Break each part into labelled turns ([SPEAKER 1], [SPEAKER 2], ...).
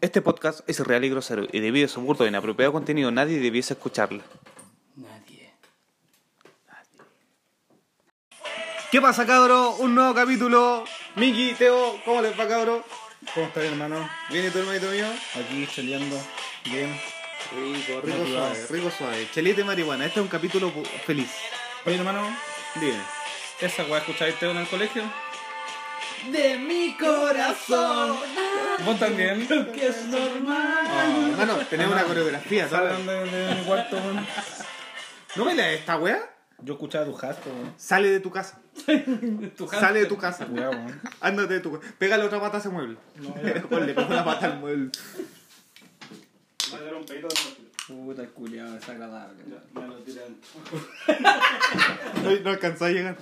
[SPEAKER 1] Este podcast es real y grosero y debido a su burdo e inapropiado contenido nadie debiese escucharlo.
[SPEAKER 2] Nadie.
[SPEAKER 3] ¿Qué pasa, cabro? Un nuevo capítulo. Miki, Teo, ¿cómo les va, cabro?
[SPEAKER 4] ¿Cómo estás, hermano?
[SPEAKER 3] ¿Viene tu hermanito mío?
[SPEAKER 4] Aquí cheleando. Bien.
[SPEAKER 3] Rico, rico
[SPEAKER 4] Motivado.
[SPEAKER 3] suave, rico suave. Chelete marihuana, este es un capítulo pu- feliz.
[SPEAKER 4] Oye, hermano,
[SPEAKER 3] Dime.
[SPEAKER 4] ¿esa weá escucháis Teo en el colegio?
[SPEAKER 2] De mi corazón.
[SPEAKER 4] ¿Vos también?
[SPEAKER 2] Que es normal.
[SPEAKER 3] Hermano, tenemos una coreografía, ¿sabes?
[SPEAKER 4] Salen de, de mi cuarto, weón.
[SPEAKER 3] ¿No me la esta weá?
[SPEAKER 4] Yo escuchaba tu jasto, weón.
[SPEAKER 3] Sale de tu casa. Sale de tu casa.
[SPEAKER 4] Cuidado, weón.
[SPEAKER 3] Ándate de tu casa. Pégale otra pata a ese mueble. Le pegó la pata al mueble.
[SPEAKER 4] Puta, el culiado, desagradable.
[SPEAKER 3] No, no alcanzás a llegar.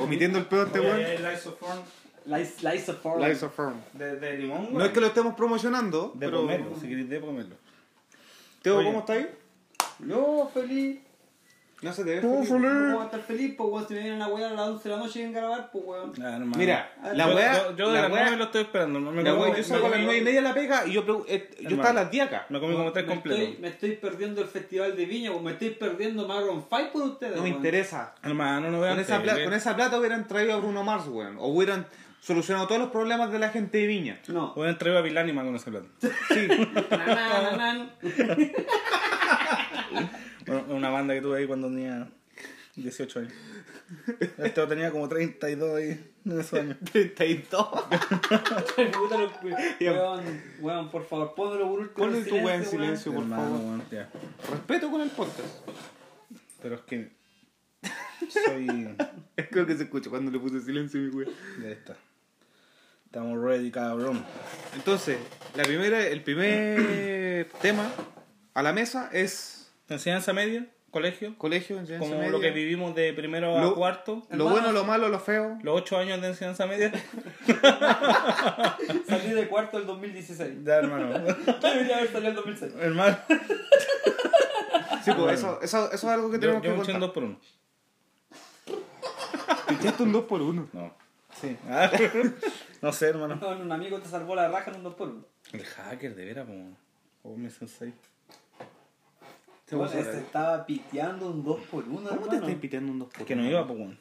[SPEAKER 3] Omitiendo el pedo a este
[SPEAKER 4] Eh,
[SPEAKER 3] weón.
[SPEAKER 2] Lies, lies of Form.
[SPEAKER 3] Lies of Firm.
[SPEAKER 4] ¿De, de limón,
[SPEAKER 3] No es que lo estemos promocionando,
[SPEAKER 4] De
[SPEAKER 3] pero...
[SPEAKER 4] pomelo, si queréis de pomelo.
[SPEAKER 3] Teo,
[SPEAKER 4] Oye.
[SPEAKER 3] ¿cómo estáis?
[SPEAKER 2] Yo feliz.
[SPEAKER 3] No se te ve.
[SPEAKER 4] No,
[SPEAKER 3] feliz.
[SPEAKER 2] ¿Cómo voy a estar feliz, po, weón? Si me vienen a wear a las 11 de la noche y vienen a grabar, po, weón.
[SPEAKER 4] Ah, hermano.
[SPEAKER 3] Mira, la
[SPEAKER 4] yo,
[SPEAKER 3] weá.
[SPEAKER 4] Yo, yo de
[SPEAKER 3] la
[SPEAKER 4] las
[SPEAKER 3] weá-
[SPEAKER 4] 9 lo estoy esperando. Me
[SPEAKER 3] La
[SPEAKER 4] comí-
[SPEAKER 3] wea, yo salgo a las
[SPEAKER 4] me
[SPEAKER 3] 9 y
[SPEAKER 4] comí-
[SPEAKER 3] media de la pega y yo, pregu- eh, yo
[SPEAKER 4] Hermano.
[SPEAKER 3] estaba a las 10 acá.
[SPEAKER 4] Me comí como tres
[SPEAKER 2] me, estoy,
[SPEAKER 4] completos.
[SPEAKER 2] me estoy perdiendo el festival de Viña, po. me estoy perdiendo Maroon 5 por ustedes.
[SPEAKER 3] No me
[SPEAKER 2] weón.
[SPEAKER 3] interesa.
[SPEAKER 4] Hermano, no vean
[SPEAKER 3] Con esa,
[SPEAKER 4] tele.
[SPEAKER 3] plata, con esa plata hubieran traído a Bruno Mars, weón. O hubieran solucionado todos los problemas de la gente de Viña.
[SPEAKER 2] No.
[SPEAKER 4] Voy a entregar a Vilánima con esa plata.
[SPEAKER 3] Sí.
[SPEAKER 2] Na, na, na, na.
[SPEAKER 4] Bueno, una banda que tuve ahí cuando tenía 18 años. Este tenía como 32 ahí en esos años.
[SPEAKER 3] 32.
[SPEAKER 2] Puta, lo- Weón, weón, por favor, pónelo por último.
[SPEAKER 3] Ponle tu weón en silencio, por
[SPEAKER 4] Hermano,
[SPEAKER 3] favor.
[SPEAKER 4] weón, ya.
[SPEAKER 3] Respeto con el podcast.
[SPEAKER 4] Pero es que soy
[SPEAKER 3] Creo que se escucha cuando le puse silencio, mi weón.
[SPEAKER 4] de esta. Estamos ready, cabrón.
[SPEAKER 3] Entonces, la primera, el primer tema a la mesa es
[SPEAKER 4] Enseñanza media, colegio,
[SPEAKER 3] colegio, enseñanza
[SPEAKER 4] como
[SPEAKER 3] media.
[SPEAKER 4] lo que vivimos de primero a
[SPEAKER 3] Lo-
[SPEAKER 4] cuarto,
[SPEAKER 3] Lo bueno, lo malo, lo feo.
[SPEAKER 4] los 8 años de enseñanza media.
[SPEAKER 2] Salí de cuarto el 2016.
[SPEAKER 4] Ya, hermano.
[SPEAKER 2] Debería haber salido el 2006.
[SPEAKER 4] hermano,
[SPEAKER 3] Sí, pues eso, eso, eso es algo que
[SPEAKER 4] yo,
[SPEAKER 3] tenemos
[SPEAKER 4] yo
[SPEAKER 3] que
[SPEAKER 4] me eché
[SPEAKER 3] contar.
[SPEAKER 4] un 2 por 1.
[SPEAKER 3] Pichaste un 2 por 1
[SPEAKER 4] No. Sí. Ah, no sé, hermano.
[SPEAKER 2] No, un amigo te salvó la raja en un 2 por 1
[SPEAKER 4] El hacker, de veras, como. Oh, me sensei.
[SPEAKER 2] Se este estaba piteando un 2 por 1
[SPEAKER 3] ¿Cómo te estáis piteando un 2 por 1
[SPEAKER 4] Que no iba, pues, weón.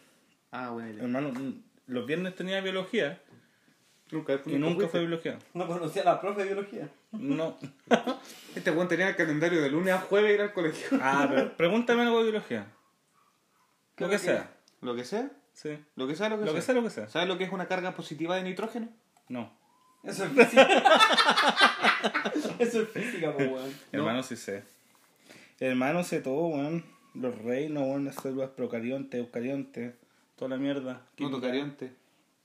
[SPEAKER 3] Ah, bueno. ya.
[SPEAKER 4] Hermano, mm, los viernes tenía biología
[SPEAKER 3] Nunca,
[SPEAKER 4] y nunca fue biología.
[SPEAKER 2] No conocía a la profe de biología.
[SPEAKER 4] No.
[SPEAKER 3] Este weón tenía el calendario de lunes a jueves ir al colegio.
[SPEAKER 4] Ah, pero pregúntame algo de biología. Lo que sea.
[SPEAKER 3] Lo que sea,
[SPEAKER 4] Sí.
[SPEAKER 3] lo que sea, lo que
[SPEAKER 4] Lo
[SPEAKER 3] sea.
[SPEAKER 4] que sea, lo que sea.
[SPEAKER 3] ¿Sabes lo que es una carga positiva de nitrógeno?
[SPEAKER 4] No.
[SPEAKER 2] Eso es física. Eso es física, po, weón.
[SPEAKER 4] Hermano, sí sé. Hermano, sé todo, weón. Los reinos, weón, las células procariontes, eucariontes, toda la mierda.
[SPEAKER 3] Química. cariente,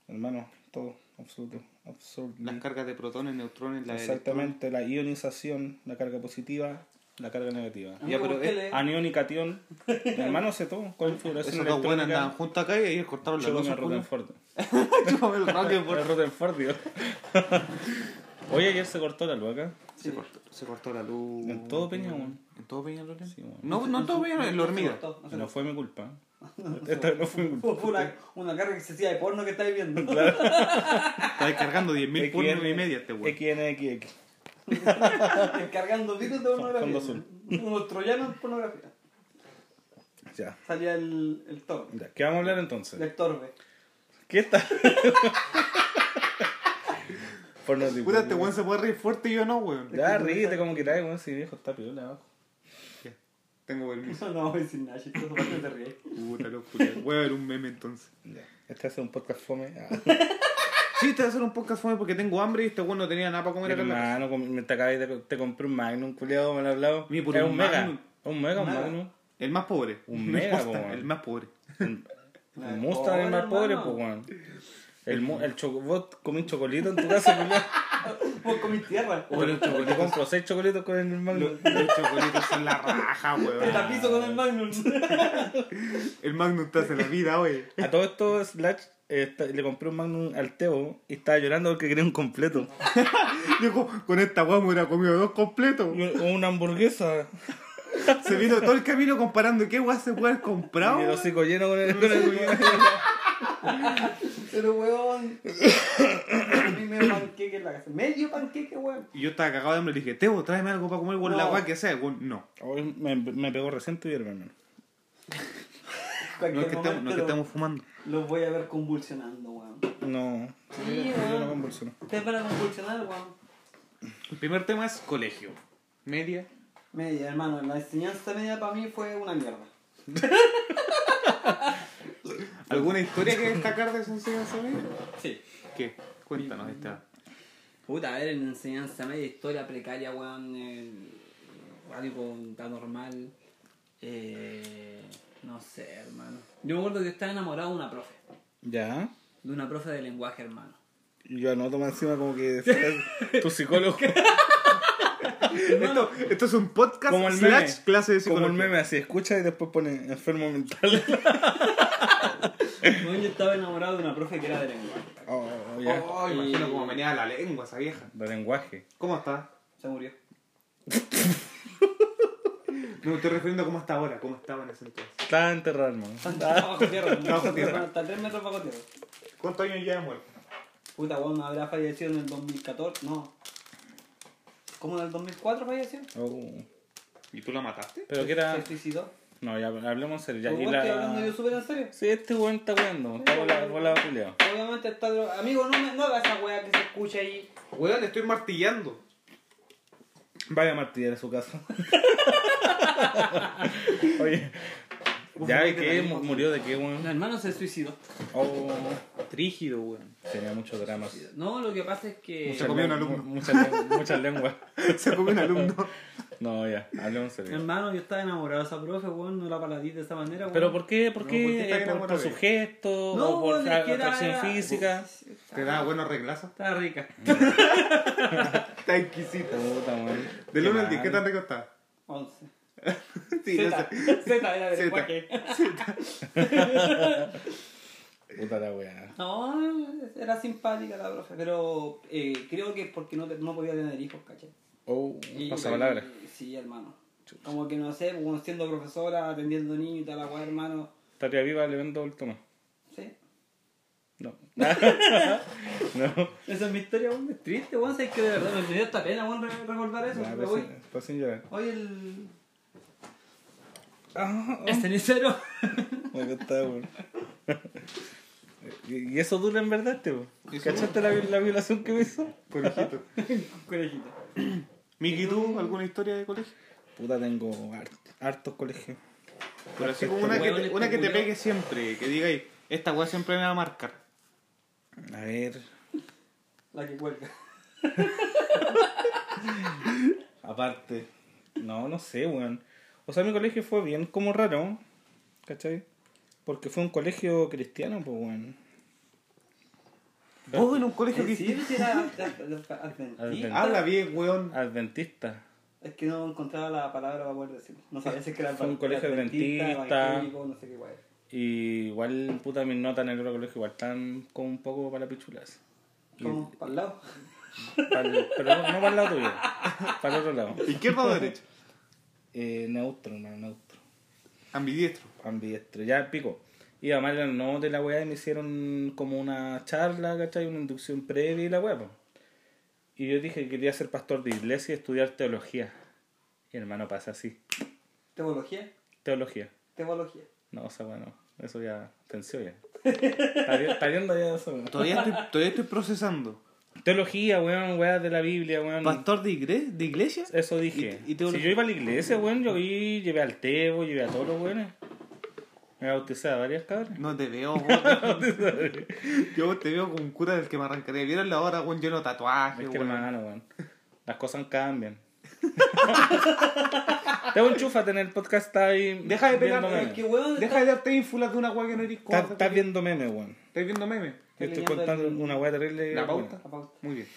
[SPEAKER 4] Hermano, todo, absoluto, absoluto.
[SPEAKER 3] las cargas de protones, neutrones, la
[SPEAKER 4] Mm. Exactamente, la ionización, la carga positiva, la carga negativa.
[SPEAKER 2] A mí
[SPEAKER 3] Ya,
[SPEAKER 2] me
[SPEAKER 3] pero
[SPEAKER 2] gusta
[SPEAKER 3] es- ah,
[SPEAKER 2] leer.
[SPEAKER 4] Anión y cation. Hermano, sé todo. Configuración
[SPEAKER 3] Esos dos buenas andaban
[SPEAKER 4] electrónica.
[SPEAKER 3] juntos acá y ahí cortaron las
[SPEAKER 4] Yo
[SPEAKER 3] dos.
[SPEAKER 4] con el
[SPEAKER 3] culiao.
[SPEAKER 4] Rutherford.
[SPEAKER 3] Chúpame el radio, por
[SPEAKER 4] El Rutherford, tío. Oye, ayer se cortó la luz acá.
[SPEAKER 3] Se cortó, se cortó la luz.
[SPEAKER 4] En todo Peñón.
[SPEAKER 3] ¿En todo Peñalolén?
[SPEAKER 4] Sí, weón.
[SPEAKER 3] No, no en todo Peñalolén, en la hormiga.
[SPEAKER 2] No sé.
[SPEAKER 4] No fue mi culpa. Esta vez no fue mi culpa.
[SPEAKER 2] Fue una, una carga excesiva de porno que estáis viendo.
[SPEAKER 3] Estaba cargando 10.000 pornos y media este weón.
[SPEAKER 4] XNXX.
[SPEAKER 2] Cargando virus de pornografía.
[SPEAKER 4] Fondo azul.
[SPEAKER 2] Unos troyanos de pornografía.
[SPEAKER 4] Ya.
[SPEAKER 2] Salía el, el torbe.
[SPEAKER 4] ya. ¿Qué vamos a hablar entonces?
[SPEAKER 2] El torbe.
[SPEAKER 4] ¿Qué está? Por no tipo.
[SPEAKER 3] Puta, este weón se puede reír fuerte y yo no, weón.
[SPEAKER 4] Ya ríete como queráis, weón. Si viejo está piola abajo.
[SPEAKER 3] Ya, Tengo permiso.
[SPEAKER 2] No, no voy a decir nada, chicos. ¿Por qué te ríes?
[SPEAKER 3] Puta, los culiao. Voy a ver un meme entonces.
[SPEAKER 4] Ya. Este hace un podcast fome. Ah.
[SPEAKER 3] Sí, te voy a hacer un podcast fome porque tengo hambre y este weón no tenía nada para comer acá en la casa.
[SPEAKER 4] Hermano, com- me te acabé de te compré un Magnum, culiado, me lo hablado.
[SPEAKER 3] Mi, por
[SPEAKER 4] Es
[SPEAKER 3] un
[SPEAKER 4] un mega.
[SPEAKER 3] Magnum.
[SPEAKER 4] Un mega, un
[SPEAKER 2] Nada.
[SPEAKER 4] Magnum.
[SPEAKER 3] El más pobre.
[SPEAKER 4] Un
[SPEAKER 3] No
[SPEAKER 4] mega,
[SPEAKER 3] importa,
[SPEAKER 4] po, weón.
[SPEAKER 3] El más pobre.
[SPEAKER 4] Un
[SPEAKER 2] Nada,
[SPEAKER 4] un Mustang es
[SPEAKER 2] pobre,
[SPEAKER 4] el más pobre,
[SPEAKER 2] Oh, hermano.
[SPEAKER 4] pues weón. El, mo- el choco- vos comís chocolito en tu casa, culiado.
[SPEAKER 2] Vos comí tierra.
[SPEAKER 4] Yo compro seis chocolitos con el Magnum.
[SPEAKER 3] Los, los chocolitos son la raja,
[SPEAKER 2] Te
[SPEAKER 3] weón.
[SPEAKER 2] tapizo con el Magnum.
[SPEAKER 3] El Magnum te hace la vida, oye.
[SPEAKER 4] A todo esto, Slash eh, está- le compré un Magnum al Teo y estaba llorando porque quería un completo.
[SPEAKER 3] Yo con, con esta weón me hubiera comido dos completos.
[SPEAKER 4] Y un- una hamburguesa.
[SPEAKER 3] Se vino todo el camino comparando qué weón se puede haber comprado.
[SPEAKER 4] Y el
[SPEAKER 3] weón.
[SPEAKER 4] hocico lleno con el. con el-
[SPEAKER 2] Pero weón. A mí me medio panqueque en la casa. Medio panqueque, weón.
[SPEAKER 5] Y yo estaba cagado de hambre y le dije, Tebo, tráeme algo para comer, weón, la
[SPEAKER 2] No.
[SPEAKER 5] weá que sea, weón. No.
[SPEAKER 4] Hoy me, me pegó reciente y hermano.
[SPEAKER 2] Cualquier
[SPEAKER 5] No es que estemos,
[SPEAKER 2] momento
[SPEAKER 5] no es que
[SPEAKER 2] lo-
[SPEAKER 5] estemos fumando.
[SPEAKER 2] Los voy a ver convulsionando, weón.
[SPEAKER 4] No.
[SPEAKER 2] Sí,
[SPEAKER 4] Yo
[SPEAKER 2] weón.
[SPEAKER 4] no convulsiono.
[SPEAKER 2] Ustedes van a convulsionar, weón.
[SPEAKER 5] El primer tema es colegio. Media.
[SPEAKER 2] Media, hermano. La enseñanza media para mí fue una mierda.
[SPEAKER 5] ¿Alguna historia que destacar de esa enseñanza media?
[SPEAKER 2] Sí.
[SPEAKER 5] ¿Qué? Cuéntanos esta.
[SPEAKER 2] Puta, a ver, en enseñanza media, historia precaria, weón, eh, algo tan normal. Eh, no sé, hermano. Yo me acuerdo que estaba enamorado de una profe,
[SPEAKER 4] Ya.
[SPEAKER 2] de una profe de lenguaje, hermano.
[SPEAKER 4] Y Yo anoto más encima como que fuera tu psicólogo.
[SPEAKER 2] Hermano,
[SPEAKER 5] Esto es un podcast
[SPEAKER 4] Como el
[SPEAKER 5] slash
[SPEAKER 4] meme.
[SPEAKER 5] clase de
[SPEAKER 4] Como
[SPEAKER 5] psicología.
[SPEAKER 4] el meme así, escucha y después pone enfermo mental.
[SPEAKER 2] weón, yo estaba enamorado de una profe que era de lenguaje.
[SPEAKER 4] Oh, ya.
[SPEAKER 5] Oh, imagino cómo venía la lengua esa vieja.
[SPEAKER 4] De lenguaje.
[SPEAKER 5] ¿Cómo está?
[SPEAKER 2] Se murió.
[SPEAKER 5] No, me estoy refiriendo a cómo está ahora, cómo estaba en ese entonces.
[SPEAKER 4] Está enterrado, hermano.
[SPEAKER 2] Está bajo tierra,
[SPEAKER 5] bajo tierra.
[SPEAKER 2] Hasta 3 metros bajo tierra.
[SPEAKER 5] ¿Cuántos años ya muerto?
[SPEAKER 2] Puta, weón, habrá fallecido en el 2014. No. ¿Cómo en el 2004 falleció?
[SPEAKER 4] Oh.
[SPEAKER 5] ¿Y tú la mataste?
[SPEAKER 4] Pero que era.
[SPEAKER 2] Se suicidó.
[SPEAKER 4] No, ya hablemos en serio. Ya.
[SPEAKER 2] Pues,
[SPEAKER 4] Y
[SPEAKER 2] weón, estoy hablando yo
[SPEAKER 4] la...
[SPEAKER 2] súper en serio.
[SPEAKER 4] Sí, este weón está weando. Está volado, volado, culiao.
[SPEAKER 2] Obviamente está dro- Amigo, no, me, no haga esa weá que se escucha ahí.
[SPEAKER 5] Weón, estoy martillando.
[SPEAKER 4] Vaya martillar a su casa. Oye. ¿Ya de qué? Mu- ¿Murió de qué,
[SPEAKER 2] El
[SPEAKER 4] weón?
[SPEAKER 2] hermano se suicidó.
[SPEAKER 4] Oh.
[SPEAKER 6] Trígido, weón.
[SPEAKER 4] Tenía muchos dramas.
[SPEAKER 2] No, lo que pasa es que.
[SPEAKER 5] Se comió un
[SPEAKER 4] lengu-
[SPEAKER 5] alumno.
[SPEAKER 4] mu- Muchas, lengu- muchas lenguas.
[SPEAKER 5] Se comió un alumno.
[SPEAKER 4] No, ya, hablemos en
[SPEAKER 2] Mi
[SPEAKER 4] serio.
[SPEAKER 2] hermano, yo estaba enamorado de esa profe, weón, no la paladí de esa manera, weón.
[SPEAKER 4] ¿Pero por qué? ¿Por
[SPEAKER 5] No,
[SPEAKER 4] qué?
[SPEAKER 5] ¿por qué está
[SPEAKER 4] Eh, ¿Por, por,
[SPEAKER 5] enamorado de
[SPEAKER 4] su
[SPEAKER 5] ella?
[SPEAKER 4] gesto?
[SPEAKER 2] No,
[SPEAKER 4] ¿O por
[SPEAKER 2] weón,
[SPEAKER 4] a-
[SPEAKER 2] es que era-
[SPEAKER 4] atracción
[SPEAKER 2] era-
[SPEAKER 4] física?
[SPEAKER 5] Te da buenos reglazos.
[SPEAKER 2] Estaba rica.
[SPEAKER 5] Está exquisito.
[SPEAKER 4] Puta, weón.
[SPEAKER 5] Del 1 al
[SPEAKER 4] mal.
[SPEAKER 5] 10, ¿qué tan rico está?
[SPEAKER 2] 11.
[SPEAKER 5] Sí, no
[SPEAKER 2] Z.
[SPEAKER 5] sé.
[SPEAKER 2] Z era
[SPEAKER 5] Zeta.
[SPEAKER 2] del lenguaje.
[SPEAKER 4] Puta la weá.
[SPEAKER 2] No, era simpática la profe, pero eh, creo que es porque no, te- no podía tener hijos, ¿cachai?
[SPEAKER 4] Oh,
[SPEAKER 2] Y-
[SPEAKER 4] pasapalabra.
[SPEAKER 2] y- sí, hermano. Como que no sé, como siendo profesora, atendiendo niños y tal, la weá, hermano.
[SPEAKER 4] ¿Estaría viva el evento del tono?
[SPEAKER 2] Sí.
[SPEAKER 4] No. no.
[SPEAKER 2] Esa es mi historia, weón. Es triste, weón. Es que de verdad me dio esta pena, weón, re- recordar eso.
[SPEAKER 4] Ya,
[SPEAKER 2] me
[SPEAKER 4] pues,
[SPEAKER 2] voy.
[SPEAKER 4] sin- pues sin llorar.
[SPEAKER 2] Hoy el.
[SPEAKER 4] Ah,
[SPEAKER 2] El cenicero.
[SPEAKER 4] me gusta, weón. ¿Y y eso dura en verdad, este, weón? ¿Cachaste la, vi- la violación que me hizo?
[SPEAKER 5] Conejito.
[SPEAKER 2] Conejito.
[SPEAKER 5] Miki, ¿tú alguna historia de colegio?
[SPEAKER 4] Puta, tengo hart- hartos colegios.
[SPEAKER 5] Pero así como una que
[SPEAKER 2] Weón,
[SPEAKER 5] te,
[SPEAKER 2] este
[SPEAKER 5] una que te
[SPEAKER 2] culiao.
[SPEAKER 5] pegue siempre, que digáis, esta weá siempre me va a marcar.
[SPEAKER 4] A ver.
[SPEAKER 2] La que cuelga.
[SPEAKER 4] Aparte. No, no sé, weón. O sea, mi colegio fue bien como raro, ¿cachai? Porque fue un colegio cristiano, pues, weón.
[SPEAKER 5] Vos en un colegio
[SPEAKER 2] ¿Eh? Sí,
[SPEAKER 5] cristiano.
[SPEAKER 2] sí, era adventista.
[SPEAKER 4] Adventista.
[SPEAKER 5] Habla bien, weón.
[SPEAKER 4] Adventista.
[SPEAKER 2] Es que no encontraba la palabra para poder decirlo. No sabía si es que era
[SPEAKER 4] Fue un colegio adventista.
[SPEAKER 2] evangélico, no sé qué guay.
[SPEAKER 4] Y igual, puta, mis notas en el otro colegio igual están como un poco para pichulas.
[SPEAKER 2] ¿Cómo? ¿Para el lado?
[SPEAKER 4] Pa'l- pero no, no para el lado tuyo, para el otro lado.
[SPEAKER 5] ¿Izquierda o derecha?
[SPEAKER 4] Eh, neutro, hermano, neutro.
[SPEAKER 5] Ambidiestro.
[SPEAKER 4] Ambidiestro, ya pico. Y además las notas de la weá y me hicieron como una charla, ¿cachai? Una inducción previa y la weá, po. Y yo dije que quería ser pastor de iglesia y estudiar teología. Y hermano pasa así.
[SPEAKER 2] ¿Teología?
[SPEAKER 4] Teología.
[SPEAKER 2] Teología.
[SPEAKER 4] No, o sea, bueno, eso ya tensió ya. Está bien- Está viendo ya eso. weón.
[SPEAKER 5] Todavía estoy, todavía estoy procesando.
[SPEAKER 4] Teología, weón, weá de la Biblia, weón.
[SPEAKER 5] ¿Pastor de, igre- de iglesia?
[SPEAKER 4] Eso dije.
[SPEAKER 5] ¿Y- y teología?
[SPEAKER 4] Si yo iba a la iglesia, weón, yo ahí llevé al Tebo, llevé a todos los weones. Me bauticé a varias cabras.
[SPEAKER 5] No te veo, weón. Yo te veo como un cura del que me arrancaría. ¿Vieron la hora, weón? Lleno de
[SPEAKER 2] Ah,
[SPEAKER 5] tatuajes,
[SPEAKER 4] Es que
[SPEAKER 5] weón.
[SPEAKER 4] hermano, weón. Las cosas cambian. Tebo, enchúfate en el podcast, está ahí.
[SPEAKER 5] Deja de
[SPEAKER 4] viendo
[SPEAKER 5] pegarme,
[SPEAKER 4] memes.
[SPEAKER 2] ¿Qué weón?
[SPEAKER 5] Deja de darte ínfulas de una weá que no eres
[SPEAKER 4] Está-
[SPEAKER 5] cobarde,
[SPEAKER 4] Estás
[SPEAKER 5] weón.
[SPEAKER 4] viendo memes, weón.
[SPEAKER 5] ¿Estás viendo
[SPEAKER 4] Te
[SPEAKER 5] meme?
[SPEAKER 2] Estoy
[SPEAKER 4] estoy
[SPEAKER 2] leyendo
[SPEAKER 4] contando
[SPEAKER 2] el-
[SPEAKER 4] una weá terrible.
[SPEAKER 5] La
[SPEAKER 4] weón.
[SPEAKER 5] pauta.
[SPEAKER 2] La pauta.
[SPEAKER 5] Muy bien.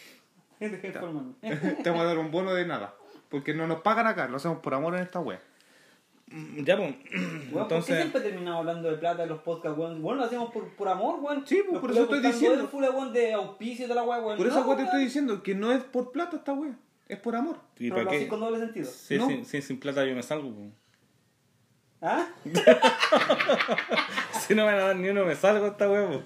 [SPEAKER 2] Dejé de informarme.
[SPEAKER 5] Te vamos a dar un bono de nada. Porque no nos pagan acá, lo hacemos por amor en esta wea.
[SPEAKER 4] Mm, Ya, pues.
[SPEAKER 2] Weón, ¿Por qué
[SPEAKER 4] Entonces,
[SPEAKER 2] siempre terminamos hablando de plata en los podcasts, weón? Bueno, lo hacemos por, por amor, weón.
[SPEAKER 5] Sí, pues,
[SPEAKER 2] Los
[SPEAKER 5] por eso
[SPEAKER 2] culiados
[SPEAKER 5] estoy diciendo.
[SPEAKER 2] contando de Fula, weón, de auspicio y toda la weá, weón.
[SPEAKER 5] Por eso
[SPEAKER 2] No,
[SPEAKER 5] weón, te
[SPEAKER 2] weón.
[SPEAKER 5] estoy diciendo que no es por plata esta wea, es por amor.
[SPEAKER 4] ¿y
[SPEAKER 2] Pero
[SPEAKER 4] para
[SPEAKER 2] lo
[SPEAKER 4] qué?
[SPEAKER 2] hacís con doble sentido.
[SPEAKER 4] Sí,
[SPEAKER 5] ¿no?
[SPEAKER 4] sin, sin, sin plata yo me salgo, weón.
[SPEAKER 2] ¿Ah?
[SPEAKER 4] Si no me van a dar ni uno, me salgo esta weá, weón.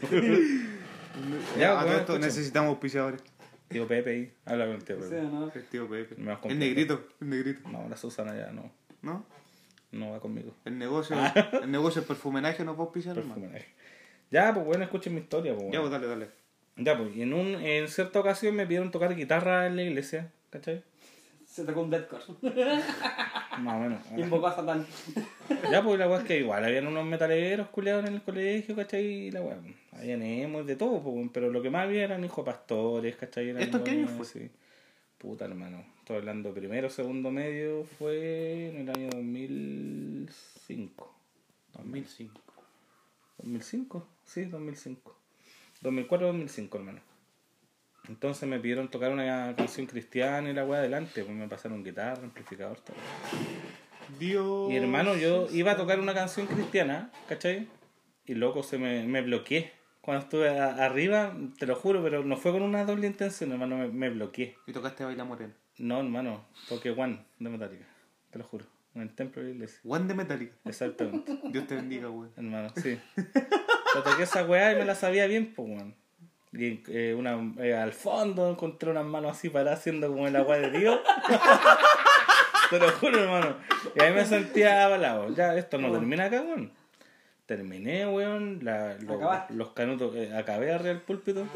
[SPEAKER 5] Ya,
[SPEAKER 4] Ya,
[SPEAKER 5] a todo
[SPEAKER 4] weón,
[SPEAKER 5] esto
[SPEAKER 4] escucha.
[SPEAKER 5] necesitamos auspiciadores.
[SPEAKER 4] Tío Pepe ahí. Habla con el tío
[SPEAKER 7] Sí,
[SPEAKER 4] Pepe.
[SPEAKER 7] ¿o no?
[SPEAKER 5] El tío Pepe.
[SPEAKER 4] Me vas a comprar.
[SPEAKER 5] El negrito, el negrito.
[SPEAKER 4] No, la Susana ya no.
[SPEAKER 5] ¿No?
[SPEAKER 4] No va conmigo.
[SPEAKER 5] El negocio,
[SPEAKER 4] Ah.
[SPEAKER 5] el negocio, el perfumenaje no puedo pisar, hermano.
[SPEAKER 4] Perfumenaje. Ya, pues bueno, escuchen mi historia, pues
[SPEAKER 5] Ya,
[SPEAKER 4] bueno.
[SPEAKER 5] pues dale, dale.
[SPEAKER 4] Ya, pues, y en, un, en cierta ocasión me pidieron tocar guitarra en la iglesia, ¿cachai?
[SPEAKER 7] Se tocó un deadcore.
[SPEAKER 4] Más o menos.
[SPEAKER 7] Invocó a Satán.
[SPEAKER 4] Ya, pues la weá es que igual habían unos metaleros culeados en el colegio, ¿cachai? Y la weá, pues, habían emos de todo, pues, weón, pero lo que más había eran hijos pastores, ¿cachai? Eran
[SPEAKER 5] ¿Esto en qué año
[SPEAKER 4] weones
[SPEAKER 5] fue?
[SPEAKER 4] así. Puta, hermano. Estoy hablando primero, segundo medio, fue en el año 2005.
[SPEAKER 5] 2005.
[SPEAKER 4] 2005, sí, 2005. 2004-2005, hermano. Entonces me pidieron tocar una canción cristiana y la weá adelante, pues me pasaron guitarra, amplificador, todo.
[SPEAKER 5] Dios.
[SPEAKER 4] Y hermano, yo iba a tocar una canción cristiana, ¿cachai? Y loco, se me, me bloqueé. Cuando estuve a- arriba, te lo juro, pero no fue con una doble intención, hermano, me, me bloqueé.
[SPEAKER 5] Y tocaste Baila Morena.
[SPEAKER 4] No, hermano, toqué One de Metallica, te lo juro, en el templo de la iglesia.
[SPEAKER 5] One de Metallica.
[SPEAKER 4] Exactamente.
[SPEAKER 5] Dios te bendiga, weón.
[SPEAKER 4] Hermano, sí. Yo toqué esa weá y me la sabía bien, pues, weón. Y eh, una, eh, al fondo encontré unas manos así paradas haciendo como el agua de Dios. Te lo juro, hermano. Y ahí me sentía avalado. Ya, esto no termina acá, weón. Terminé, weón. La, lo-
[SPEAKER 7] Acabaste.
[SPEAKER 4] los canutos, eh, acabé arriba del púlpito.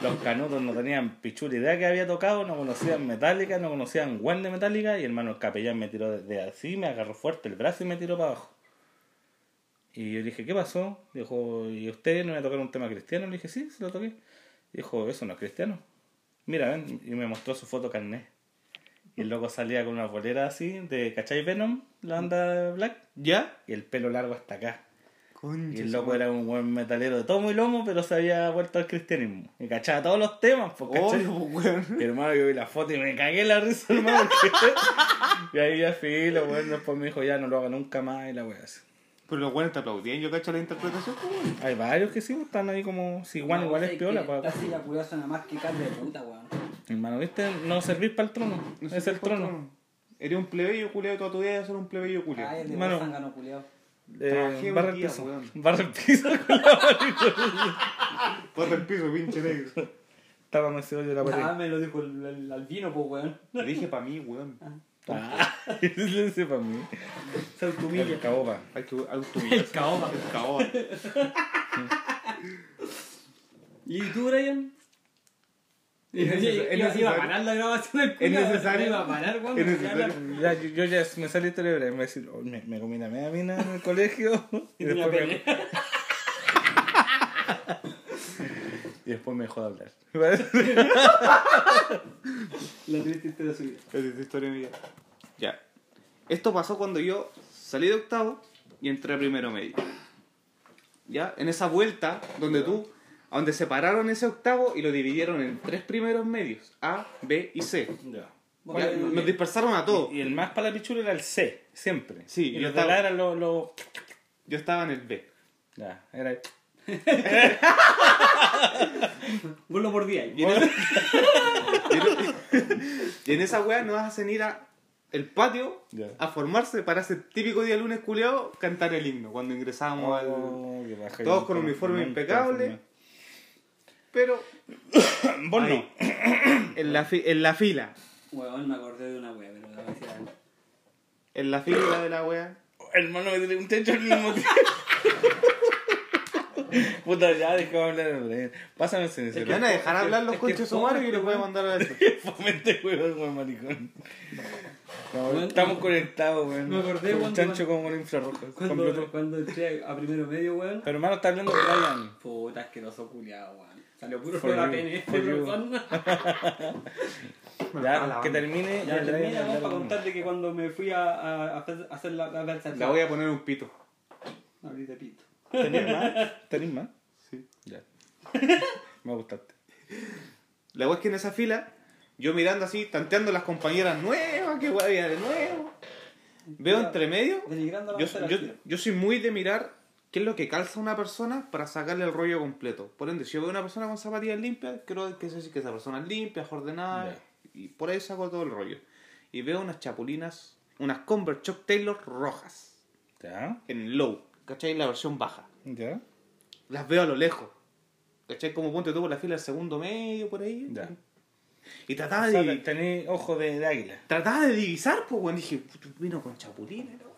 [SPEAKER 4] Los canutos no tenían pichula idea que había tocado, no conocían Metallica, no conocían One de Metallica. Y hermano, el capellán me tiró de, de así, me agarró fuerte el brazo y me tiró para abajo. Y yo le dije, ¿qué pasó? Dijo, ¿y usted no me a tocar un tema cristiano? Le dije, sí, se lo toqué. Dijo, eso no es cristiano. Mira, ven, y me mostró su foto carnet. Y el loco salía con una bolera así, de ¿cachai Venom? La banda Black.
[SPEAKER 5] ¿Ya?
[SPEAKER 4] Y el pelo largo hasta acá. Y
[SPEAKER 5] Concha.
[SPEAKER 4] el loco era un buen metalero de tomo y lomo, pero se había vuelto al cristianismo. Y cachaba todos los temas, pues, ¿cachai?
[SPEAKER 5] Obvio, pues, weón.
[SPEAKER 4] Y, hermano, yo vi la foto y me cagué en la risa, hermano. porque- y ahí ya filo, bueno, después me dijo, ya no lo haga nunca más y la wea así.
[SPEAKER 5] Pero los weones te aplaudían, yo cacho la interpretación, pues, weón.
[SPEAKER 4] Hay varios que sí, pues, están ahí como. Si Juan igual es piola, pa-
[SPEAKER 7] Esta silla culiao suena más que carne de puta, weón.
[SPEAKER 4] Hermano, ¿viste? No servís para el trono.
[SPEAKER 5] No
[SPEAKER 4] es
[SPEAKER 5] sé
[SPEAKER 4] el
[SPEAKER 5] qué fue
[SPEAKER 4] trono.
[SPEAKER 5] Eres un plebeyo culiado toda tu vida y ser un plebeyo culiado.
[SPEAKER 7] Ay, el de
[SPEAKER 4] Hermano.
[SPEAKER 7] Mano. culiao.
[SPEAKER 5] Ah,
[SPEAKER 4] Eh,
[SPEAKER 5] Trabajé
[SPEAKER 4] barra
[SPEAKER 5] un
[SPEAKER 4] el
[SPEAKER 5] día,
[SPEAKER 4] piso.
[SPEAKER 5] weón.
[SPEAKER 4] Barra el piso con la mano.
[SPEAKER 5] Bota el piso, pinche negro.
[SPEAKER 4] Tápame ese hoyo de la
[SPEAKER 5] pues
[SPEAKER 7] Ah,
[SPEAKER 4] pared.
[SPEAKER 7] me lo dijo el, el albino, pues, weón.
[SPEAKER 5] Lo dije pa' mí, weón.
[SPEAKER 4] Ah, ese es para mí.
[SPEAKER 7] Se
[SPEAKER 4] El caoba.
[SPEAKER 5] Hay que autobillarse. El caoba. El caoba.
[SPEAKER 7] ¿Y tú, Brian?
[SPEAKER 5] Es neces-
[SPEAKER 7] Iba- iba-
[SPEAKER 5] es
[SPEAKER 7] Iba a
[SPEAKER 5] necesario.
[SPEAKER 7] parar la grabación del
[SPEAKER 5] Es
[SPEAKER 7] culiao,
[SPEAKER 5] necesario.
[SPEAKER 7] Iba a parar, weón.
[SPEAKER 5] Es
[SPEAKER 7] me sacaron la-
[SPEAKER 5] necesario.
[SPEAKER 4] Ya, yo, yo ya me salí historia breve. Me, decir, oh, me, me comí una media mina en el colegio. y,
[SPEAKER 7] Y tenía
[SPEAKER 4] después me,
[SPEAKER 7] pelea.
[SPEAKER 4] y después me dejó de hablar.
[SPEAKER 7] La triste historia de su vida.
[SPEAKER 5] Esa es la historia mía. Ya. Esto pasó cuando yo salí de octavo y entré a primero medio. Ya, en esa vuelta donde tú, a donde separaron ese octavo y lo dividieron en tres primeros medios, A, B y C.
[SPEAKER 4] Ya.
[SPEAKER 5] Ya, nos dispersaron a todos.
[SPEAKER 4] Y el más para la pichula era el C, siempre.
[SPEAKER 5] Sí,
[SPEAKER 4] y
[SPEAKER 5] yo
[SPEAKER 4] los de
[SPEAKER 5] estaba-
[SPEAKER 4] la eran los. los-
[SPEAKER 5] Yo estaba en el B.
[SPEAKER 4] Ya, era el.
[SPEAKER 7] Vos lo mordías.
[SPEAKER 5] Y en, esa- y en- y en esa weá nos hacen ir a el patio
[SPEAKER 4] Ya.
[SPEAKER 5] a formarse para ese típico día lunes culeado cantar el himno cuando ingresábamos al.
[SPEAKER 4] Oh, qué baja.
[SPEAKER 5] Todos
[SPEAKER 4] Yo
[SPEAKER 5] con
[SPEAKER 4] nunca-
[SPEAKER 5] uniforme
[SPEAKER 4] nunca
[SPEAKER 5] impecable. Pero
[SPEAKER 4] formé. Vos no.
[SPEAKER 5] Ahí. en la, fi- en la fila.
[SPEAKER 7] Weón, me acordé de una wea, pero la voy a decir ahora.
[SPEAKER 5] En la fila de la wea.
[SPEAKER 4] Hermano, me tiré un techo al mismo tiempo. Puta, ya dejaba hablar. hombre. Pásame el
[SPEAKER 5] Se
[SPEAKER 4] cenicero.
[SPEAKER 5] van a dejar hablar los
[SPEAKER 7] es que
[SPEAKER 5] conches
[SPEAKER 7] fome,
[SPEAKER 5] humanos y los voy a
[SPEAKER 7] weón.
[SPEAKER 5] mandar a decir.
[SPEAKER 4] Fomente, weón, weón, maricón. No,
[SPEAKER 7] Bueno,
[SPEAKER 4] estamos conectados, weón.
[SPEAKER 7] me acordé
[SPEAKER 4] Como un
[SPEAKER 7] cuando-
[SPEAKER 4] chancho con un infrarrojo. con
[SPEAKER 7] Cuando,
[SPEAKER 4] Bluetooth.
[SPEAKER 7] cuando entré a primero medio, weón.
[SPEAKER 4] Pero hermano, está hablando de Brian.
[SPEAKER 2] Ah,
[SPEAKER 7] Puta, asqueroso culiado, weón. Salió puro
[SPEAKER 4] For
[SPEAKER 7] flor a
[SPEAKER 4] you,
[SPEAKER 7] pene.
[SPEAKER 4] for you.
[SPEAKER 7] Ya
[SPEAKER 4] Ya,
[SPEAKER 5] a la
[SPEAKER 4] que
[SPEAKER 5] banda.
[SPEAKER 4] termine. y el Brian
[SPEAKER 7] termina,
[SPEAKER 4] hablar
[SPEAKER 7] vamos para
[SPEAKER 4] con-
[SPEAKER 7] contarte que cuando me fui a, a, a hacer- hacer la, la
[SPEAKER 5] La voy a poner un pito.
[SPEAKER 7] Abrí de pito.
[SPEAKER 4] ¿Tenés más? ¿Tenés más?
[SPEAKER 5] Sí.
[SPEAKER 4] Ya. Me gustaste.
[SPEAKER 5] La wea es que en esa fila, yo mirando así, tanteando las compañeras nuevas, que wea había de nuevo. Veo entre medio.
[SPEAKER 7] Denigrando la
[SPEAKER 5] Yo,
[SPEAKER 7] mujer al
[SPEAKER 5] yo-
[SPEAKER 7] tiro.
[SPEAKER 5] yo soy muy de mirar qué es lo que calza una persona para sacarle el rollo completo. Por ende, si yo veo una persona con zapatillas limpias, creo que es decir que esa persona es limpia, es ordenada.
[SPEAKER 4] Ya.
[SPEAKER 5] Y por ahí saco todo el rollo. Y veo unas chapulinas, unas Converse Chuck Taylor rojas.
[SPEAKER 4] Ya.
[SPEAKER 5] en low, ¿cachai? La versión baja.
[SPEAKER 4] Ya.
[SPEAKER 5] Las veo a lo lejos. ¿Cachai? Como ponte tú por la fila del segundo medio, por ahí.
[SPEAKER 4] Ya.
[SPEAKER 5] Y
[SPEAKER 4] O
[SPEAKER 5] trataba
[SPEAKER 4] sea,
[SPEAKER 5] de,
[SPEAKER 4] tenés ojo de, de águila.
[SPEAKER 5] trataba de divisar, pues, weón. Dije, "Puta, vino con chapulines, la weá".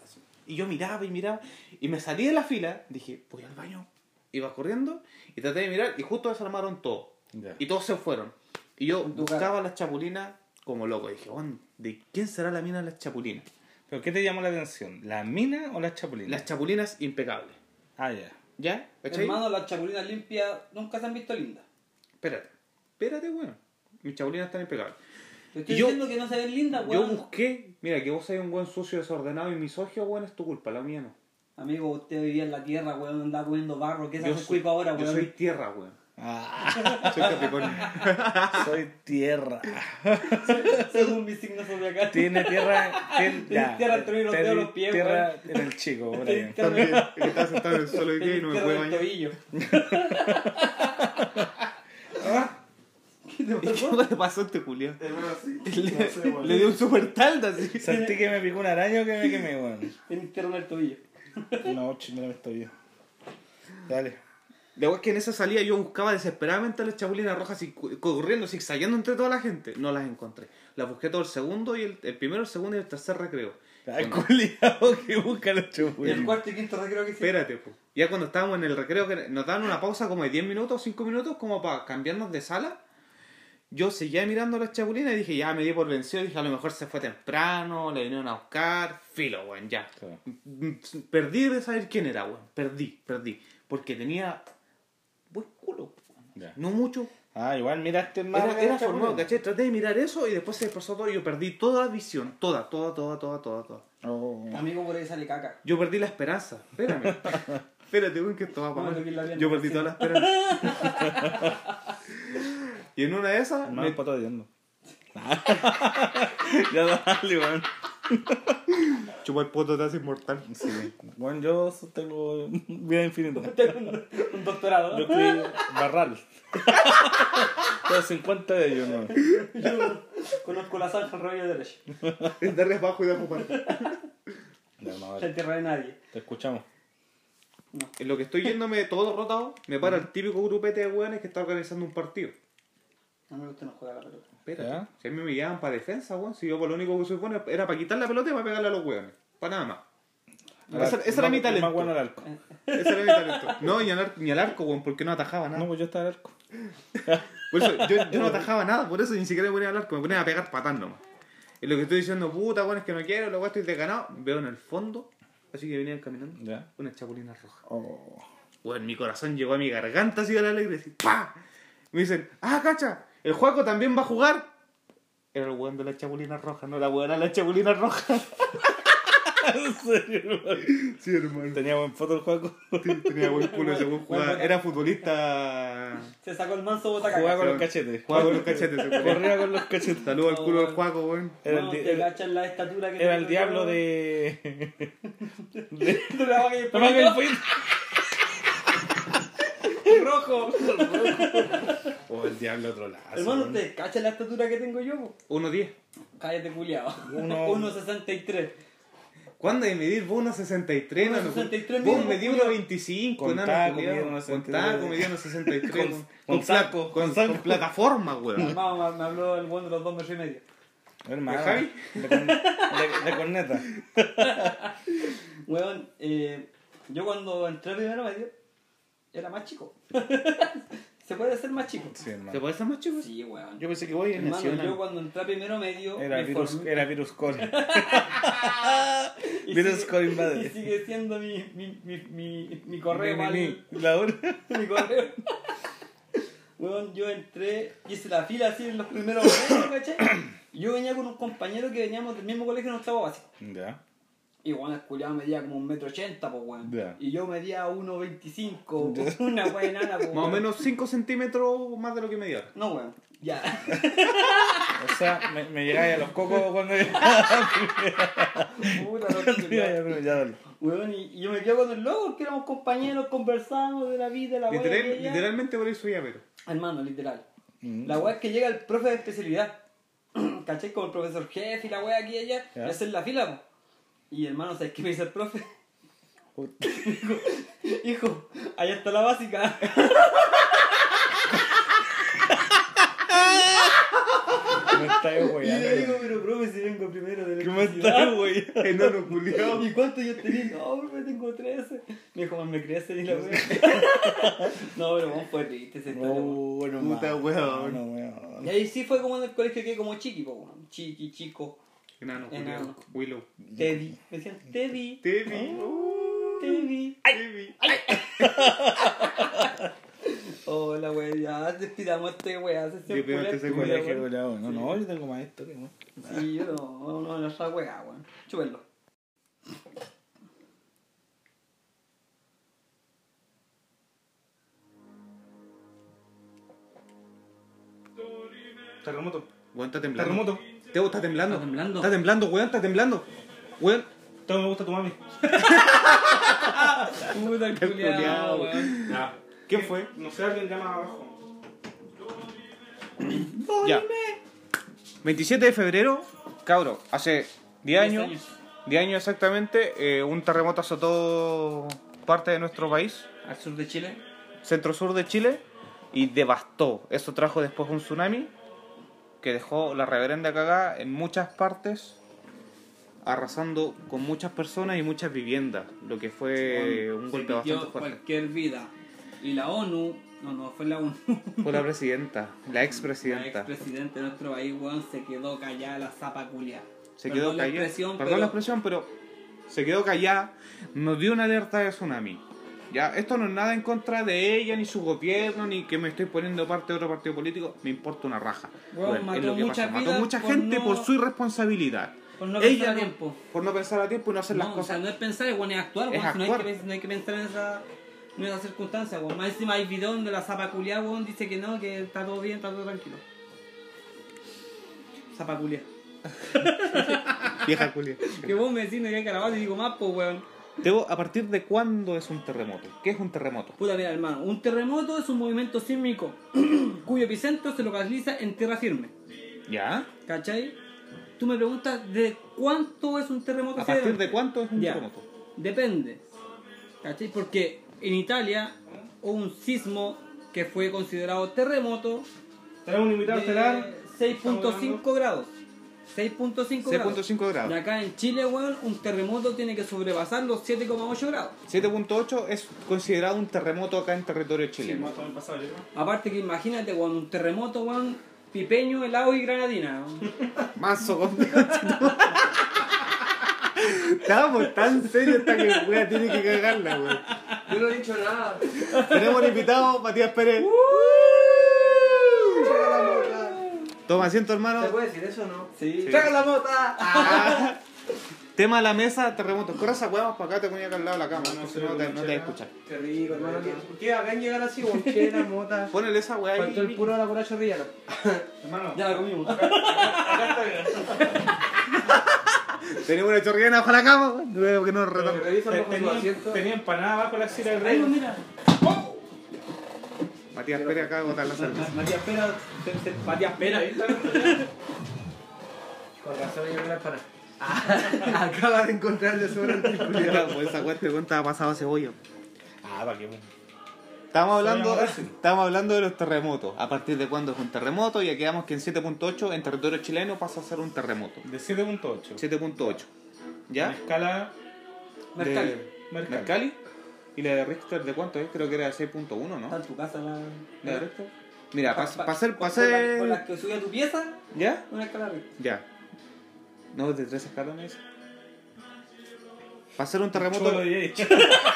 [SPEAKER 5] Y yo miraba y miraba. Y me salí de la fila, dije, voy al baño. Iba corriendo y traté de mirar y justo desarmaron todo.
[SPEAKER 4] Ya.
[SPEAKER 5] Y todos se fueron. Y yo
[SPEAKER 2] tu
[SPEAKER 5] buscaba las chapulinas como loco. Dije, weón, ¿de quién será la mina de las chapulinas?
[SPEAKER 4] ¿Pero qué te llamó la atención? ¿La mina o la chapulina?
[SPEAKER 5] Las chapulinas impecables.
[SPEAKER 4] Ah, ya.
[SPEAKER 5] ¿Ya? ¿Cachai?
[SPEAKER 2] Hermano, las chapulinas limpias nunca se han visto lindas.
[SPEAKER 5] Espérate. Espérate, weón. Mis chapulinas están impecables.
[SPEAKER 2] Te estoy
[SPEAKER 5] Yo-
[SPEAKER 2] diciendo que no se ven lindas,
[SPEAKER 5] Yo
[SPEAKER 2] Ah, weón.
[SPEAKER 5] busqué, mira, que vos seas un buen sucio, desordenado y misogio, weón, es tu culpa, la mía no.
[SPEAKER 2] Amigo, usted vivía en la tierra, weón, andaba comiendo barro. ¿Qué se
[SPEAKER 5] Yo
[SPEAKER 2] hace cuico ahora,
[SPEAKER 5] Yo soy
[SPEAKER 2] weón?
[SPEAKER 5] tierra, weón.
[SPEAKER 4] Ah,
[SPEAKER 5] Soy Capricornio.
[SPEAKER 4] soy tierra.
[SPEAKER 2] Según mi signo zodiacal.
[SPEAKER 4] Tiene tierra. tien-
[SPEAKER 2] Tiene tierra entre los
[SPEAKER 4] ten-
[SPEAKER 2] dedos, los pies,
[SPEAKER 4] Tierra en el chico, por ahí.
[SPEAKER 5] También, que estaba sentado en el suelo hoy día y no me puede
[SPEAKER 2] el
[SPEAKER 5] bañar.
[SPEAKER 2] tobillo. Ah, ¿Qué te pasó?
[SPEAKER 5] ¿Qué le pasó a este Julio?
[SPEAKER 8] Hermano, Eh, sí. No sé,
[SPEAKER 5] Le,
[SPEAKER 8] weón.
[SPEAKER 5] le dio un super talda así.
[SPEAKER 4] Sentí que me picó un araño que me quemé, weón.
[SPEAKER 2] Tiene interno el tobillo.
[SPEAKER 4] No, chingada, me estoy bien. Dale.
[SPEAKER 5] La wea es que en esa salida yo buscaba desesperadamente a las chapulinas rojas y cu- corriendo, zigzagueando entre toda la gente. No las encontré. Las busqué todo el segundo y el, el primero, el segundo y el tercer recreo.
[SPEAKER 4] Ay,
[SPEAKER 5] Cuando-
[SPEAKER 4] culiao, que busca los
[SPEAKER 2] Y el
[SPEAKER 4] chupulinos.
[SPEAKER 2] cuarto y quinto recreo que sí.
[SPEAKER 5] Espérate, po. Ya cuando estábamos en el recreo, que nos daban una pausa como de 10 minutos, 5 minutos, como para cambiarnos de sala. Yo seguía mirando a las chapulinas y dije, ya me di por vencido. Dije, a lo mejor se fue temprano, le vinieron a buscar. Filo, weón, ya.
[SPEAKER 4] Claro.
[SPEAKER 5] Mm, Perdí de saber quién era, weón. Perdí, perdí. Porque tenía buen culo, weón.
[SPEAKER 4] Ya.
[SPEAKER 5] No mucho.
[SPEAKER 4] Ah, igual miraste más. este
[SPEAKER 5] Era,
[SPEAKER 4] que
[SPEAKER 5] era
[SPEAKER 4] los chapulinos.
[SPEAKER 5] formado, ¿cachai? Traté de mirar eso y después se dispersó todo y yo perdí toda visión. Toda, toda, toda, toda, toda, toda.
[SPEAKER 4] Oh.
[SPEAKER 2] Amigo, por ahí sale caca.
[SPEAKER 5] Yo perdí la esperanza. Espérame. Espérate, weón, que esto va
[SPEAKER 2] Vamos a
[SPEAKER 5] para
[SPEAKER 2] tocar la
[SPEAKER 5] mal.
[SPEAKER 2] piel,
[SPEAKER 5] Yo perdí
[SPEAKER 2] sí.
[SPEAKER 5] toda la esperanza. y en una de esas,
[SPEAKER 4] Hermano,
[SPEAKER 5] me,
[SPEAKER 4] pato odiando. ya dale, weón.
[SPEAKER 5] chupó el poto, te hace inmortal.
[SPEAKER 4] Sí, weón, yo tengo vida infinita.
[SPEAKER 2] Un doctorado.
[SPEAKER 4] Yo escribí barral. Tengo 50 de ellos, ¿no?
[SPEAKER 2] Yo conozco la zanja al revés y al derecho.
[SPEAKER 5] Es darle abajo y de para
[SPEAKER 4] Ya, no,
[SPEAKER 2] La
[SPEAKER 4] vale.
[SPEAKER 2] tierra de nadie.
[SPEAKER 4] Te escuchamos.
[SPEAKER 5] En lo que estoy yéndome todo rotado, me para el típico grupete de weones que está organizando un partido.
[SPEAKER 2] No me gusta no juega la pelota.
[SPEAKER 5] Espérate.
[SPEAKER 4] ¿Ya?
[SPEAKER 5] Si a mí me llevaban para defensa, weón. Si yo por lo único que soy bueno era para quitar la pelota y para pegarle a los weones. Para nada más. Esa, esa era
[SPEAKER 4] Más-
[SPEAKER 5] mi
[SPEAKER 4] Más bueno
[SPEAKER 5] talento.
[SPEAKER 4] al arco.
[SPEAKER 5] Ese era mi talento. No, ni al, ar- ni al arco, weón, porque no atajaba nada.
[SPEAKER 4] No, pues yo estaba al arco.
[SPEAKER 5] Por eso, yo, yo no atajaba nada, por eso ni siquiera me ponía a hablar, me ponía a pegar patas nomás. Y lo que estoy diciendo, puta, bueno, es que no quiero, luego estoy desganado. Veo en el fondo, así que venían caminando,
[SPEAKER 4] Ya.
[SPEAKER 5] una chapulina roja.
[SPEAKER 4] Oh.
[SPEAKER 5] Bueno, mi corazón llegó a mi garganta así de la alegría, así, ¡pa! Me dicen, ¡ah, cacha! ¡El Juaco también va a jugar! Era el weón de la chapulina roja, no la weón de la chapulina roja.
[SPEAKER 4] ¿En serio, hermano?
[SPEAKER 5] Sí, hermano.
[SPEAKER 4] Tenía buen foto el juego.
[SPEAKER 5] Tenía buen culo ese weón jugaba. Era futbolista.
[SPEAKER 2] Se sacó el manso
[SPEAKER 4] Jugaba
[SPEAKER 2] botacaca.
[SPEAKER 4] con los cachetes.
[SPEAKER 5] Jugaba con los cachetes, se ponía.
[SPEAKER 4] Corría con los cachetes.
[SPEAKER 5] Saludos al culo del Juaco, weón.
[SPEAKER 4] Era el,
[SPEAKER 2] No,
[SPEAKER 4] di-
[SPEAKER 2] te
[SPEAKER 4] era-
[SPEAKER 2] cachan la estatura que
[SPEAKER 4] era
[SPEAKER 2] tiene
[SPEAKER 4] el diablo de. de...
[SPEAKER 2] De la vaca y el
[SPEAKER 4] La vaca del pollito.
[SPEAKER 2] pollo rojo.
[SPEAKER 4] Oh, el diablo otro lado.
[SPEAKER 2] Hermano, ustedes cachan la estatura que tengo yo. po?
[SPEAKER 5] 1.10.
[SPEAKER 2] Cállate, culiao.
[SPEAKER 4] Uno-
[SPEAKER 2] 1.63.
[SPEAKER 5] ¿Cuándo hay que medir? Vos 1.63, no,
[SPEAKER 2] 1.63
[SPEAKER 5] Vos
[SPEAKER 2] mínimo,
[SPEAKER 5] medí
[SPEAKER 2] culiao.
[SPEAKER 5] 1.25,
[SPEAKER 4] Con
[SPEAKER 5] nano,
[SPEAKER 4] taco,
[SPEAKER 5] culiao.
[SPEAKER 4] medí 1.63.
[SPEAKER 5] Con taco, medí 1.63.
[SPEAKER 4] Con-
[SPEAKER 5] weón.
[SPEAKER 4] con
[SPEAKER 5] pla-
[SPEAKER 4] saco,
[SPEAKER 5] Con,
[SPEAKER 4] con saco.
[SPEAKER 5] con plataforma, weón.
[SPEAKER 2] Mamá, mamá, me habló el buen de los dos metros y medio.
[SPEAKER 4] Hermano.
[SPEAKER 5] ¿De Javi?
[SPEAKER 4] De, con- de- de corneta.
[SPEAKER 2] Weón, eh, yo cuando entré a primero medio, era más chico. Se puede ser más chico.
[SPEAKER 4] Sí, hermano.
[SPEAKER 5] ¿Te puedes hacer más chico?
[SPEAKER 2] Sí, weón.
[SPEAKER 5] Yo pensé que voy en
[SPEAKER 2] Hermano, yo
[SPEAKER 5] Nacional.
[SPEAKER 2] cuando entré a primero medio.
[SPEAKER 4] Era
[SPEAKER 2] me
[SPEAKER 4] virus,
[SPEAKER 2] formé-
[SPEAKER 4] era virus core.
[SPEAKER 2] y
[SPEAKER 4] virus
[SPEAKER 2] sigue-
[SPEAKER 4] core
[SPEAKER 2] Y
[SPEAKER 4] invade.
[SPEAKER 2] sigue siendo mi, mi, mi, mi, mi correo,
[SPEAKER 4] Ni,
[SPEAKER 2] mal.
[SPEAKER 4] ni, ni. La una.
[SPEAKER 2] mi correo. Weón, yo entré, hice la fila así en los primeros meses, ¿cachai? Yo venía con un compañero que veníamos del mismo colegio en octavo básico.
[SPEAKER 4] Ya.
[SPEAKER 2] Y weón, el culiado medía como un metro ochenta, pues weón.
[SPEAKER 4] Ya.
[SPEAKER 2] Y yo medía 1.25, una weá enana, po,
[SPEAKER 5] Más o
[SPEAKER 2] weón.
[SPEAKER 5] menos 5 centímetros más de lo que medí ahora.
[SPEAKER 2] No, weón. Ya.
[SPEAKER 4] O sea, me, me llegáis a los cocos cuando
[SPEAKER 2] Puta, no, culiao.
[SPEAKER 4] ya dale.
[SPEAKER 2] Weón, y, y yo me quedo con el loco porque éramos compañeros, conversábamos de la vida, la weá.
[SPEAKER 5] Literal-
[SPEAKER 2] aquella.
[SPEAKER 5] literalmente por eso ya, pero.
[SPEAKER 2] Hermano, literal.
[SPEAKER 4] Mm.
[SPEAKER 2] La weá es que llega el profe de especialidad. ¿Cachai? Como el profesor jefe y la weá aquí y allá.
[SPEAKER 4] Ya.
[SPEAKER 2] Y hacen la fila, po. Y hermano, ¿sabes qué me dice el profe? Hijo, allá está la básica.
[SPEAKER 4] Me estáis
[SPEAKER 3] Y yo le digo,
[SPEAKER 4] weando.
[SPEAKER 3] pero profe, si vengo primero de
[SPEAKER 4] ¿Qué me estáis weando?
[SPEAKER 5] Enano culiao.
[SPEAKER 3] ¿Y cuánto yo tenía? No, profe, tengo 13. Me dijo, man, me creaste ni la wea. no, pero vamos, fue triste esa historia, weón.
[SPEAKER 4] Oh, bueno,
[SPEAKER 5] Puta,
[SPEAKER 4] man.
[SPEAKER 5] weón.
[SPEAKER 4] Bueno, weón.
[SPEAKER 3] Y ahí sí fue como en el colegio que como chiqui, po, weón. Chiqui, chico.
[SPEAKER 5] Enano
[SPEAKER 3] Enano.
[SPEAKER 5] culiao. Willow.
[SPEAKER 3] Teddy. Me decían, Teddy.
[SPEAKER 5] Te vi. uh,
[SPEAKER 3] Teddy.
[SPEAKER 5] Te vi.
[SPEAKER 3] Oh, la wea, ya despidamos a este wea. Se
[SPEAKER 5] Yo creo que ese
[SPEAKER 4] Qué
[SPEAKER 3] culiao,
[SPEAKER 4] colegio,
[SPEAKER 3] weón.
[SPEAKER 4] culiao. No, no, yo tengo más historia, weón.
[SPEAKER 3] Sí, yo no, no, no, esa wea, weón. Chúpenlo.
[SPEAKER 4] Terremoto.
[SPEAKER 5] Weón, está temblando.
[SPEAKER 4] Terremoto.
[SPEAKER 5] Teo, está temblando.
[SPEAKER 2] Está temblando.
[SPEAKER 5] Está temblando, weón, está temblando. Weón.
[SPEAKER 4] Todo me gusta tu mami.
[SPEAKER 2] Puta el culiao,
[SPEAKER 5] culiao.
[SPEAKER 2] weón.
[SPEAKER 5] ¿Quién fue?
[SPEAKER 4] No sé, alguien llama abajo.
[SPEAKER 5] Ya. 27 de febrero, cabro, hace 10
[SPEAKER 2] Diez
[SPEAKER 5] años,
[SPEAKER 2] años.
[SPEAKER 5] 10 años exactamente, eh, un terremoto azotó parte de nuestro país,
[SPEAKER 2] Al sur de Chile.
[SPEAKER 5] centro-sur de Chile, y devastó. Eso trajo después un tsunami que dejó la reverenda cagada en muchas partes, arrasando con muchas personas y muchas viviendas, lo que fue Eh, un
[SPEAKER 2] Se
[SPEAKER 5] golpe
[SPEAKER 2] pidió
[SPEAKER 5] bastante fuerte.
[SPEAKER 2] cualquier vida. Y la ONU, no, no, fue la ONU.
[SPEAKER 5] Fue la presidenta, la
[SPEAKER 2] La
[SPEAKER 5] expresidenta.
[SPEAKER 2] expresidente de nuestro país, weón, se quedó callada la zapa culia.
[SPEAKER 5] Se
[SPEAKER 2] Perdón
[SPEAKER 5] quedó
[SPEAKER 2] la
[SPEAKER 5] callada.
[SPEAKER 2] expresión,
[SPEAKER 5] Perdón
[SPEAKER 2] pero-
[SPEAKER 5] la expresión, pero se quedó callada. Nos dio una alerta de tsunami. Ya, esto no es nada en contra de ella, ni su gobierno, ni que me estoy poniendo parte de otro partido político. Me importa una raja.
[SPEAKER 2] Weón, mató
[SPEAKER 5] es lo que
[SPEAKER 2] muchas
[SPEAKER 5] pasa. Mató
[SPEAKER 2] vidas
[SPEAKER 5] mucha
[SPEAKER 2] por
[SPEAKER 5] gente
[SPEAKER 2] no-
[SPEAKER 5] por su irresponsabilidad.
[SPEAKER 2] Por no
[SPEAKER 5] Ella
[SPEAKER 2] pensar a
[SPEAKER 5] no-
[SPEAKER 2] tiempo.
[SPEAKER 5] Por no pensar a tiempo y no hacer las
[SPEAKER 2] no,
[SPEAKER 5] cosas.
[SPEAKER 2] O sea, no es pensar, es bueno, es actuar,
[SPEAKER 5] Es
[SPEAKER 2] weón, si No, hay
[SPEAKER 5] actuar.
[SPEAKER 2] que, pens- no hay que pensar en esa, en esa circunstancia, weón. Más encima hay video donde la zapa culia, weón, dice que no, que está todo bien, está todo tranquilo. Zapa culia.
[SPEAKER 5] Vieja culia.
[SPEAKER 2] Que vos me decís, no hay carabato y digo más, pues, weón.
[SPEAKER 5] Debo, ¿a partir de cuándo es un terremoto? ¿Qué es un terremoto?
[SPEAKER 2] Puta, mira, hermano, un terremoto es un movimiento sísmico cuyo epicentro se localiza en tierra firme.
[SPEAKER 5] ¿Ya?
[SPEAKER 2] ¿Cachai? Tú me preguntas de cuánto es un terremoto
[SPEAKER 5] ¿A
[SPEAKER 2] hacia
[SPEAKER 5] partir
[SPEAKER 2] adelante?
[SPEAKER 5] de cuánto es un
[SPEAKER 2] Ya.
[SPEAKER 5] terremoto?
[SPEAKER 2] Depende. ¿Cachai? Porque en Italia hubo un sismo que fue considerado terremoto
[SPEAKER 4] Tenemos un
[SPEAKER 2] de
[SPEAKER 4] invitado estelar.
[SPEAKER 2] 6.5 grados. 6.5 grados.
[SPEAKER 5] 6.5
[SPEAKER 2] Y
[SPEAKER 5] grados.
[SPEAKER 2] acá en Chile, weón, un terremoto tiene que sobrepasar los 7,8 grados.
[SPEAKER 5] 7.8 es considerado un terremoto acá en territorio chileno.
[SPEAKER 4] Más también pasado, yo creo.
[SPEAKER 2] Aparte que imagínate, weón, un terremoto, weón, pipeño, helado y granadina.
[SPEAKER 5] Mazo con Estábamos tan serios hasta que la wea tiene que cagarla, weón.
[SPEAKER 3] Yo no he dicho nada.
[SPEAKER 5] Tenemos un invitado, Matías Pérez. Toma asiento, hermano.
[SPEAKER 3] puede decir eso o no? Sí.
[SPEAKER 5] Sí.
[SPEAKER 3] ¡Traga la mota!
[SPEAKER 5] Ah. Tema de la mesa, terremoto. Corre esa hueá más para acá, te ponía acá al lado de la cama. No,
[SPEAKER 4] No, no,
[SPEAKER 5] no, te,
[SPEAKER 4] no,
[SPEAKER 5] no te escuchas.
[SPEAKER 3] Qué rico, hermano. ¿Qué, qué bacán llegar así, con chela, mota?
[SPEAKER 5] Ponele esa weá
[SPEAKER 3] Faltó el
[SPEAKER 5] ahí.
[SPEAKER 3] puro de la coracha riana.
[SPEAKER 4] Hermano.
[SPEAKER 2] Ya la comimos.
[SPEAKER 4] Ah,
[SPEAKER 5] Tenemos una chorriana bajo la cama, weón. Creo que no nos
[SPEAKER 4] Pero
[SPEAKER 5] retamos.
[SPEAKER 3] Revisan
[SPEAKER 4] te-
[SPEAKER 3] bajo su asiento.
[SPEAKER 4] Tenía, tenía empanada bajo la axila del
[SPEAKER 2] Ay, no,
[SPEAKER 4] rey.
[SPEAKER 2] mira.
[SPEAKER 5] Matías Pérez acaba de botar la cerveza.
[SPEAKER 3] Matías Pera. se- se- Matías Pera. Con razón yo la para.
[SPEAKER 5] Acaba de encontrar de sobrante Pues esa weá te cuenta pasado cebolla.
[SPEAKER 4] Ah, para qué. bueno.
[SPEAKER 5] Estamos hablando,
[SPEAKER 4] Sabemos eso.
[SPEAKER 5] estamos hablando de los terremotos. A partir de cuándo es un terremoto, ya quedamos que en 7.8 en territorio chileno pasa a ser un terremoto.
[SPEAKER 4] De 7.8.
[SPEAKER 5] 7.8.
[SPEAKER 4] En
[SPEAKER 5] ¿Ya?
[SPEAKER 4] escala
[SPEAKER 2] Mercalli.
[SPEAKER 5] De-
[SPEAKER 4] Mercalli.
[SPEAKER 5] Mercalli. ¿Y la de Richter de cuánto es? Creo que era de 6.1,
[SPEAKER 3] Está
[SPEAKER 5] ¿no?
[SPEAKER 3] en tu casa la.
[SPEAKER 5] ¿La de Richter? Mira, para
[SPEAKER 2] Ah, Pa-
[SPEAKER 5] ser...
[SPEAKER 2] con-
[SPEAKER 5] pa'
[SPEAKER 2] con la- Con
[SPEAKER 5] ser
[SPEAKER 2] las que subí a tu pieza,
[SPEAKER 5] ¿Ya?
[SPEAKER 2] una escala recta.
[SPEAKER 5] Ya. ¿No? ¿De tres escalones? Para ser un terremoto...
[SPEAKER 4] Chulo de ahí.
[SPEAKER 2] Deja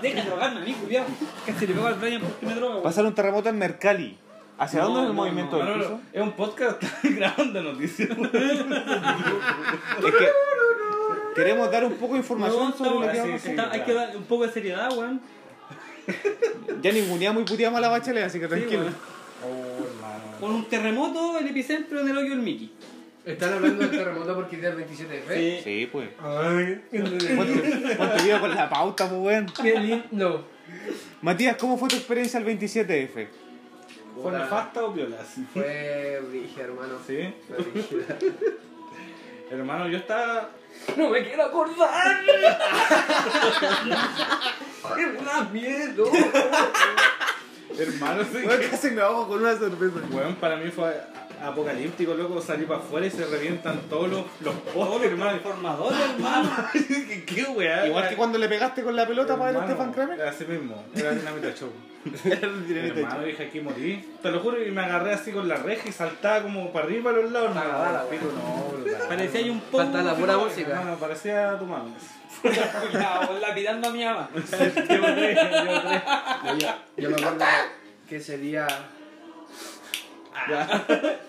[SPEAKER 2] de drogarme a mí, culiao. Casi le pego al Brian porque me droga,
[SPEAKER 5] Pa'
[SPEAKER 2] weón.
[SPEAKER 5] ser un terremoto en Mercalli. ¿Hacia
[SPEAKER 2] No,
[SPEAKER 5] dónde es el
[SPEAKER 2] no,
[SPEAKER 5] movimiento
[SPEAKER 4] No,
[SPEAKER 5] del
[SPEAKER 4] no,
[SPEAKER 5] piso?
[SPEAKER 4] no. Es un podcast grabando noticias.
[SPEAKER 5] Es que queremos dar un poco de información
[SPEAKER 2] Weón,
[SPEAKER 5] sobre lo que
[SPEAKER 2] estamos-
[SPEAKER 5] vamos a
[SPEAKER 2] está- Hay que dar un poco de seriedad, weón.
[SPEAKER 5] Ya ninguneamos y puteamos a la bachelet, así que tranquilo.
[SPEAKER 2] weón. Con un terremoto, el epicentro en el hoyo del Mickey.
[SPEAKER 9] Están hablando del terremoto porque es del 27 de febrero.
[SPEAKER 5] sí, pues.
[SPEAKER 4] Ay,
[SPEAKER 5] Ponte, ponte vivo con la pauta, pues, weón.
[SPEAKER 9] Qué lindo.
[SPEAKER 5] Matías, ¿cómo fue tu experiencia el 27F?
[SPEAKER 4] ¿Fue
[SPEAKER 9] Puta,
[SPEAKER 4] nefasta o violas?
[SPEAKER 9] Fue brilla, hermano.
[SPEAKER 4] Sí.
[SPEAKER 9] Fue brígida.
[SPEAKER 4] Hermano, yo estaba.
[SPEAKER 9] No me quiero acordar. Qué más miedo.
[SPEAKER 4] Hermano, sí.
[SPEAKER 5] casi me ahogo con una sorpresa.
[SPEAKER 4] Weón, para mí fue apocalíptico, loco, salir para afuera y se revientan todos los, los postes, hermano.
[SPEAKER 2] Formador, hermano.
[SPEAKER 4] ¿Qué, qué weá?
[SPEAKER 5] Igual que cuando le pegaste con la pelota para el
[SPEAKER 4] Hermano,
[SPEAKER 5] Stefan Kramer.
[SPEAKER 4] Así mismo, era dinamita show.
[SPEAKER 5] Dinamita
[SPEAKER 4] hermano, dije aquí morí. Te lo juro, y me agarré así con la reja y saltaba como para arriba a los lados. hermano.
[SPEAKER 10] Cagada,
[SPEAKER 4] Al pico, no, brutal.
[SPEAKER 7] Parecía hay un poco.
[SPEAKER 10] Falta la pura música.
[SPEAKER 4] Hermano, parecía tu mamá.
[SPEAKER 2] Cuidado, lapidando a mi ama.
[SPEAKER 4] Yo morí, yo morí.
[SPEAKER 10] No, yo, yo me acuerdo que ese día.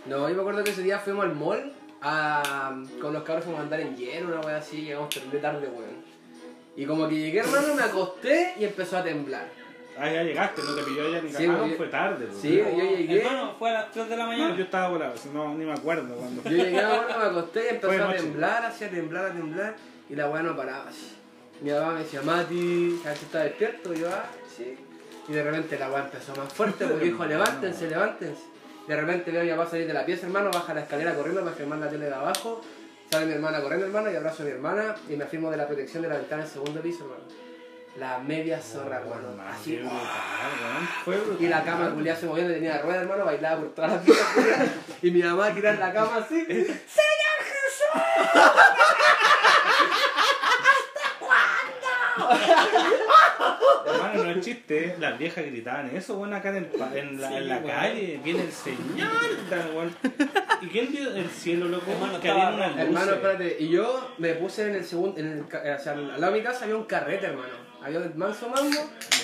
[SPEAKER 10] No, yo me acuerdo que ese día fuimos al mall a, con los cabros fuimos a andar en hielo, una wea así, llegamos terrible tarde, weón. Y como que llegué hermano, me acosté y empezó a temblar.
[SPEAKER 4] Ah, ya llegaste, no te pilló ya ni
[SPEAKER 10] Sí,
[SPEAKER 4] cagando,
[SPEAKER 10] yo-
[SPEAKER 4] fue tarde. pues.
[SPEAKER 10] Sí, yo llegué.
[SPEAKER 2] Hermano, fue a las 3 de la
[SPEAKER 4] No,
[SPEAKER 2] mañana.
[SPEAKER 4] yo estaba volado, si no, ni me acuerdo cuando.
[SPEAKER 10] Yo llegué a la guarda, me acosté y
[SPEAKER 4] Fue de
[SPEAKER 10] empezó a
[SPEAKER 4] noche.
[SPEAKER 10] temblar, así a temblar, a temblar, y la weá no paraba así. Mi mamá me decía, Mati, ¿sabes si está despierto? Y yo, ah, sí. Y de repente la weá empezó más fuerte porque dijo, levántense, levántense. De repente veo a mi papá salir de la pieza, hermano, baja la escalera corriendo para firmar la tele de abajo. Sale mi hermana corriendo, hermano, y abrazo a mi hermana y me afirmo de la protección de la ventana del segundo piso, hermano. La media zorra, hermano.
[SPEAKER 4] Hermano,
[SPEAKER 10] Así.
[SPEAKER 4] qué brutal, Oh, weón. Fue brutal.
[SPEAKER 10] Y la cama culiada se moviendo, tenía rueda, hermano, bailaba por todas las piezas culiá. Y mi mamá tiraba la cama así.
[SPEAKER 4] Hermano, no es chiste, ¿eh? las viejas gritaban eso, weón, acá en, el pa- en la, en la calle, viene el señor, tal, weón. ¿Y quién vio el cielo, loco?
[SPEAKER 2] Hermano,
[SPEAKER 4] que había
[SPEAKER 2] estaba
[SPEAKER 4] unas luces.
[SPEAKER 10] Hermano, espérate, y yo me puse en el segundo, en el, ca- eh, o sea, al lado de mi casa había un carrete, hermano. Había un manso mango,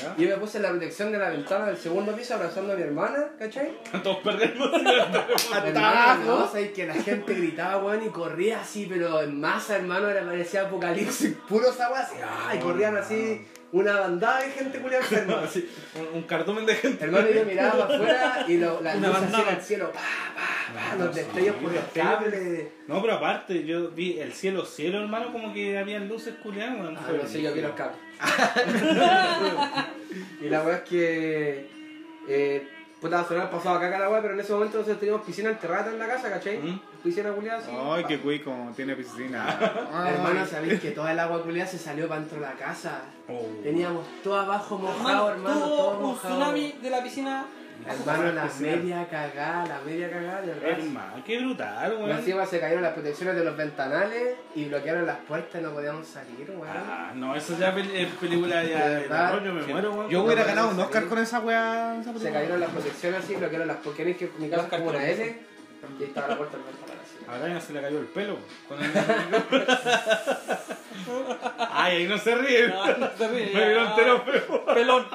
[SPEAKER 4] Ya.
[SPEAKER 10] y yo me puse en la protección de la ventana del segundo piso abrazando a mi hermana, ¿cachai?
[SPEAKER 4] Todos perdemos. ¿cierto?
[SPEAKER 10] Hermano, no, sabes que la gente gritaba, weón, y corría así, pero en masa, hermano, era parecía apocalipsis, puro esa weá, así, ah, y corrían así, una bandada de gente culiada enferma.
[SPEAKER 4] un, un cardumen de gente.
[SPEAKER 10] Hermano, yo miraba para afuera y lo, las
[SPEAKER 2] Una
[SPEAKER 10] luces así en
[SPEAKER 2] bandada.
[SPEAKER 10] el cielo, pa, pa, pa, los
[SPEAKER 4] sí,
[SPEAKER 10] destellos por los
[SPEAKER 4] los cables.
[SPEAKER 10] cables.
[SPEAKER 4] No, pero aparte, yo vi el cielo, cielo, hermano, como que habían luces culiadas, weón.
[SPEAKER 10] Ah,
[SPEAKER 4] Fue
[SPEAKER 10] no sé, yo vi los
[SPEAKER 4] ridículo.
[SPEAKER 10] cables. y la weá es que. Eh, puta, sonar pasado acá, acá la weá, pero en ese momento nosotros teníamos piscina enterrada en la casa, ¿cachai?
[SPEAKER 4] ¿Mm?
[SPEAKER 10] Piscina culiada así.
[SPEAKER 5] Ay, qué cuico, tiene piscina.
[SPEAKER 10] Hermano, sabéis que toda el agua culiada se salió para dentro de la casa.
[SPEAKER 4] Oh.
[SPEAKER 10] Teníamos todo abajo mojado,
[SPEAKER 2] Hermano,
[SPEAKER 10] hermano,
[SPEAKER 2] tuvo
[SPEAKER 10] todo
[SPEAKER 2] un
[SPEAKER 10] mojado.
[SPEAKER 2] tsunami de la piscina.
[SPEAKER 10] Hermano, la media cagada, la media cagada de verdad.
[SPEAKER 4] Hermano, qué brutal,
[SPEAKER 10] Y
[SPEAKER 4] weón.
[SPEAKER 10] encima se cayeron las protecciones de los ventanales y bloquearon las puertas y no podíamos salir, weón.
[SPEAKER 4] Ah, no, eso ya pel- es película ya
[SPEAKER 10] De
[SPEAKER 4] de
[SPEAKER 10] verdad.
[SPEAKER 4] rollo, me muero, weón.
[SPEAKER 5] Yo hubiera ganado un
[SPEAKER 10] Sí.
[SPEAKER 5] Oscar con esa weá. esa
[SPEAKER 10] Se
[SPEAKER 5] película.
[SPEAKER 10] cayeron las protecciones así, bloquearon las porquerías que mi casa es como una L y estaba la puerta del ventanal así.
[SPEAKER 4] A Brian se le cayó el pelo. Con el... Ay, ahí no se ríe.
[SPEAKER 2] No, no se ríe.
[SPEAKER 4] Me vieron entero feo.
[SPEAKER 2] Pelón.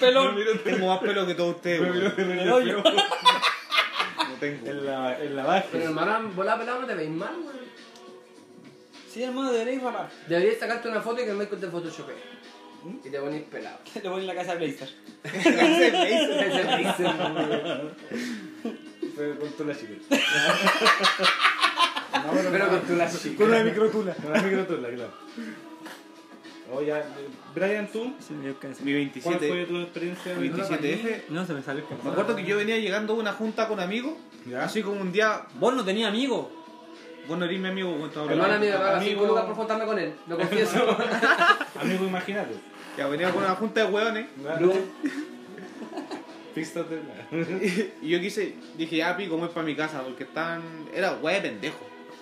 [SPEAKER 2] Pelón.
[SPEAKER 5] Tengo más pelo que todos ustedes.
[SPEAKER 4] Me
[SPEAKER 5] weón.
[SPEAKER 4] vieron entero
[SPEAKER 2] hoyo.
[SPEAKER 4] feo.
[SPEAKER 5] No tengo.
[SPEAKER 4] En la, en la baja.
[SPEAKER 10] Pero hermano, vos la pelada no te veis mal, weón.
[SPEAKER 2] Sí, hermano, deberéis rapar.
[SPEAKER 10] Deberías sacarte una foto y que me te photoshopé. Y te ponís pelado.
[SPEAKER 2] Le voy en la casa a Blazer.
[SPEAKER 4] Fue con tu la chica. No, pero,
[SPEAKER 10] Pero con tu la
[SPEAKER 5] Con una microtula.
[SPEAKER 4] Con la microtula, claro. Oye, ya, eh, Brian, tú,
[SPEAKER 5] Mi
[SPEAKER 4] ¿cuál fue
[SPEAKER 5] 27,
[SPEAKER 4] tu experiencia?
[SPEAKER 5] 27F.
[SPEAKER 2] No, se me salió
[SPEAKER 5] Me acuerdo que yo venía llegando a una junta con amigos.
[SPEAKER 4] Ya.
[SPEAKER 5] Así como un día,
[SPEAKER 2] Vos no tenías amigos.
[SPEAKER 5] vos no eres mi amigo, vos estás
[SPEAKER 10] Hermana
[SPEAKER 5] hablando.
[SPEAKER 10] mía me paga
[SPEAKER 4] Amigo.
[SPEAKER 10] 5 lucas por juntarme con él, lo confieso.
[SPEAKER 4] Amigo, imagínate.
[SPEAKER 5] Ya venía con una junta de hueones.
[SPEAKER 4] Pistas de...
[SPEAKER 5] Y yo quise, dije, ya pico, voy para mi casa, porque están. Era hueá de pendejo.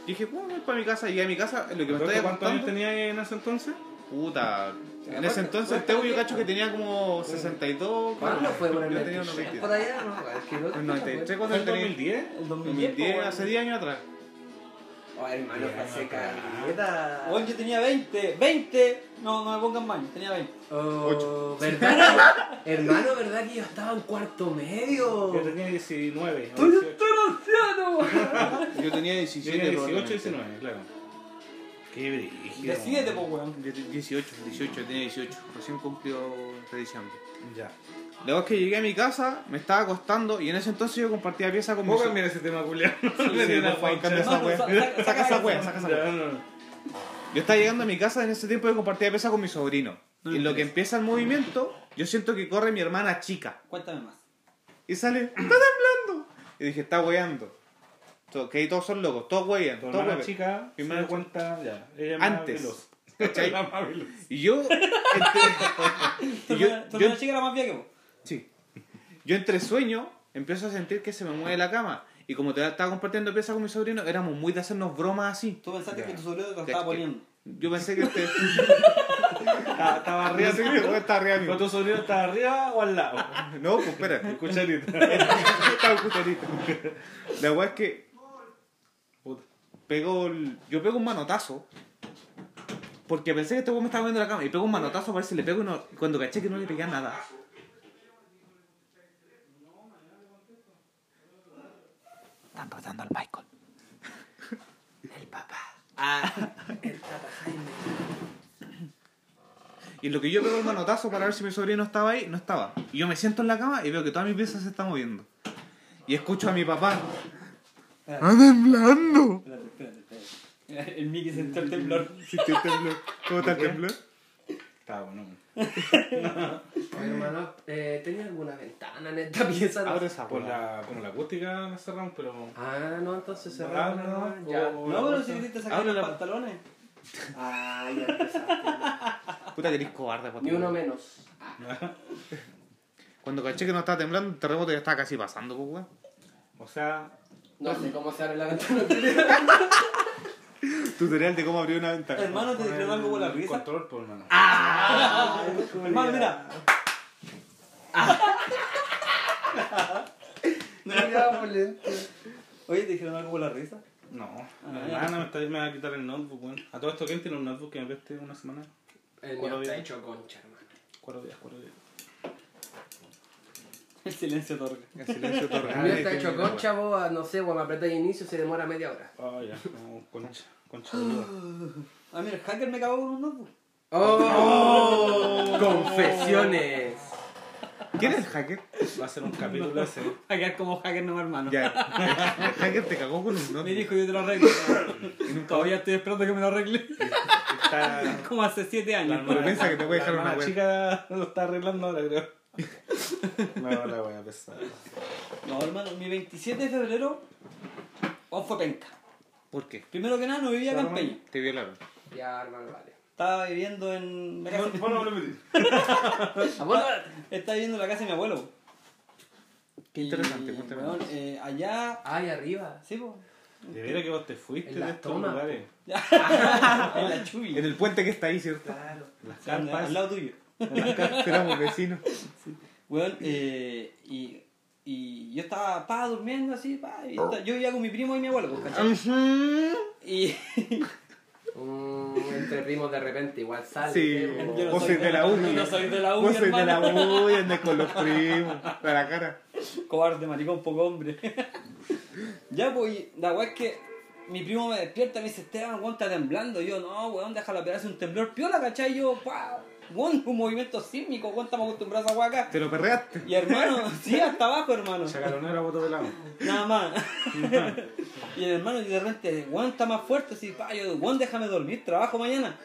[SPEAKER 5] Dije, pues voy para mi casa, llegué a mi casa, en lo que me estaba
[SPEAKER 4] ¿Cuántos años
[SPEAKER 5] contando.
[SPEAKER 4] tenía en ese entonces?
[SPEAKER 5] Puta. En ese entonces el Teo yo cacho que tenía como 62.
[SPEAKER 10] ¿Cuándo
[SPEAKER 5] claro.
[SPEAKER 10] fue por el
[SPEAKER 5] Yo tenía
[SPEAKER 10] 93? Por pues.
[SPEAKER 5] 93.
[SPEAKER 10] allá, no, es que no.
[SPEAKER 5] En 93
[SPEAKER 4] ¿Fue
[SPEAKER 5] cuando
[SPEAKER 4] en
[SPEAKER 5] él tenía.
[SPEAKER 4] 2010?
[SPEAKER 2] El pues,
[SPEAKER 5] 2010, hace 10 años atrás.
[SPEAKER 10] Ay, hermano, pasé caleta.
[SPEAKER 2] Bueno, yo tenía 20. 20. No, no me pongan mal. Tenía 20.
[SPEAKER 10] Oh, ¿verdad? que- hermano, ¿verdad que yo estaba en cuarto medio?
[SPEAKER 4] Yo tenía 19. o
[SPEAKER 10] ¡Estoy
[SPEAKER 4] 18.
[SPEAKER 10] estoy anciano!
[SPEAKER 5] Yo tenía
[SPEAKER 4] Yo
[SPEAKER 5] 17.
[SPEAKER 4] tenía 18,
[SPEAKER 5] probablemente.
[SPEAKER 4] 19, claro. Qué brígido.
[SPEAKER 2] Decídete, pues, weón.
[SPEAKER 5] 18, 18, tenía 18. Recién cumplido de diciembre.
[SPEAKER 4] Ya.
[SPEAKER 5] La vez que llegué a mi casa, me estaba acostando y en ese entonces yo compartía pieza con mi
[SPEAKER 4] ¿Cómo
[SPEAKER 5] so-
[SPEAKER 4] cambiar ese tema, Julián?
[SPEAKER 2] Hermano,
[SPEAKER 5] wea.
[SPEAKER 2] sa- sa-
[SPEAKER 5] Saca esa wea,
[SPEAKER 2] esa.
[SPEAKER 5] saca esa wea. Yo estaba llegando a mi casa en ese tiempo yo compartía pieza con mi sobrino. y en lo que empieza el movimiento, yo siento que corre mi hermana chica.
[SPEAKER 2] Cuéntame más.
[SPEAKER 5] Y sale, ¡está temblando! Y dije, está weando. To- Que ahí todos son locos, todos wean,
[SPEAKER 4] Tu
[SPEAKER 5] todos
[SPEAKER 4] hermana
[SPEAKER 5] huevean.
[SPEAKER 4] chica
[SPEAKER 5] Mi
[SPEAKER 4] se
[SPEAKER 5] hermana
[SPEAKER 4] dio cuenta ya. Ella es más
[SPEAKER 5] Antes.
[SPEAKER 4] veloz.
[SPEAKER 5] ¿Cachai?
[SPEAKER 4] Ella es más veloz.
[SPEAKER 5] Y yo. entre-
[SPEAKER 2] Tu
[SPEAKER 5] y yo,
[SPEAKER 2] hermana tu
[SPEAKER 5] yo-
[SPEAKER 2] hermana chica era más vieja que vos.
[SPEAKER 5] sí. Yo entre sueño empiezo a sentir que se me mueve la cama. Y como te estaba compartiendo pieza con mi sobrino, éramos muy de hacernos bromas así.
[SPEAKER 2] Tú pensaste que tu sobrino te lo
[SPEAKER 5] ¿Cachai?
[SPEAKER 2] estaba poniendo.
[SPEAKER 5] Yo pensé que este. estaba, estaba arriba, sí, que estaba arriba.
[SPEAKER 4] ¿Con
[SPEAKER 5] mío.
[SPEAKER 4] tu sonido está arriba o al lado?
[SPEAKER 5] No, pues espera.
[SPEAKER 4] Cucharita.
[SPEAKER 5] Estaba el cucharito. La weá es que. puta, Pego el- Yo pego un manotazo. Porque pensé que este weón me estaba viendo la cama. Y pego un manotazo para ver si le pego y no- cuando caché que no le pegué nada.
[SPEAKER 3] Están rotando al Michael.
[SPEAKER 5] Y en lo que yo pego el manotazo para ver si mi sobrino estaba ahí, no estaba. Y yo me siento en la cama y veo que toda mi pieza se está moviendo. Y escucho a mi papá.
[SPEAKER 2] Espérate, espérate, espérate. El Mickey sentó el temblor.
[SPEAKER 5] Si te tembló. ¿Cómo está el temblor?
[SPEAKER 4] Está bueno.
[SPEAKER 10] Oye, hermano, eh, ¿tenía alguna ventana en esta pieza? No?
[SPEAKER 5] Abre Ah, esa
[SPEAKER 4] Por
[SPEAKER 5] puerta.
[SPEAKER 4] la, como la acústica la cerramos, pero.
[SPEAKER 10] Ah, no, entonces
[SPEAKER 4] Ah,
[SPEAKER 10] cerramos.
[SPEAKER 4] no, no.
[SPEAKER 10] Ya.
[SPEAKER 4] O-
[SPEAKER 2] No, pero si quisiste sacar
[SPEAKER 5] Ábrela.
[SPEAKER 2] los pantalones.
[SPEAKER 10] Ah, ya empezaste.
[SPEAKER 5] Puta que eres cobarde, pato.
[SPEAKER 10] Ni uno menos.
[SPEAKER 5] Cuando caché que no estaba temblando, el terremoto ya estaba casi pasando, pues, weón.
[SPEAKER 4] O sea,
[SPEAKER 10] No sé cómo se abre la ventana.
[SPEAKER 5] Tutorial de cómo abrir una ventana.
[SPEAKER 2] Hermano, te declaró algo por la
[SPEAKER 4] el
[SPEAKER 2] risa.
[SPEAKER 4] control, por hermano.
[SPEAKER 2] Hermano, mira. Oye, ¿te dijeron algo por la risa?
[SPEAKER 4] No,
[SPEAKER 2] Ah,
[SPEAKER 4] la
[SPEAKER 2] ya.
[SPEAKER 4] hermana me, está, me va a quitar el notebook, weón. A todo esto, ¿quién tiene un notebook que me preste una semana?
[SPEAKER 10] El mío está hecho concha, hermano.
[SPEAKER 4] Cuatro días, cuatro días.
[SPEAKER 2] El silencio torre.
[SPEAKER 5] El silencio
[SPEAKER 10] El mío está
[SPEAKER 5] torreal.
[SPEAKER 10] hecho concha, vos, ah, no sé, vos me apretáis inicio, se demora media hora.
[SPEAKER 4] Ah, ya, no, concha, concha de Dios.
[SPEAKER 2] Ah, mira, el hacker me cagó con un notebook.
[SPEAKER 10] ¡Oh! Confesiones.
[SPEAKER 5] ¿Quién es el hacker?
[SPEAKER 4] Va a ser un capítulo ese.
[SPEAKER 2] Va a quedar como hacker no hermano.
[SPEAKER 5] Ya. El hacker te cagó con un
[SPEAKER 2] Me
[SPEAKER 5] notebook.
[SPEAKER 2] dijo, yo te lo arreglo. Todavía estoy esperando que me lo arregle.
[SPEAKER 4] Está.
[SPEAKER 2] Como hace 7
[SPEAKER 4] la
[SPEAKER 2] años.
[SPEAKER 4] hermana-
[SPEAKER 5] piensa que te voy a
[SPEAKER 4] la
[SPEAKER 5] dejar una
[SPEAKER 4] hermana
[SPEAKER 5] wea.
[SPEAKER 4] chica lo está arreglando ahora, creo. No, la voy a pesar.
[SPEAKER 2] No, hermano, mi 27 de febrero oh, fue penca.
[SPEAKER 5] ¿Por qué?
[SPEAKER 2] Primero que nada, no vivía acá en Peña.
[SPEAKER 5] Te violaron.
[SPEAKER 10] Ya, hermano, vale.
[SPEAKER 2] Estaba viviendo en la casa,
[SPEAKER 10] ¿A vos no-
[SPEAKER 2] estaba viviendo en la casa de mi abuelo. Qué
[SPEAKER 5] interesante, cuéntame más.
[SPEAKER 2] eh, allá,
[SPEAKER 10] Ay, arriba.
[SPEAKER 2] sí, po,
[SPEAKER 4] De veras que vos te fuiste
[SPEAKER 10] En
[SPEAKER 4] de
[SPEAKER 10] las
[SPEAKER 4] estos
[SPEAKER 10] tomas,
[SPEAKER 4] lugares.
[SPEAKER 2] en la chubi,
[SPEAKER 5] En el puente que está ahí, ¿cierto?
[SPEAKER 4] Las
[SPEAKER 2] o sea, al-
[SPEAKER 4] carpas.
[SPEAKER 2] al lado tuyo.
[SPEAKER 5] En las casas éramos vecinos.
[SPEAKER 2] Weón, eh, y, y yo estaba, pa, durmiendo así, pa, y
[SPEAKER 5] Oh.
[SPEAKER 2] esta- yo vivía con mi primo y mi abuelo, pues, ¿cachai? Y
[SPEAKER 10] Mm, entre primos de repente igual sale.
[SPEAKER 5] Sí.
[SPEAKER 10] ¿eh?
[SPEAKER 2] yo no
[SPEAKER 5] Vos
[SPEAKER 2] soy
[SPEAKER 5] sois de la U.
[SPEAKER 2] yo no soy de la U,
[SPEAKER 5] Vos sois de la
[SPEAKER 2] hermano.
[SPEAKER 5] U y andas con los primos. Para la cara.
[SPEAKER 2] Cobarde, maricón, poco hombre. ya, pues, y la weá es que mi primo me despierta y me dice, Esteban, weón, está temblando. Yo, no, weón, déjala pegarse un temblor. Piola, ¿cachai? Yo, pa, weón, un movimiento sísmico, weón, estamos acostumbrados a esa weá acá.
[SPEAKER 5] Te lo perreaste.
[SPEAKER 2] Y hermano, sí, hasta abajo, hermano.
[SPEAKER 4] Chacaronera, voto pelado.
[SPEAKER 2] Nada más. y el hermano, y de repente, weón, está más fuerte. Así, pa, yo, weón, déjame dormir, trabajo mañana.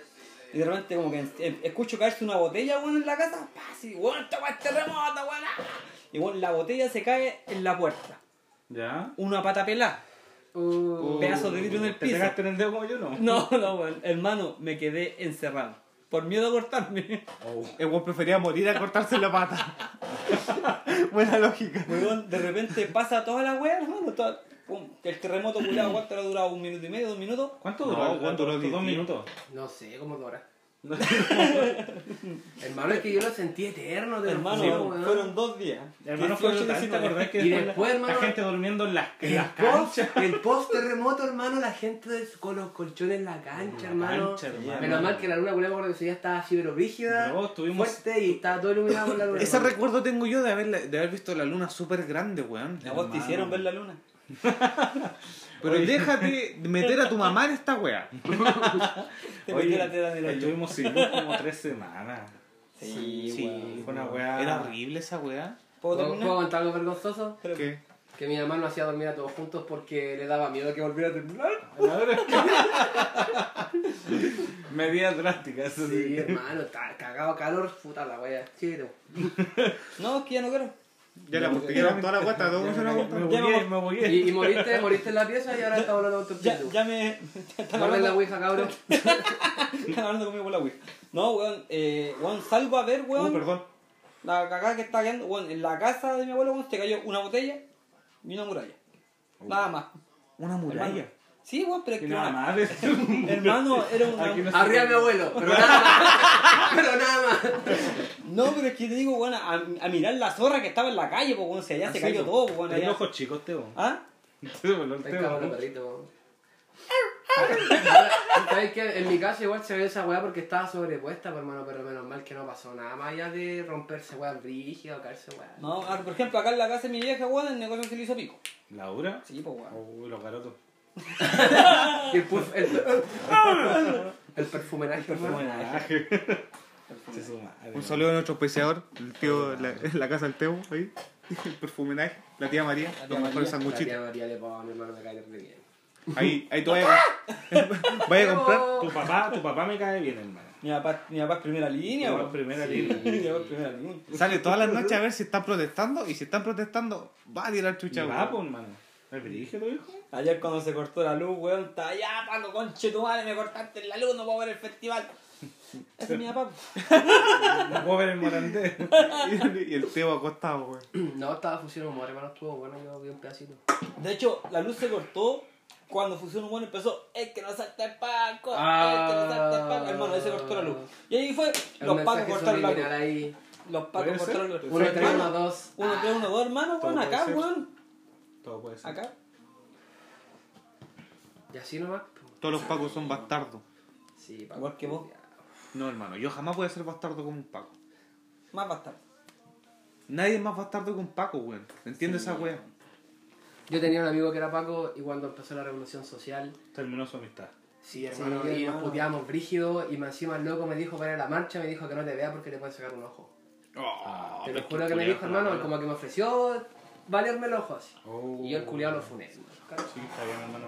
[SPEAKER 2] Y de repente, como que eh, escucho caerse una botella, weón, en la casa. Pa, así, weón, esta weá es terremoto, weón. ah. Y, weón, la botella se cae en la puerta
[SPEAKER 4] ¿Ya?
[SPEAKER 2] una pata pelada,
[SPEAKER 10] Uh,
[SPEAKER 2] un pedazo de vidrio en el
[SPEAKER 4] ¿Te
[SPEAKER 2] piso.
[SPEAKER 4] pegaste en el dedo como yo no?
[SPEAKER 2] No, no, weón. hermano, me quedé encerrado. Por miedo a cortarme.
[SPEAKER 5] El weón prefería morir a cortarse la pata. Buena lógica.
[SPEAKER 2] Weón, de repente pasa toda la wea, hermano. toda- pum, que el terremoto culiado, ¿cuánto ha durado? ¿Un minuto y medio? ¿Dos minutos?
[SPEAKER 4] ¿Cuánto
[SPEAKER 5] No,
[SPEAKER 4] duró? el-
[SPEAKER 5] ¿cuánto duró?
[SPEAKER 4] ¿Dos
[SPEAKER 5] Diez
[SPEAKER 4] minutos?
[SPEAKER 10] no sé, como Dora. hermano, es que yo lo sentí eterno de
[SPEAKER 2] Hermano,
[SPEAKER 10] los
[SPEAKER 2] weón,
[SPEAKER 10] pues, weón.
[SPEAKER 2] fueron dos días.
[SPEAKER 4] Hermano,
[SPEAKER 2] 18
[SPEAKER 4] fue
[SPEAKER 2] días
[SPEAKER 4] tanto,
[SPEAKER 2] sin acordar.
[SPEAKER 4] ¿verdad? Que
[SPEAKER 10] Y
[SPEAKER 4] después
[SPEAKER 10] después,
[SPEAKER 4] la-
[SPEAKER 10] hermano,
[SPEAKER 4] La gente durmiendo en las en
[SPEAKER 10] El
[SPEAKER 4] las
[SPEAKER 10] post,
[SPEAKER 4] canchas.
[SPEAKER 10] el post terremoto, hermano, la gente des- con los colchones en la cancha, hermano.
[SPEAKER 4] cancha, hermano.
[SPEAKER 10] Menos mal que la luna, culé, me acuerdo que ese día estaba así, pero brígida,
[SPEAKER 4] Bro, estuvimos-
[SPEAKER 10] fuerte y estaba todo iluminado por la luna.
[SPEAKER 5] Ese
[SPEAKER 10] hermano.
[SPEAKER 5] recuerdo tengo yo de haber, de haber visto la luna súper grande, weón.
[SPEAKER 2] A vos te hicieron ver la luna.
[SPEAKER 5] Pero déjate meter a tu mamá en esta wea.
[SPEAKER 2] Te metió la tela de la luna.
[SPEAKER 4] Estuvimos sin luz como tres semanas.
[SPEAKER 2] Sí,
[SPEAKER 5] Sí,
[SPEAKER 4] Fue una weá.
[SPEAKER 5] Era horrible esa wea.
[SPEAKER 2] ¿Puedo
[SPEAKER 10] ¿Puedo, ¿Puedo
[SPEAKER 2] terminar?
[SPEAKER 10] contar algo vergonzoso?
[SPEAKER 5] ¿Qué?
[SPEAKER 10] Que mi mamá no hacía dormir a todos juntos porque le daba miedo que volviera a temblar.
[SPEAKER 4] Medidas drásticas. eso
[SPEAKER 10] Sí,
[SPEAKER 4] sí.
[SPEAKER 10] hermano, está cagado calor, puta la wea. Chiro.
[SPEAKER 2] No, es que ya no quiero.
[SPEAKER 5] Ya la portequera toda la cuesta, todo se la
[SPEAKER 4] Me
[SPEAKER 5] aguanta.
[SPEAKER 4] bugué, me bugué.
[SPEAKER 10] Y, y moriste, moriste en la pieza y ahora está volando otro
[SPEAKER 2] Ya,
[SPEAKER 10] espíritu.
[SPEAKER 2] ya me... Están
[SPEAKER 10] Guarden la
[SPEAKER 2] hablando,
[SPEAKER 10] ouija, cabrón.
[SPEAKER 2] están hablando conmigo por la Ouija. No, weón, eh, weón, salgo a ver, weón.
[SPEAKER 5] Uh, perdón.
[SPEAKER 2] La cagada que está quedando, bueno, en la casa de mi abuelo, bueno, se cayó una botella y una muralla. Nada más.
[SPEAKER 3] Una muralla.
[SPEAKER 2] Hermano. Sí, weón, pero es que.
[SPEAKER 4] Nada
[SPEAKER 2] una-
[SPEAKER 4] más. es un-
[SPEAKER 2] Hermano, era un.
[SPEAKER 4] Aquí no se-
[SPEAKER 10] Arriba mi abuelo, pero nada más. pero nada más.
[SPEAKER 2] No, pero es que te digo, weón, a, a mirar la zorra que estaba en la calle, pues, weón, si allá se
[SPEAKER 4] Así,
[SPEAKER 2] cayó
[SPEAKER 4] Ah, po.
[SPEAKER 2] todo, pues, weón.
[SPEAKER 4] Tenía
[SPEAKER 2] allá.
[SPEAKER 4] ojos chicos, Teo.
[SPEAKER 2] ¿Ah?
[SPEAKER 10] Está cabrón, perrito. ¿Sabes qué? En mi casa igual se ve esa weá porque estaba sobrepuesta, pues, hermano, pero menos mal que no pasó nada más allá de romperse weá rígida o caerse weá.
[SPEAKER 2] No, ah, por ejemplo, acá en la casa de mi vieja, weón, el negocio se le hizo pico.
[SPEAKER 4] ¿Laura?
[SPEAKER 2] Sí, pues, weón.
[SPEAKER 4] Uy, los garotos.
[SPEAKER 10] Y el, puf- el, el perfumeraje, hermano.
[SPEAKER 3] Sí, su madre. Un saludo a nuestro peseador, el tío, la, la casa del Teo, ahí. El perfumenaje, la tía María, los mejores
[SPEAKER 10] La
[SPEAKER 3] sanguchitos.
[SPEAKER 10] tía María le pagó a mi hermano me cae de bien.
[SPEAKER 3] Ahí, ahí tú vayas a, vayas a comprar.
[SPEAKER 4] Tu papá, tu papá me cae bien, hermano.
[SPEAKER 2] Mi papá, mi papá es primera línea,
[SPEAKER 4] Llegó
[SPEAKER 2] weón.
[SPEAKER 4] en primera línea.
[SPEAKER 2] Mi papá es primera línea.
[SPEAKER 3] Sale todas las noches a ver si están protestando y si están protestando, va a tirar
[SPEAKER 4] Y
[SPEAKER 3] chucha.
[SPEAKER 4] va,
[SPEAKER 3] weón.
[SPEAKER 4] pues, hermano. ¿El brígido, hijo?
[SPEAKER 2] Ayer cuando se cortó la luz, weón, estaba ya, Paco, conche tu madre, me cortaste la luz, no puedo ver el festival. Ese es mi papá.
[SPEAKER 4] No puedo ver el morandé.
[SPEAKER 3] y el Teo acostado, güey.
[SPEAKER 10] No, estaba fusión humor, hermano, estuvo bueno, yo vi un pedacito.
[SPEAKER 2] De hecho, la luz se cortó cuando Fusión Humana empezó, es que no salta el Paco, es que no salta el Paco. Hermano, ahí se cortó la luz. Y ahí fue,
[SPEAKER 10] El
[SPEAKER 2] los Pacos
[SPEAKER 10] mensaje
[SPEAKER 2] cortaron la luz.
[SPEAKER 10] subliminal ahí.
[SPEAKER 2] Los Pacos
[SPEAKER 4] ¿Puede ser?
[SPEAKER 2] cortaron la luz.
[SPEAKER 10] Uno, tres, uno,
[SPEAKER 2] Hermano,
[SPEAKER 10] dos. Ah,
[SPEAKER 2] uno, tres, uno, dos, hermano,
[SPEAKER 4] Todo
[SPEAKER 2] weón,
[SPEAKER 4] puede
[SPEAKER 2] acá,
[SPEAKER 4] ser.
[SPEAKER 2] weón.
[SPEAKER 4] Todo puede ser.
[SPEAKER 2] Acá.
[SPEAKER 10] Y así nomás. pues.
[SPEAKER 3] Todos los pacos son bastardos.
[SPEAKER 10] Sí, pa.
[SPEAKER 2] Igual que vos.
[SPEAKER 3] No, hermano, yo jamás voy a ser bastardo como un paco.
[SPEAKER 2] Más bastardo.
[SPEAKER 3] Nadie es más bastardo que un paco, güey. ¿Entiendes esa wea?
[SPEAKER 10] Yo tenía un amigo que era Paco y cuando empezó la revolución social.
[SPEAKER 4] Terminó su amistad.
[SPEAKER 10] Sí, hermano,
[SPEAKER 2] Sí,
[SPEAKER 10] y nos
[SPEAKER 2] hermano.
[SPEAKER 10] puteábamos brígido y me encima el loco me dijo para ir a la marcha, me dijo que no te vea porque le pueden sacar un ojo.
[SPEAKER 4] Oh,
[SPEAKER 10] te lo juro que me dijo, hermano, como que me ofreció valerme el ojo así.
[SPEAKER 4] Oh.
[SPEAKER 10] Y yo el culiado lo funé. hermano.
[SPEAKER 4] Sí, está bien, hermano.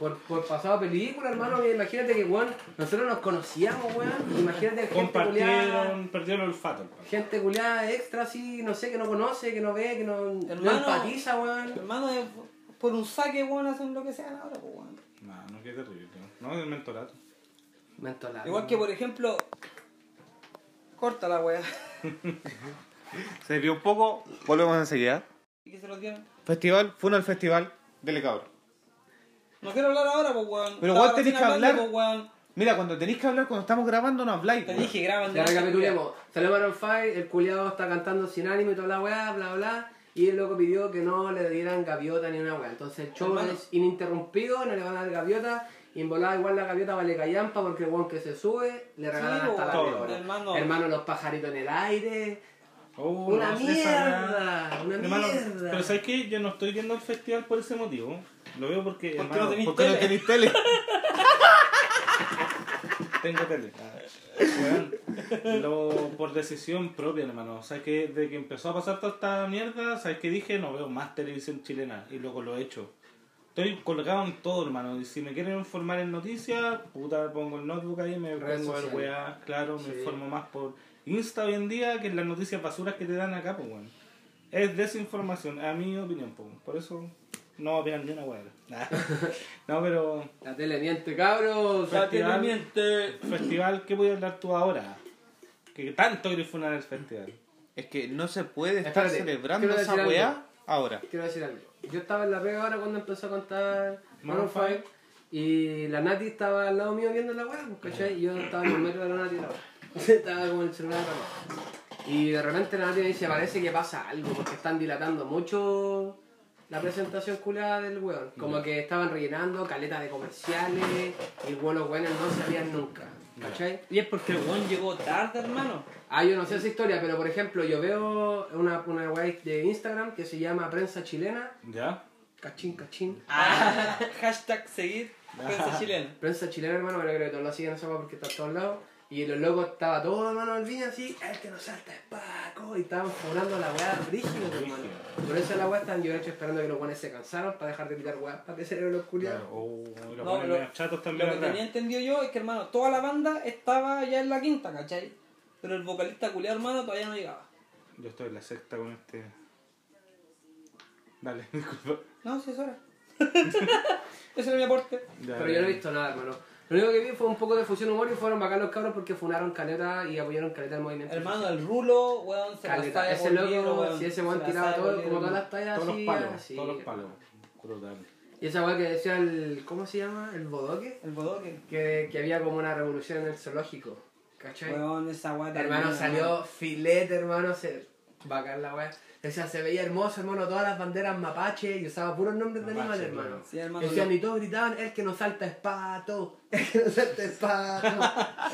[SPEAKER 10] Por, por pasado película, hermano, mira, imagínate que, weón, nosotros nos conocíamos, weón. Imagínate gente culiada,
[SPEAKER 4] Compartieron, perdieron el olfato. el paco.
[SPEAKER 10] gente culiada extra así, no sé, que no conoce, que no ve, que no, no
[SPEAKER 2] Hermano.
[SPEAKER 10] empatiza, weón.
[SPEAKER 2] Hermano, es por un saque, weón, hacen lo que sean ahora, pues, weón.
[SPEAKER 4] No, no, qué terrible. No, del mentorato.
[SPEAKER 10] Mentolado.
[SPEAKER 2] Igual que, por ejemplo, corta la weá.
[SPEAKER 3] Se vio un poco, volvemos enseguida.
[SPEAKER 2] ¿Y que se los dieron?
[SPEAKER 3] Festival, fue al festival, dele cabrón.
[SPEAKER 2] No quiero hablar ahora, pues, weón.
[SPEAKER 3] Pero,
[SPEAKER 2] Estaba
[SPEAKER 3] weón, tenés
[SPEAKER 2] recién
[SPEAKER 3] que
[SPEAKER 2] hablando,
[SPEAKER 3] hablar.
[SPEAKER 2] pues, weón.
[SPEAKER 3] Mira, cuando tenéis que hablar, cuando estamos grabando, no habláis.
[SPEAKER 2] Te
[SPEAKER 3] weón.
[SPEAKER 2] dije, graban.
[SPEAKER 10] Ya
[SPEAKER 2] no sé,
[SPEAKER 10] recapitulemos. Salió Maroon 5, el culiado está cantando sin ánimo y toda la weá, bla bla. Y el loco pidió que no le dieran gaviota ni una weá. Entonces el show
[SPEAKER 2] Hermano.
[SPEAKER 10] es ininterrumpido, no le van a dar gaviota. Y en volada igual la gaviota vale callampa porque el weón que se sube le regalan
[SPEAKER 2] Sí,
[SPEAKER 10] hasta la
[SPEAKER 2] todo,
[SPEAKER 10] leona.
[SPEAKER 2] hermano.
[SPEAKER 10] Hermano, los pajaritos en el aire.
[SPEAKER 4] Oh,
[SPEAKER 10] una
[SPEAKER 4] no, esa
[SPEAKER 10] mierda,
[SPEAKER 4] weá.
[SPEAKER 10] una
[SPEAKER 4] Hermano,
[SPEAKER 10] mierda.
[SPEAKER 4] Pero ¿sabes qué? Yo no estoy viendo el festival por ese motivo. Lo veo porque,
[SPEAKER 2] ¿Por qué
[SPEAKER 4] hermano,
[SPEAKER 2] no tenís
[SPEAKER 3] ¿Por qué no
[SPEAKER 2] tele?
[SPEAKER 3] tenéis tele?
[SPEAKER 4] tengo tele. Ah, Weón, lo- por decisión propia, hermano. ¿Sabes qué? Desde que empezó a pasar toda esta mierda, ¿sabes qué? Dije, no veo más televisión chilena. Y luego lo he hecho. Estoy colgado en todo, hermano. Y si me quieren informar en noticias, puta, pongo el notebook ahí, me
[SPEAKER 10] Redes
[SPEAKER 4] pongo a ver
[SPEAKER 10] sociales.
[SPEAKER 4] weá, claro, me
[SPEAKER 10] Sí.
[SPEAKER 4] informo más por Insta hoy en día que en las noticias basuras que te dan acá, pues weón. Es desinformación, a mi opinión, pues. Por eso no opinan ni una weá. no, pero.
[SPEAKER 10] La tele miente, cabros.
[SPEAKER 2] La tele
[SPEAKER 4] Festival.
[SPEAKER 2] miente.
[SPEAKER 4] Festival, ¿qué voy a hablar tú ahora? Que tanto grifunar el festival.
[SPEAKER 3] Es que no se puede estar
[SPEAKER 10] Espérate,
[SPEAKER 3] celebrando
[SPEAKER 10] quiero
[SPEAKER 3] esa
[SPEAKER 10] decir
[SPEAKER 3] weá
[SPEAKER 10] algo.
[SPEAKER 3] ahora.
[SPEAKER 10] Quiero decir algo. Yo estaba en la pega ahora cuando empezó a contar
[SPEAKER 4] Maroon
[SPEAKER 10] Maroon 5 y la Nati estaba al lado mío viendo la weá, pues, ¿cachai? Y yo estaba en el metro de la Nati la weá. Estaba con el celular en la mano. Y de repente la Nati me dice, parece que pasa algo, porque están dilatando mucho la presentación culada del weón. Como que estaban rellenando caletas de comerciales y bueno, los weones no salían nunca. ¿Cachai?
[SPEAKER 2] Y es porque el weón llegó tarde, hermano.
[SPEAKER 10] Ah, yo no sé esa historia, pero por ejemplo, yo veo una, una weá de Instagram que se llama Prensa Chilena,
[SPEAKER 4] ¿Ya?
[SPEAKER 10] cachín, cachín.
[SPEAKER 2] Hashtag seguir prensa chilena.
[SPEAKER 10] Prensa chilena, hermano, pero creo que todos lo siguen esa weá porque está a todos lados. Y los locos estaba todo hermano al viña así, el que nos salta es Paco. Y estaban furando la weá rígido, hermano. Por eso la weá están yo de hecho esperando que los buenos se cansaron para dejar de tirar weá para que se le los culiados.
[SPEAKER 4] Oh, y los
[SPEAKER 2] No,
[SPEAKER 4] ponen
[SPEAKER 2] lo-
[SPEAKER 4] medio chatos
[SPEAKER 2] Lo
[SPEAKER 4] también
[SPEAKER 2] que
[SPEAKER 4] atrás.
[SPEAKER 2] tenía entendido yo es que, hermano, toda la banda estaba ya en la quinta, ¿cachai? Pero el vocalista culiado, hermano, todavía no llegaba.
[SPEAKER 4] Yo estoy en la sexta con este. Dale, disculpa.
[SPEAKER 2] No, si es hora. Ese era mi aporte.
[SPEAKER 4] Ya,
[SPEAKER 10] Pero yo no he visto nada, hermano. Lo único que vi fue un poco de fusión humor y fueron bacán los cabros porque funaron caleta y apoyaron caleta al movimiento.
[SPEAKER 2] Hermano, el rulo, weón, se
[SPEAKER 10] caleta.
[SPEAKER 2] pasaba
[SPEAKER 10] Ese
[SPEAKER 2] por negro,
[SPEAKER 10] loco,
[SPEAKER 2] weón.
[SPEAKER 10] si ese
[SPEAKER 2] Se
[SPEAKER 10] weón
[SPEAKER 2] la
[SPEAKER 10] tiraba
[SPEAKER 2] sabe
[SPEAKER 10] todo,
[SPEAKER 2] por
[SPEAKER 10] como
[SPEAKER 2] negro.
[SPEAKER 10] todas las tallas
[SPEAKER 4] Todos
[SPEAKER 10] así,
[SPEAKER 4] los palos,
[SPEAKER 10] así.
[SPEAKER 4] todos los palos. Brutal.
[SPEAKER 10] Y esa weá que decía el. ¿Cómo se llama? ¿El bodoque?
[SPEAKER 2] El bodoque.
[SPEAKER 10] Que, que había como una revolución en el zoológico. ¿Cachai?
[SPEAKER 2] Weón, esa weá
[SPEAKER 10] El hermano
[SPEAKER 2] también,
[SPEAKER 10] salió filete, hermano. Se... Bacán la weá. O sea, se veía hermoso, hermano. Todas las banderas mapache y usaba puros nombres de animales, hermano.
[SPEAKER 2] Sí, hermano.
[SPEAKER 10] Decían, y todos gritaban: el que no salta es pato. El que no salta es pato.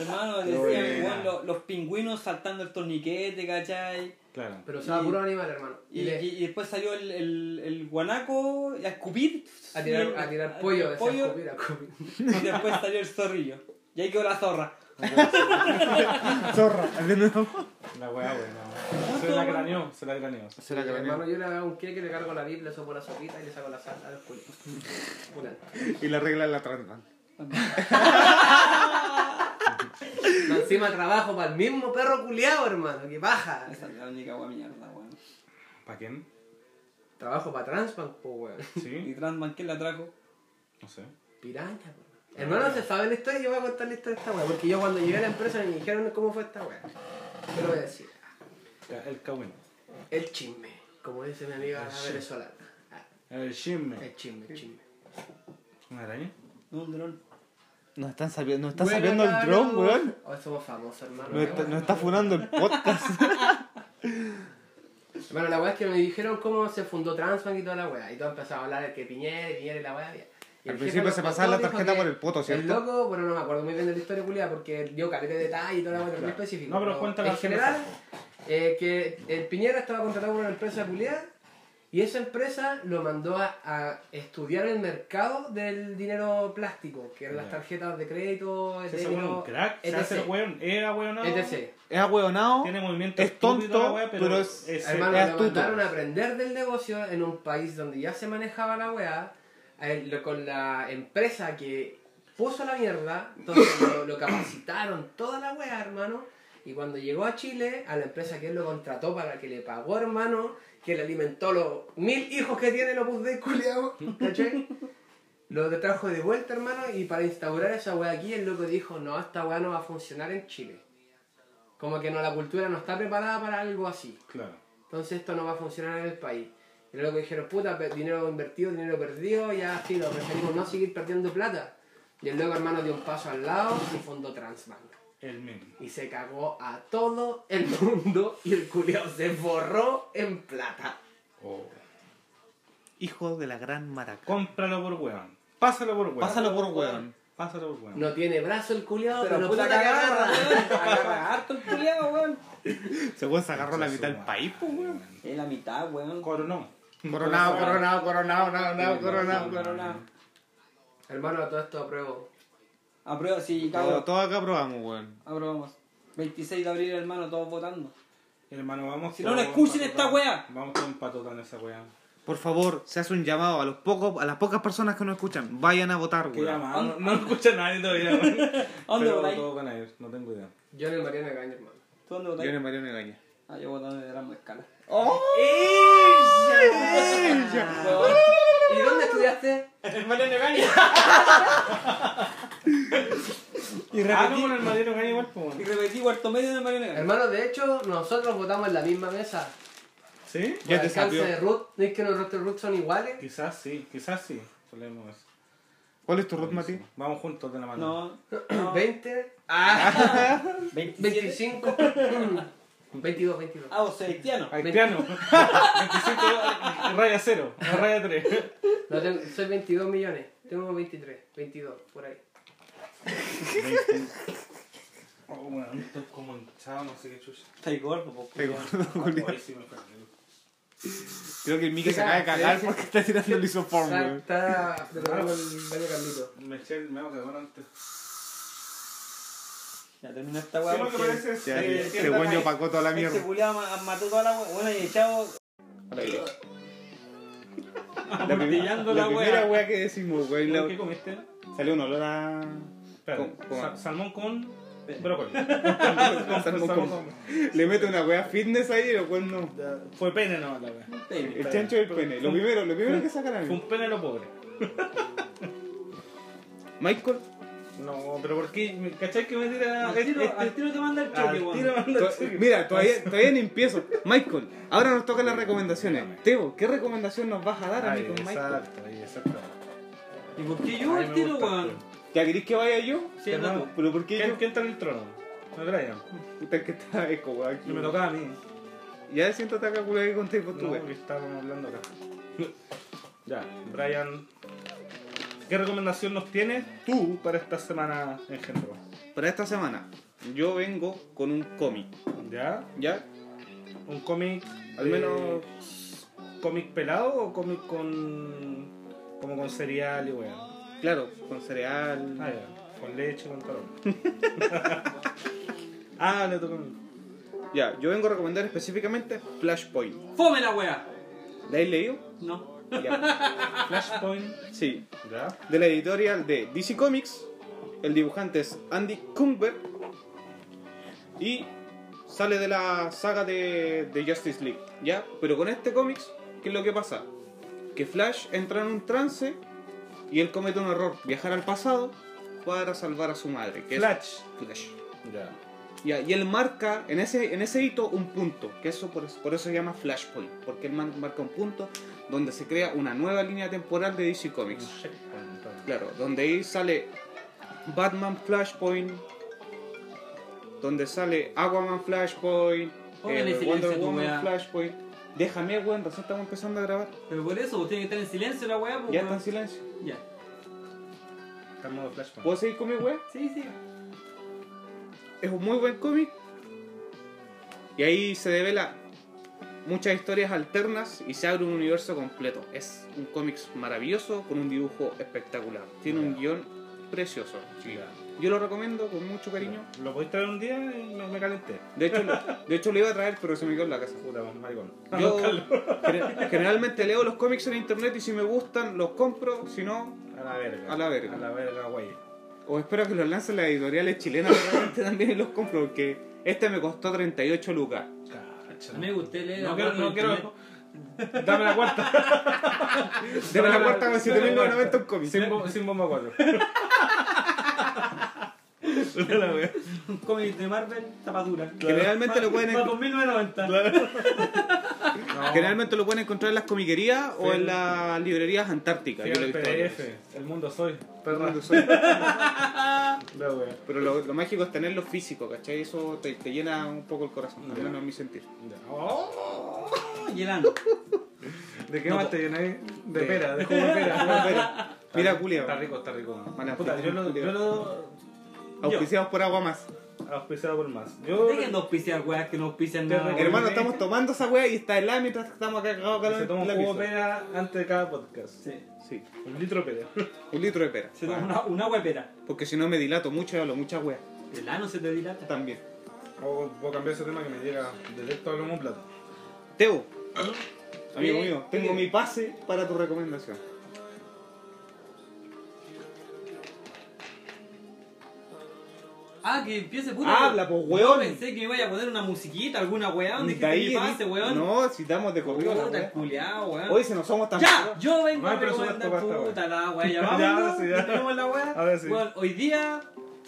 [SPEAKER 2] Hermano, decían, weón, lo- los pingüinos saltando el torniquete, ¿cachai?
[SPEAKER 4] Claro.
[SPEAKER 10] Pero usaba
[SPEAKER 2] Y-
[SPEAKER 10] puros animales, hermano.
[SPEAKER 2] Y,
[SPEAKER 10] Y le-
[SPEAKER 2] y- y después salió el, el, el guanaco a escupir.
[SPEAKER 10] a tirar, a tirar pollo,
[SPEAKER 2] tirar
[SPEAKER 10] decía,
[SPEAKER 2] pollo,
[SPEAKER 10] "Escupir, a comer".
[SPEAKER 2] Y después salió el zorrillo. Y ahí quedó la zorra.
[SPEAKER 3] Zorra, de nuevo.
[SPEAKER 4] La weá,
[SPEAKER 2] Ah,
[SPEAKER 4] buena. Se la craneó, se la craneó.
[SPEAKER 3] Será que
[SPEAKER 10] hermano, yo le hago un queque, le cargo la biblia, le sopo la sopita y le saco la sal a los culos. Puta.
[SPEAKER 3] Y la regla de la trampa.
[SPEAKER 10] No, encima trabajo para el mismo perro culiado, hermano, que baja.
[SPEAKER 2] Esa es la única wea mierda, weón.
[SPEAKER 4] ¿Para quién?
[SPEAKER 10] Trabajo para Transbank, po, weón.
[SPEAKER 2] Y
[SPEAKER 4] Sí,
[SPEAKER 2] Transman, ¿quién la trajo?
[SPEAKER 4] no sé.
[SPEAKER 10] Piraña, po. Hermano, se sabe la historia, yo voy a contar la historia de esta weón. Porque yo cuando llegué a la empresa me dijeron cómo fue esta weón. Yo lo voy a decir.
[SPEAKER 4] Ca- El Kawin.
[SPEAKER 10] El chisme, como dice mi amiga venezolana. Ah,
[SPEAKER 4] El Shimmer.
[SPEAKER 10] El chisme, el chisme.
[SPEAKER 4] ¿Una araña?
[SPEAKER 2] No, un dron.
[SPEAKER 3] Nos están sabiendo, nos está
[SPEAKER 10] Buena,
[SPEAKER 3] sabiendo el
[SPEAKER 10] cabrón.
[SPEAKER 3] dron, weón.
[SPEAKER 10] Hoy Oh, somos famosos, hermano.
[SPEAKER 3] Nos está, nos está funando el podcast.
[SPEAKER 10] Bueno, la weá es que me dijeron cómo se fundó Transbank y toda la weá. Y todo empezó a hablar de que Piñera, Piñera y la weá. Y
[SPEAKER 3] Al
[SPEAKER 10] el
[SPEAKER 3] principio
[SPEAKER 10] jefe
[SPEAKER 3] se
[SPEAKER 10] lo
[SPEAKER 3] pasaba la
[SPEAKER 10] contó, dijo
[SPEAKER 3] tarjeta
[SPEAKER 10] que
[SPEAKER 3] por el poto, ¿cierto?
[SPEAKER 10] El loco, bueno, no me acuerdo muy bien de la historia culiada porque dio caleta de detalle y toda la weá, pero muy específico.
[SPEAKER 4] No, pero cuéntala
[SPEAKER 10] En
[SPEAKER 4] así,
[SPEAKER 10] general,
[SPEAKER 4] mejor.
[SPEAKER 10] eh, que el Piñera estaba contratado por una empresa culiada y esa empresa lo mandó a, a estudiar el mercado del dinero plástico, que eran las
[SPEAKER 4] Ya.
[SPEAKER 10] tarjetas de crédito, el
[SPEAKER 4] Ese weón es
[SPEAKER 10] dinero,
[SPEAKER 4] un crack. Se hace el
[SPEAKER 10] etc.
[SPEAKER 4] weón. Era weón.
[SPEAKER 10] etc.
[SPEAKER 3] Es ahueonado.
[SPEAKER 4] Tiene movimiento
[SPEAKER 3] Es tonto, pero, es.
[SPEAKER 10] Hermano,
[SPEAKER 3] es
[SPEAKER 10] lo
[SPEAKER 3] astuto.
[SPEAKER 10] mandaron a aprender del negocio en un país donde ya se manejaba la weá, a él lo- con la empresa que puso la mierda, entonces lo, lo capacitaron toda la weá, hermano, y cuando llegó a Chile, a la empresa que él lo contrató para que le pagó, hermano, que le alimentó los mil hijos que tiene el Opus Dei, culiao, ¿cachai? Lo trajo de vuelta, hermano, y para instaurar esa weá aquí, el loco dijo, no, esta weá no va a funcionar en Chile. Como que no, la cultura no está preparada para algo así.
[SPEAKER 4] Claro.
[SPEAKER 10] Entonces esto no va a funcionar en el país. Y luego dijeron, puta, pe- dinero invertido, dinero perdido, ya filo, preferimos no seguir perdiendo plata. Y el loco hermano dio un paso al lado y fundó Transbank.
[SPEAKER 4] El mismo.
[SPEAKER 10] Y se cagó a todo el mundo y el culiao se borró en plata.
[SPEAKER 4] Oh.
[SPEAKER 3] Hijo de la gran maraca.
[SPEAKER 4] Cómpralo por weón. Pásalo por weón.
[SPEAKER 3] Pásalo por weón.
[SPEAKER 4] Pásalo por weón.
[SPEAKER 10] No tiene brazo el culiao,
[SPEAKER 2] Pero,
[SPEAKER 10] pero,
[SPEAKER 2] puta,
[SPEAKER 10] puta que
[SPEAKER 2] agarra,
[SPEAKER 10] agarra.
[SPEAKER 2] weón. Agarra harto el culiao, weón.
[SPEAKER 3] Según se agarró la
[SPEAKER 4] Concha
[SPEAKER 3] mitad
[SPEAKER 4] su
[SPEAKER 3] del país, pues,
[SPEAKER 4] madre,
[SPEAKER 3] weón.
[SPEAKER 2] Es la mitad, weón.
[SPEAKER 4] Coronó.
[SPEAKER 3] Coronado, coronado, coronado, coronado, coronado,
[SPEAKER 2] Corona.
[SPEAKER 10] Hermano, a todo esto apruebo.
[SPEAKER 2] Aprueba, sí,
[SPEAKER 3] Todo,
[SPEAKER 2] cabrón.
[SPEAKER 3] todo acá probamos, weón.
[SPEAKER 2] Aprobamos. 26 de abril, hermano, todos votando.
[SPEAKER 4] Hermano, vamos.
[SPEAKER 2] Si
[SPEAKER 4] con
[SPEAKER 2] no, no
[SPEAKER 4] un
[SPEAKER 2] escuchen
[SPEAKER 4] patotón.
[SPEAKER 2] esta wea.
[SPEAKER 4] Vamos con un patotón esa wea.
[SPEAKER 3] Por favor, se hace un llamado a los pocos, a las pocas personas que nos escuchan. Vayan a votar,
[SPEAKER 4] ¿Qué
[SPEAKER 3] weón.
[SPEAKER 4] llamada? No, no lo escucha nadie todavía, weón.
[SPEAKER 2] ¿Dónde
[SPEAKER 4] Pero
[SPEAKER 2] votáis?
[SPEAKER 4] todos van a ir, no tengo idea.
[SPEAKER 10] Yo no Mariana Gaña, hermano.
[SPEAKER 2] ¿Tú dónde
[SPEAKER 3] Yo no
[SPEAKER 2] votáis?
[SPEAKER 3] Mario Negaña.
[SPEAKER 2] Ah, yo votando de gran escala.
[SPEAKER 3] ¡Oh!
[SPEAKER 2] Ah,
[SPEAKER 10] ¿Y dónde estudiaste?
[SPEAKER 2] Y
[SPEAKER 4] Ah,
[SPEAKER 2] repetí,
[SPEAKER 4] no, con el Madero gana igual, pues.
[SPEAKER 2] y
[SPEAKER 4] weón.
[SPEAKER 2] repetí cuarto medio de Marioneta.
[SPEAKER 10] Hermano, de hecho, nosotros votamos en la misma mesa.
[SPEAKER 4] ¿Sí?
[SPEAKER 3] Ya
[SPEAKER 10] Por
[SPEAKER 3] te
[SPEAKER 10] alcance
[SPEAKER 3] sabió.
[SPEAKER 10] de Ruth, ¿no es que los nuestros Ruth son iguales?
[SPEAKER 4] Quizás sí, quizás sí. Solemos eso.
[SPEAKER 3] ¿Cuál es tu root, Mati?
[SPEAKER 4] Vamos juntos de la mano.
[SPEAKER 2] No, Ah.
[SPEAKER 10] 20,
[SPEAKER 2] 27.
[SPEAKER 10] 25, 22, 22.
[SPEAKER 2] Ah, vos sois haitiano.
[SPEAKER 4] Haitiano. 25 raya 0, raya 3.
[SPEAKER 10] No, tengo- soy 22 millones, tengo 23, 22, por ahí.
[SPEAKER 4] Oh, weón, estoy como hinchado, no sé qué chucha.
[SPEAKER 2] Estáis gordo, po.
[SPEAKER 3] Te gordo, culiao.
[SPEAKER 4] Ahí sí me perdí.
[SPEAKER 3] Creo que el Miki se acaba de cagar porque está tirando el isoform, weón.
[SPEAKER 10] Salta de nuevo el baño Carlito.
[SPEAKER 4] Me eché el meo que bueno antes.
[SPEAKER 2] Ya terminó esta weá.
[SPEAKER 4] lo que
[SPEAKER 2] porque
[SPEAKER 4] parece es
[SPEAKER 3] Ya,
[SPEAKER 4] eh,
[SPEAKER 3] este
[SPEAKER 4] tienda
[SPEAKER 3] weón yo
[SPEAKER 4] Nike.
[SPEAKER 3] pagó toda la
[SPEAKER 2] Este
[SPEAKER 3] mierda.
[SPEAKER 2] culiao ma- mató toda la weá. Bueno, y echado
[SPEAKER 3] La, prim-
[SPEAKER 2] Amortillando
[SPEAKER 3] la
[SPEAKER 2] la wea.
[SPEAKER 3] primera wea que decimos, weón. la-
[SPEAKER 4] ¿Qué comiste?
[SPEAKER 3] Salió un olor a.
[SPEAKER 4] Espérate,
[SPEAKER 3] Con- con-
[SPEAKER 4] sa- salmón con brócoli.
[SPEAKER 3] Salmón
[SPEAKER 4] Salmón
[SPEAKER 3] con- Le mete una wea fitness ahí y lo cual no.
[SPEAKER 4] con- Fue pene no la wea.
[SPEAKER 3] El chancho del pene. Lo primero, lo primero que sacan a
[SPEAKER 4] Fue
[SPEAKER 3] mí.
[SPEAKER 4] un pene a lo pobre.
[SPEAKER 3] Michael,
[SPEAKER 4] No, pero ¿por qué? Me- ¿Cachai que me tira
[SPEAKER 2] Al tiro,
[SPEAKER 4] este-
[SPEAKER 2] al tiro te manda el
[SPEAKER 4] al
[SPEAKER 2] choque, weón.
[SPEAKER 4] tiro manda el choque?
[SPEAKER 5] Mira, todavía, todavía ni empiezo. Michael, ahora nos tocan las recomendaciones. Teo, ¿qué recomendación nos vas a dar,
[SPEAKER 4] Ahí,
[SPEAKER 5] amigo Michael?
[SPEAKER 4] exacto, ahí, exacto.
[SPEAKER 2] ¿Y por qué yo
[SPEAKER 4] Ahí
[SPEAKER 2] al
[SPEAKER 4] me
[SPEAKER 2] tiro,
[SPEAKER 4] gusta.
[SPEAKER 2] weón?
[SPEAKER 5] ¿Ya querés que vaya yo?
[SPEAKER 2] Sí, anda tú.
[SPEAKER 5] ¿Pero por qué
[SPEAKER 4] ¿Quién,
[SPEAKER 5] yo?
[SPEAKER 4] quién está en el trono? No traigan.
[SPEAKER 5] Puta, que está eco, weón.
[SPEAKER 4] Y me tocaba a mí.
[SPEAKER 5] Ya siéntate acá, culo, ahí contigo
[SPEAKER 3] pues
[SPEAKER 5] tú,
[SPEAKER 4] No,
[SPEAKER 5] weón.
[SPEAKER 4] que estábamos hablando acá. ya, Brian, ¿qué recomendación nos tienes tú para esta semana en género?
[SPEAKER 5] Para esta semana, yo vengo con un cómic,
[SPEAKER 4] ¿Ya?
[SPEAKER 5] ¿ya?
[SPEAKER 4] ¿Un cómic
[SPEAKER 5] Al
[SPEAKER 4] de-
[SPEAKER 5] menos
[SPEAKER 4] cómic pelado o cómic con. como con cereal y weón?
[SPEAKER 5] Claro, con cereal.
[SPEAKER 4] Ah, ya, con leche, con todo. ah, le tocó a mí.
[SPEAKER 5] Ya, yo vengo a recomendar específicamente Flashpoint.
[SPEAKER 2] ¡Fome la weá!
[SPEAKER 5] ¿La has leído?
[SPEAKER 2] No.
[SPEAKER 5] Ya. Ah.
[SPEAKER 4] Flashpoint.
[SPEAKER 5] Sí.
[SPEAKER 4] ¿Ya?
[SPEAKER 5] De la editorial de DC Comics. El dibujante es Andy Kumber. Y sale de la saga de, de Justice League. ¿Ya? Pero con este cómics, ¿qué es lo que pasa? Que Flash entra en un trance y él comete un error. Viajar al pasado para salvar a su madre. Que
[SPEAKER 4] Flash.
[SPEAKER 5] Es Flash.
[SPEAKER 4] Ya.
[SPEAKER 5] Ya, y él marca en ese, en ese hito un punto, que eso por, por eso se llama Flashpoint, porque él man- marca un punto donde se crea una nueva línea temporal de DC Comics. Claro, donde ahí sale Batman Flashpoint, donde sale Aquaman Flashpoint,
[SPEAKER 2] Pongan
[SPEAKER 5] eh,
[SPEAKER 2] en silencio
[SPEAKER 5] Wonder
[SPEAKER 2] tu weá.
[SPEAKER 5] Woman Flashpoint. Déjame, weón, recién estamos empezando a grabar.
[SPEAKER 2] Pero por eso, vos tiene que estar en silencio la weá, pues.
[SPEAKER 5] Ya
[SPEAKER 2] weón.
[SPEAKER 5] está en silencio.
[SPEAKER 2] Ya.
[SPEAKER 4] Está en modo Flashpoint.
[SPEAKER 5] ¿Puedo seguir con mi weón?
[SPEAKER 2] Sí, sí.
[SPEAKER 4] Ah.
[SPEAKER 5] es un muy buen cómic. Y ahí se devela muchas historias alternas y se abre un universo completo. Es un cómic maravilloso con un dibujo espectacular. Tiene un guión precioso.
[SPEAKER 4] Ya.
[SPEAKER 5] Yo lo recomiendo con mucho cariño.
[SPEAKER 4] Lo podéis traer un día y me, me calenté.
[SPEAKER 5] De hecho, lo, de hecho lo iba a traer, pero se me quedó en la casa.
[SPEAKER 4] Puta, pues, maricón.
[SPEAKER 5] Yo gener- generalmente leo los cómics en internet y si me gustan los compro, si no,
[SPEAKER 4] A la verga.
[SPEAKER 5] A la verga.
[SPEAKER 4] A la verga, güey.
[SPEAKER 5] o espero que los lancen las editoriales chilenas realmente también y los compro porque este me costó 38 lucas.
[SPEAKER 4] Cacha.
[SPEAKER 2] Amigo, usted lee la weá
[SPEAKER 4] No quiero,
[SPEAKER 2] por
[SPEAKER 4] no
[SPEAKER 2] internet.
[SPEAKER 4] quiero. Dame la cuarta.
[SPEAKER 5] Deme la cuarta con
[SPEAKER 4] Dame
[SPEAKER 5] 7.990 un cómic.
[SPEAKER 4] Sin, bo- sin bomba 4.
[SPEAKER 2] Un cómic de Marvel, tapadura.
[SPEAKER 5] Generalmente lo pueden
[SPEAKER 2] Más
[SPEAKER 5] encontrar.
[SPEAKER 2] 2990.
[SPEAKER 5] Generalmente lo pueden encontrar en las comiquerías o
[SPEAKER 4] Sí.
[SPEAKER 5] en las librerías antárticas. Yo lo he
[SPEAKER 4] el
[SPEAKER 5] visto varias
[SPEAKER 4] PDF.
[SPEAKER 5] veces.
[SPEAKER 4] El mundo soy.
[SPEAKER 5] Perdón, yo soy-
[SPEAKER 4] La wea.
[SPEAKER 5] Pero lo, lo mágico es tenerlo físico, ¿cachai? Eso te, te llena un poco el corazón, al menos en mi sentir.
[SPEAKER 4] Ya. Oh.
[SPEAKER 2] Y el ano.
[SPEAKER 4] ¿De qué
[SPEAKER 2] No, pues,
[SPEAKER 4] más
[SPEAKER 2] po-
[SPEAKER 4] te llenáis? De
[SPEAKER 5] de-
[SPEAKER 4] pera, de jugo de pera.
[SPEAKER 5] Mira, Mira,
[SPEAKER 4] Está
[SPEAKER 5] culia.
[SPEAKER 4] rico, está rico.
[SPEAKER 5] Mala
[SPEAKER 4] Puta,
[SPEAKER 5] fruta,
[SPEAKER 4] yo lo,
[SPEAKER 5] culiao.
[SPEAKER 4] yo lo
[SPEAKER 5] Auspiciados por agua más.
[SPEAKER 4] auspiciado por más. Yo
[SPEAKER 2] Dejen de auspiciar weas que no auspician
[SPEAKER 4] Te
[SPEAKER 2] nada.
[SPEAKER 4] recomiendo-
[SPEAKER 2] weón.
[SPEAKER 5] Hermano, estamos tomando esa weá y está helada mientras estamos acá cagados
[SPEAKER 4] se
[SPEAKER 5] calor
[SPEAKER 4] toma
[SPEAKER 5] en
[SPEAKER 4] un
[SPEAKER 5] la
[SPEAKER 4] jugo de
[SPEAKER 5] pieza.
[SPEAKER 4] pera antes de cada podcast.
[SPEAKER 2] Sí.
[SPEAKER 5] Sí,
[SPEAKER 4] Un litro de pera.
[SPEAKER 5] un litro de pera.
[SPEAKER 2] Se toma una, una huepera.
[SPEAKER 5] Porque si no me dilato mucho y hablo mucha weá.
[SPEAKER 2] El ano se te dilata.
[SPEAKER 5] También.
[SPEAKER 4] O puedo cambiar ese tema que me llega directo al ¿Ah? homóplato.
[SPEAKER 5] Teo, amigo
[SPEAKER 2] Eh,
[SPEAKER 5] mío, tengo mi pase para tu recomendación.
[SPEAKER 2] Ah, que empiece puta.
[SPEAKER 5] Habla, pues,
[SPEAKER 2] Yo
[SPEAKER 5] weón.
[SPEAKER 2] pensé que me vaya a poner una musiquita, alguna weá.
[SPEAKER 5] De
[SPEAKER 2] Dije que
[SPEAKER 5] ahí
[SPEAKER 2] me pase,
[SPEAKER 5] edit-
[SPEAKER 2] weón.
[SPEAKER 5] No, si damos de corrido la
[SPEAKER 2] Puta,
[SPEAKER 5] weá.
[SPEAKER 2] culiao, weón.
[SPEAKER 5] Hoy se nos somos tan.
[SPEAKER 2] Ya, yo vengo
[SPEAKER 4] No hay
[SPEAKER 2] a
[SPEAKER 4] presupuesto
[SPEAKER 2] recomendar
[SPEAKER 4] para esta
[SPEAKER 2] puta la wea, ya
[SPEAKER 4] Ya,
[SPEAKER 2] vámonos,
[SPEAKER 4] sí, ya.
[SPEAKER 2] ya tenemos la wea.
[SPEAKER 4] Ahora sí.
[SPEAKER 2] Bueno, hoy día,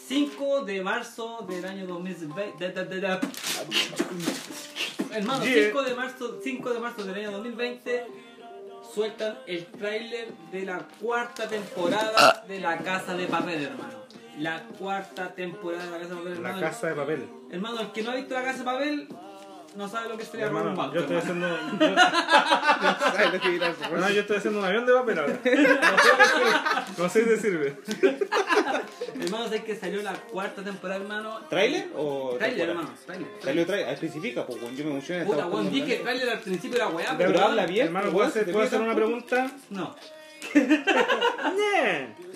[SPEAKER 2] 5 de marzo del año 2020. da, da, da, da. Hermano,
[SPEAKER 4] Yeah.
[SPEAKER 2] 5 de marzo, 5 de marzo del año 2020 sueltan el tráiler de la cuarta temporada de La Casa de Papel, hermano. La cuarta temporada de La Casa de Papel,
[SPEAKER 4] La
[SPEAKER 2] hermano.
[SPEAKER 4] casa de papel.
[SPEAKER 2] Hermano, el que no ha visto La Casa de Papel no sabe lo que sería robar un
[SPEAKER 4] Hermano,
[SPEAKER 2] banco.
[SPEAKER 4] yo estoy
[SPEAKER 2] hermano.
[SPEAKER 4] haciendo. yo-
[SPEAKER 5] ¿Sabes lo que dirás?
[SPEAKER 4] No, yo estoy haciendo un avión de papel ahora. No sé si te sirve. No sé si te sirve.
[SPEAKER 2] Hermano, sé que salió la cuarta temporada, hermano.
[SPEAKER 5] ¿Trailer o.?
[SPEAKER 2] Trailer,
[SPEAKER 5] temporada?
[SPEAKER 2] hermano, trailer.
[SPEAKER 5] Trailer o trailer. Ah, Especifica, pues, weón. Yo me emocioné.
[SPEAKER 2] Puta,
[SPEAKER 5] estaba
[SPEAKER 2] weón,
[SPEAKER 5] buscando
[SPEAKER 2] dije
[SPEAKER 5] un trailer.
[SPEAKER 2] trailer al principio de la weá,
[SPEAKER 5] Pero
[SPEAKER 2] weón.
[SPEAKER 5] habla bien.
[SPEAKER 4] Hermano, ¿puedo
[SPEAKER 5] weón,
[SPEAKER 4] hacer,
[SPEAKER 5] te
[SPEAKER 4] ¿puedo
[SPEAKER 5] pido
[SPEAKER 4] hacer una
[SPEAKER 5] tampoco.
[SPEAKER 4] pregunta?
[SPEAKER 2] No.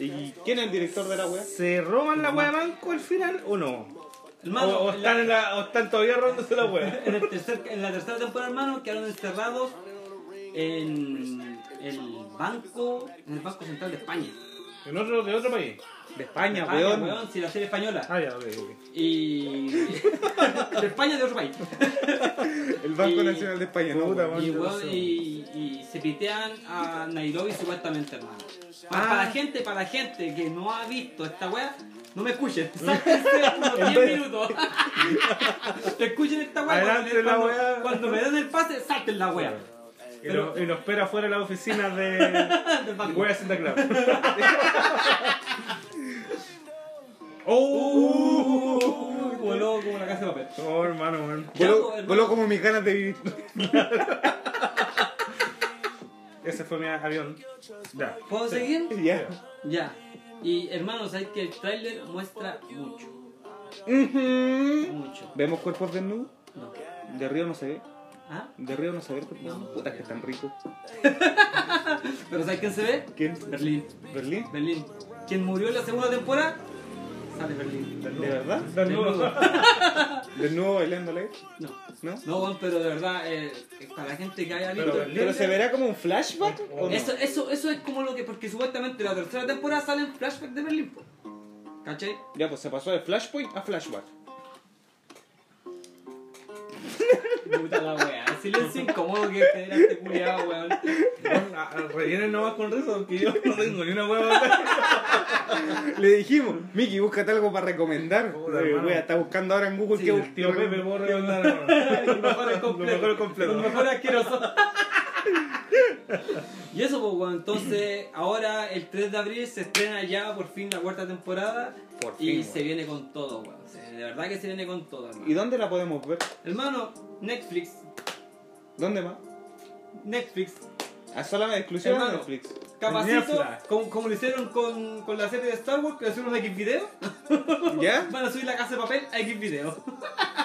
[SPEAKER 5] ¿Y quién es el director de la weá?
[SPEAKER 4] ¿Se roban la wea de banco al final o no? O,
[SPEAKER 2] Hermano,
[SPEAKER 4] o
[SPEAKER 2] en,
[SPEAKER 4] están
[SPEAKER 2] la,
[SPEAKER 4] en la, o están todavía robándose la wea.
[SPEAKER 2] en el tercer- en la tercera temporada, hermano, quedaron encerrados en el banco, en el Banco Central de España.
[SPEAKER 4] En otro, de otro país.
[SPEAKER 5] De España,
[SPEAKER 2] España,
[SPEAKER 5] weón.
[SPEAKER 2] weón, si la serie española.
[SPEAKER 4] Ah, ya, ok, ok.
[SPEAKER 2] Y. de España de otro país.
[SPEAKER 5] El Banco
[SPEAKER 2] Y-
[SPEAKER 5] Nacional de España, ¿no?
[SPEAKER 4] Puta,
[SPEAKER 5] weón?
[SPEAKER 2] Y,
[SPEAKER 4] Yo
[SPEAKER 2] weón,
[SPEAKER 4] no sé.
[SPEAKER 2] y- y se pitean
[SPEAKER 4] Ah.
[SPEAKER 2] a Nairobi supuestamente, hermano. Pa- Para, la gente, para la gente que no ha visto esta weá, No me escuchen. Sáltense unos 10 minutos. Te escuchen esta weá.
[SPEAKER 4] Adelante
[SPEAKER 2] cuando-
[SPEAKER 4] la
[SPEAKER 2] cuando,
[SPEAKER 4] weá.
[SPEAKER 2] cuando me den el pase, salten la weá.
[SPEAKER 4] Y lo, y lo espera fuera de la oficina de.
[SPEAKER 2] Del banco.
[SPEAKER 4] Wea Santa Claus. ¡Oh!
[SPEAKER 2] Uy, voló como una casa de papel.
[SPEAKER 4] No, pues, hermano, man.
[SPEAKER 3] Voló, voló como mis ganas de vivir.
[SPEAKER 4] Ese fue mi avión. Ya.
[SPEAKER 2] ¿Puedo seguir?
[SPEAKER 3] Ya.
[SPEAKER 2] Ya. Y hermanos, sabéis que el tráiler muestra mucho. Mucho.
[SPEAKER 5] ¿Vemos cuerpos desnudos?
[SPEAKER 2] No.
[SPEAKER 5] De río no se ve.
[SPEAKER 2] ¿Ah?
[SPEAKER 5] De río no se ve cuerpos desnudos. Puta, que tan rico.
[SPEAKER 2] ¿Pero sabes quién se ve?
[SPEAKER 5] ¿Quién?
[SPEAKER 2] Berlín.
[SPEAKER 5] ¿Berlín?
[SPEAKER 2] Berlín. ¿Quién murió en la segunda temporada? Sale Berlín.
[SPEAKER 5] ¿De verdad?
[SPEAKER 2] Desnudo.
[SPEAKER 5] ¿Desnudo bailándole?
[SPEAKER 2] No.
[SPEAKER 5] ¿No?
[SPEAKER 2] No, weón, pero de verdad, eh, para la gente que haya visto.
[SPEAKER 5] ¿Pero se verá como un flashback? ¿O no?
[SPEAKER 2] Eso, eso, eso es como lo que. Porque supuestamente la tercera temporada salen flashbacks de Berlín. po. ¿Cachai?
[SPEAKER 5] Ya, pues se pasó de flashpoint a flashback.
[SPEAKER 2] Puta la weá. Silencio incómodo que genera este culiado, weón.
[SPEAKER 4] Bueno, a- a- Rellenen nomás con rezo porque yo no tengo ni una hueva.
[SPEAKER 3] Le dijimos, Miki, búscate algo para recomendar.
[SPEAKER 4] Hola,
[SPEAKER 3] Oye,
[SPEAKER 4] hermano.
[SPEAKER 3] wea, está buscando ahora en Google
[SPEAKER 2] Sí,
[SPEAKER 3] qué
[SPEAKER 2] el
[SPEAKER 4] Tío Pepe, puedo recomendar.
[SPEAKER 2] Lo mejor es
[SPEAKER 4] Lo
[SPEAKER 2] completo.
[SPEAKER 4] mejor es completo.
[SPEAKER 2] Lo mejor es asqueroso. Y eso, pues, weón. Entonces, ahora el 3 de abril se estrena ya por fin la cuarta temporada.
[SPEAKER 5] Por
[SPEAKER 2] y
[SPEAKER 5] fin,
[SPEAKER 2] se viene con todo, weón. Se- De verdad que se viene con todo, hermano.
[SPEAKER 5] ¿Y dónde la podemos ver?
[SPEAKER 2] Hermano, Netflix.
[SPEAKER 5] ¿Dónde más?
[SPEAKER 2] Netflix.
[SPEAKER 5] ¿A solamente exclusiva de
[SPEAKER 2] Hermano.
[SPEAKER 5] Netflix?
[SPEAKER 2] Capacito,
[SPEAKER 4] Netflix.
[SPEAKER 2] como, como lo hicieron con, con la serie de Star Wars, que hicieron un X video,
[SPEAKER 5] ¿Ya?
[SPEAKER 2] van a subir la casa de papel a X video.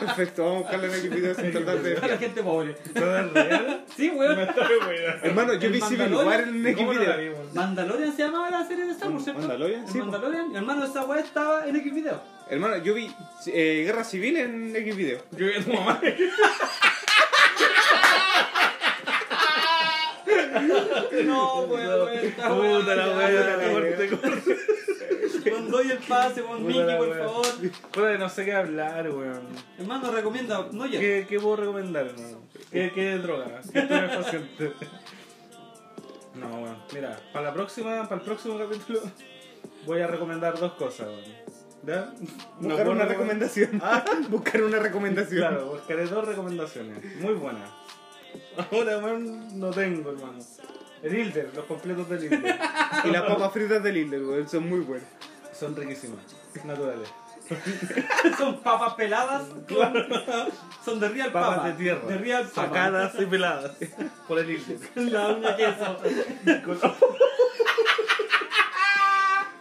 [SPEAKER 3] Perfecto, vamos a buscarle en el video sin tratar
[SPEAKER 2] Para la
[SPEAKER 3] de.
[SPEAKER 2] gente pobre.
[SPEAKER 4] ¿Son real?
[SPEAKER 2] Sí, weón.
[SPEAKER 4] Me estoy weando.
[SPEAKER 3] Hermano, yo
[SPEAKER 2] El
[SPEAKER 3] vi Civil
[SPEAKER 2] Mandalorian.
[SPEAKER 3] War en
[SPEAKER 4] ¿Cómo no la
[SPEAKER 3] Xvideo.
[SPEAKER 4] vimos?
[SPEAKER 2] Mandalorian se llamaba la serie de Star Wars, ¿cierto?
[SPEAKER 5] Mandalorian,
[SPEAKER 2] El
[SPEAKER 5] sí, po.
[SPEAKER 2] Mandalorian, hermano, esa weá estaba en X video.
[SPEAKER 5] Hermano, yo vi eh, Guerra Civil en Xvideo.
[SPEAKER 4] Yo vi a tu mamá.
[SPEAKER 2] No, weón, weón, está
[SPEAKER 4] Puta la
[SPEAKER 2] weón,
[SPEAKER 4] wea,
[SPEAKER 2] ya,
[SPEAKER 4] te corté, te corté.
[SPEAKER 2] Con doy el pase, con
[SPEAKER 4] Puta
[SPEAKER 2] Mickey,
[SPEAKER 4] la
[SPEAKER 2] por
[SPEAKER 4] wea.
[SPEAKER 2] favor.
[SPEAKER 4] Puta, no sé qué hablar, weón.
[SPEAKER 2] Hermano, recomienda, no ya.
[SPEAKER 4] ¿Qué, qué puedo recomendar, hermano? ¿Qué, qué droga? ¿Qué estupefaciente? No, weón. Mira, para la próxima, para el próximo capítulo, voy a recomendar dos cosas, weón. ¿Ya? No
[SPEAKER 3] Buscar
[SPEAKER 4] puedo
[SPEAKER 3] una
[SPEAKER 4] recomendar-
[SPEAKER 3] recomendación. Buscar una recomendación.
[SPEAKER 4] Claro, buscaré dos recomendaciones. Muy buenas. Ahora, weón, no tengo, hermano. El Hilder, los completos del Hilder.
[SPEAKER 3] Y las papas fritas de Linder, weón, son muy buenas.
[SPEAKER 4] Son riquísimas, naturales.
[SPEAKER 2] Son papas peladas. Son de real
[SPEAKER 4] Papas
[SPEAKER 2] papa.
[SPEAKER 4] de tierra.
[SPEAKER 2] De real papa.
[SPEAKER 4] Sacadas y peladas por el Hilder.
[SPEAKER 2] La uña queso.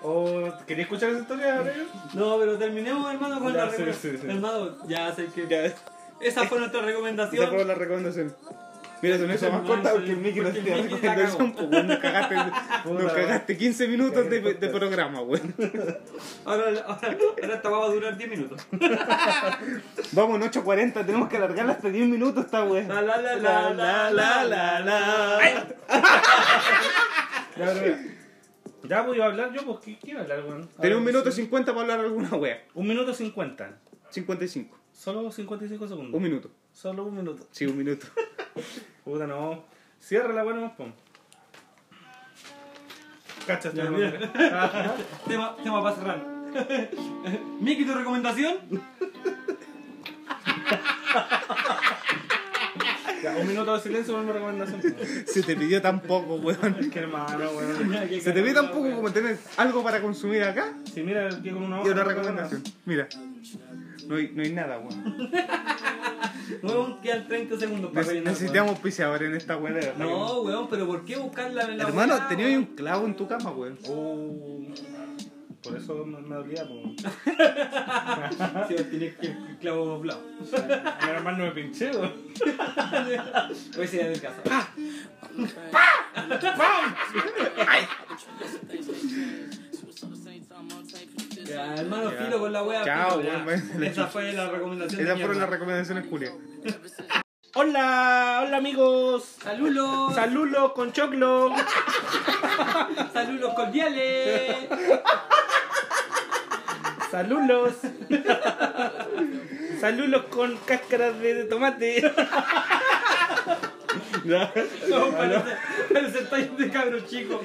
[SPEAKER 4] Oh, ¿Quería escuchar esa historia, Rodrigo?
[SPEAKER 2] No, pero terminemos, hermano, con
[SPEAKER 4] Ya,
[SPEAKER 2] la
[SPEAKER 4] sí,
[SPEAKER 2] recomendación.
[SPEAKER 4] sí, sí.
[SPEAKER 2] Hermano, ya sé que.
[SPEAKER 3] Ya, esa
[SPEAKER 2] Esa fue nuestra recomendación.
[SPEAKER 3] fue la recomendación. Mira, son eso más
[SPEAKER 2] No,
[SPEAKER 3] corta
[SPEAKER 2] sí,
[SPEAKER 3] porque el Miki no
[SPEAKER 2] porque el
[SPEAKER 3] tiene
[SPEAKER 2] Miki la
[SPEAKER 3] recomendación, pues weón, nos cagaste, nos
[SPEAKER 4] Puta,
[SPEAKER 3] cagaste 15 minutos de, de programa, weón.
[SPEAKER 2] Ahora, ahora, ahora esta va a durar 10 minutos.
[SPEAKER 3] Vamos en 8.40, tenemos que alargarla hasta 10 minutos esta weón.
[SPEAKER 2] La la la la la la la la.
[SPEAKER 4] Ya, pero mira. Ya voy a hablar yo, pues, ¿qué, qué iba a hablar, weón?
[SPEAKER 3] Tenés un
[SPEAKER 4] Ahora,
[SPEAKER 3] minuto
[SPEAKER 4] sí.
[SPEAKER 3] 50 para hablar alguna wea.
[SPEAKER 4] Un minuto cincuenta.
[SPEAKER 3] 55.
[SPEAKER 4] Solo 55 segundos.
[SPEAKER 3] Un minuto.
[SPEAKER 4] Solo un minuto.
[SPEAKER 3] Sí, un minuto.
[SPEAKER 4] Puta, no. Cierra la buena, pum. Cacha, este nombre.
[SPEAKER 2] Tema, tema para cerrar. Miki, tu recomendación.
[SPEAKER 4] Ya, Un minuto de silencio por mi recomendación. pum.
[SPEAKER 3] Se te pidió tan poco, weón.
[SPEAKER 4] Qué hermano, weón.
[SPEAKER 3] Se te pidió tan poco como tener algo para consumir acá
[SPEAKER 4] Si mira, aquí con una
[SPEAKER 3] y
[SPEAKER 4] hoja.
[SPEAKER 3] una
[SPEAKER 4] no tengo
[SPEAKER 3] recomendación. Mira. No hay, no hay nada, weón.
[SPEAKER 2] Weón, quedan 30 segundos para
[SPEAKER 3] Nece-
[SPEAKER 2] rellenar.
[SPEAKER 3] Necesitamos piseador en esta weá. de verdad.
[SPEAKER 2] weón. No, weón, pero ¿por qué buscarla en la
[SPEAKER 3] Hermano,
[SPEAKER 2] weá,
[SPEAKER 3] tenía ahí
[SPEAKER 2] weón?
[SPEAKER 3] un clavo en tu cama, weón.
[SPEAKER 4] nada. Oh. Por eso me, me dolía, pues.
[SPEAKER 2] Sí, weón, tenés que el clavo doblado.
[SPEAKER 4] Menos mal no me pinché, weón.
[SPEAKER 2] Hoy sería del caso.
[SPEAKER 3] Ah.
[SPEAKER 2] Ya, hermano,
[SPEAKER 3] Ya.
[SPEAKER 2] filo con la wea.
[SPEAKER 3] Chao,
[SPEAKER 2] filo, ya.
[SPEAKER 3] weón.
[SPEAKER 2] Esa fue la recomendación.
[SPEAKER 3] Esas fueron las recomendaciones, Julia.
[SPEAKER 4] Hola, hola amigos.
[SPEAKER 2] Saludos,
[SPEAKER 4] Saludos con choclo.
[SPEAKER 2] saludos cordiales.
[SPEAKER 4] Saludos. Saludos con cáscaras de tomate.
[SPEAKER 2] No, parece, el centallo de cabros chicos.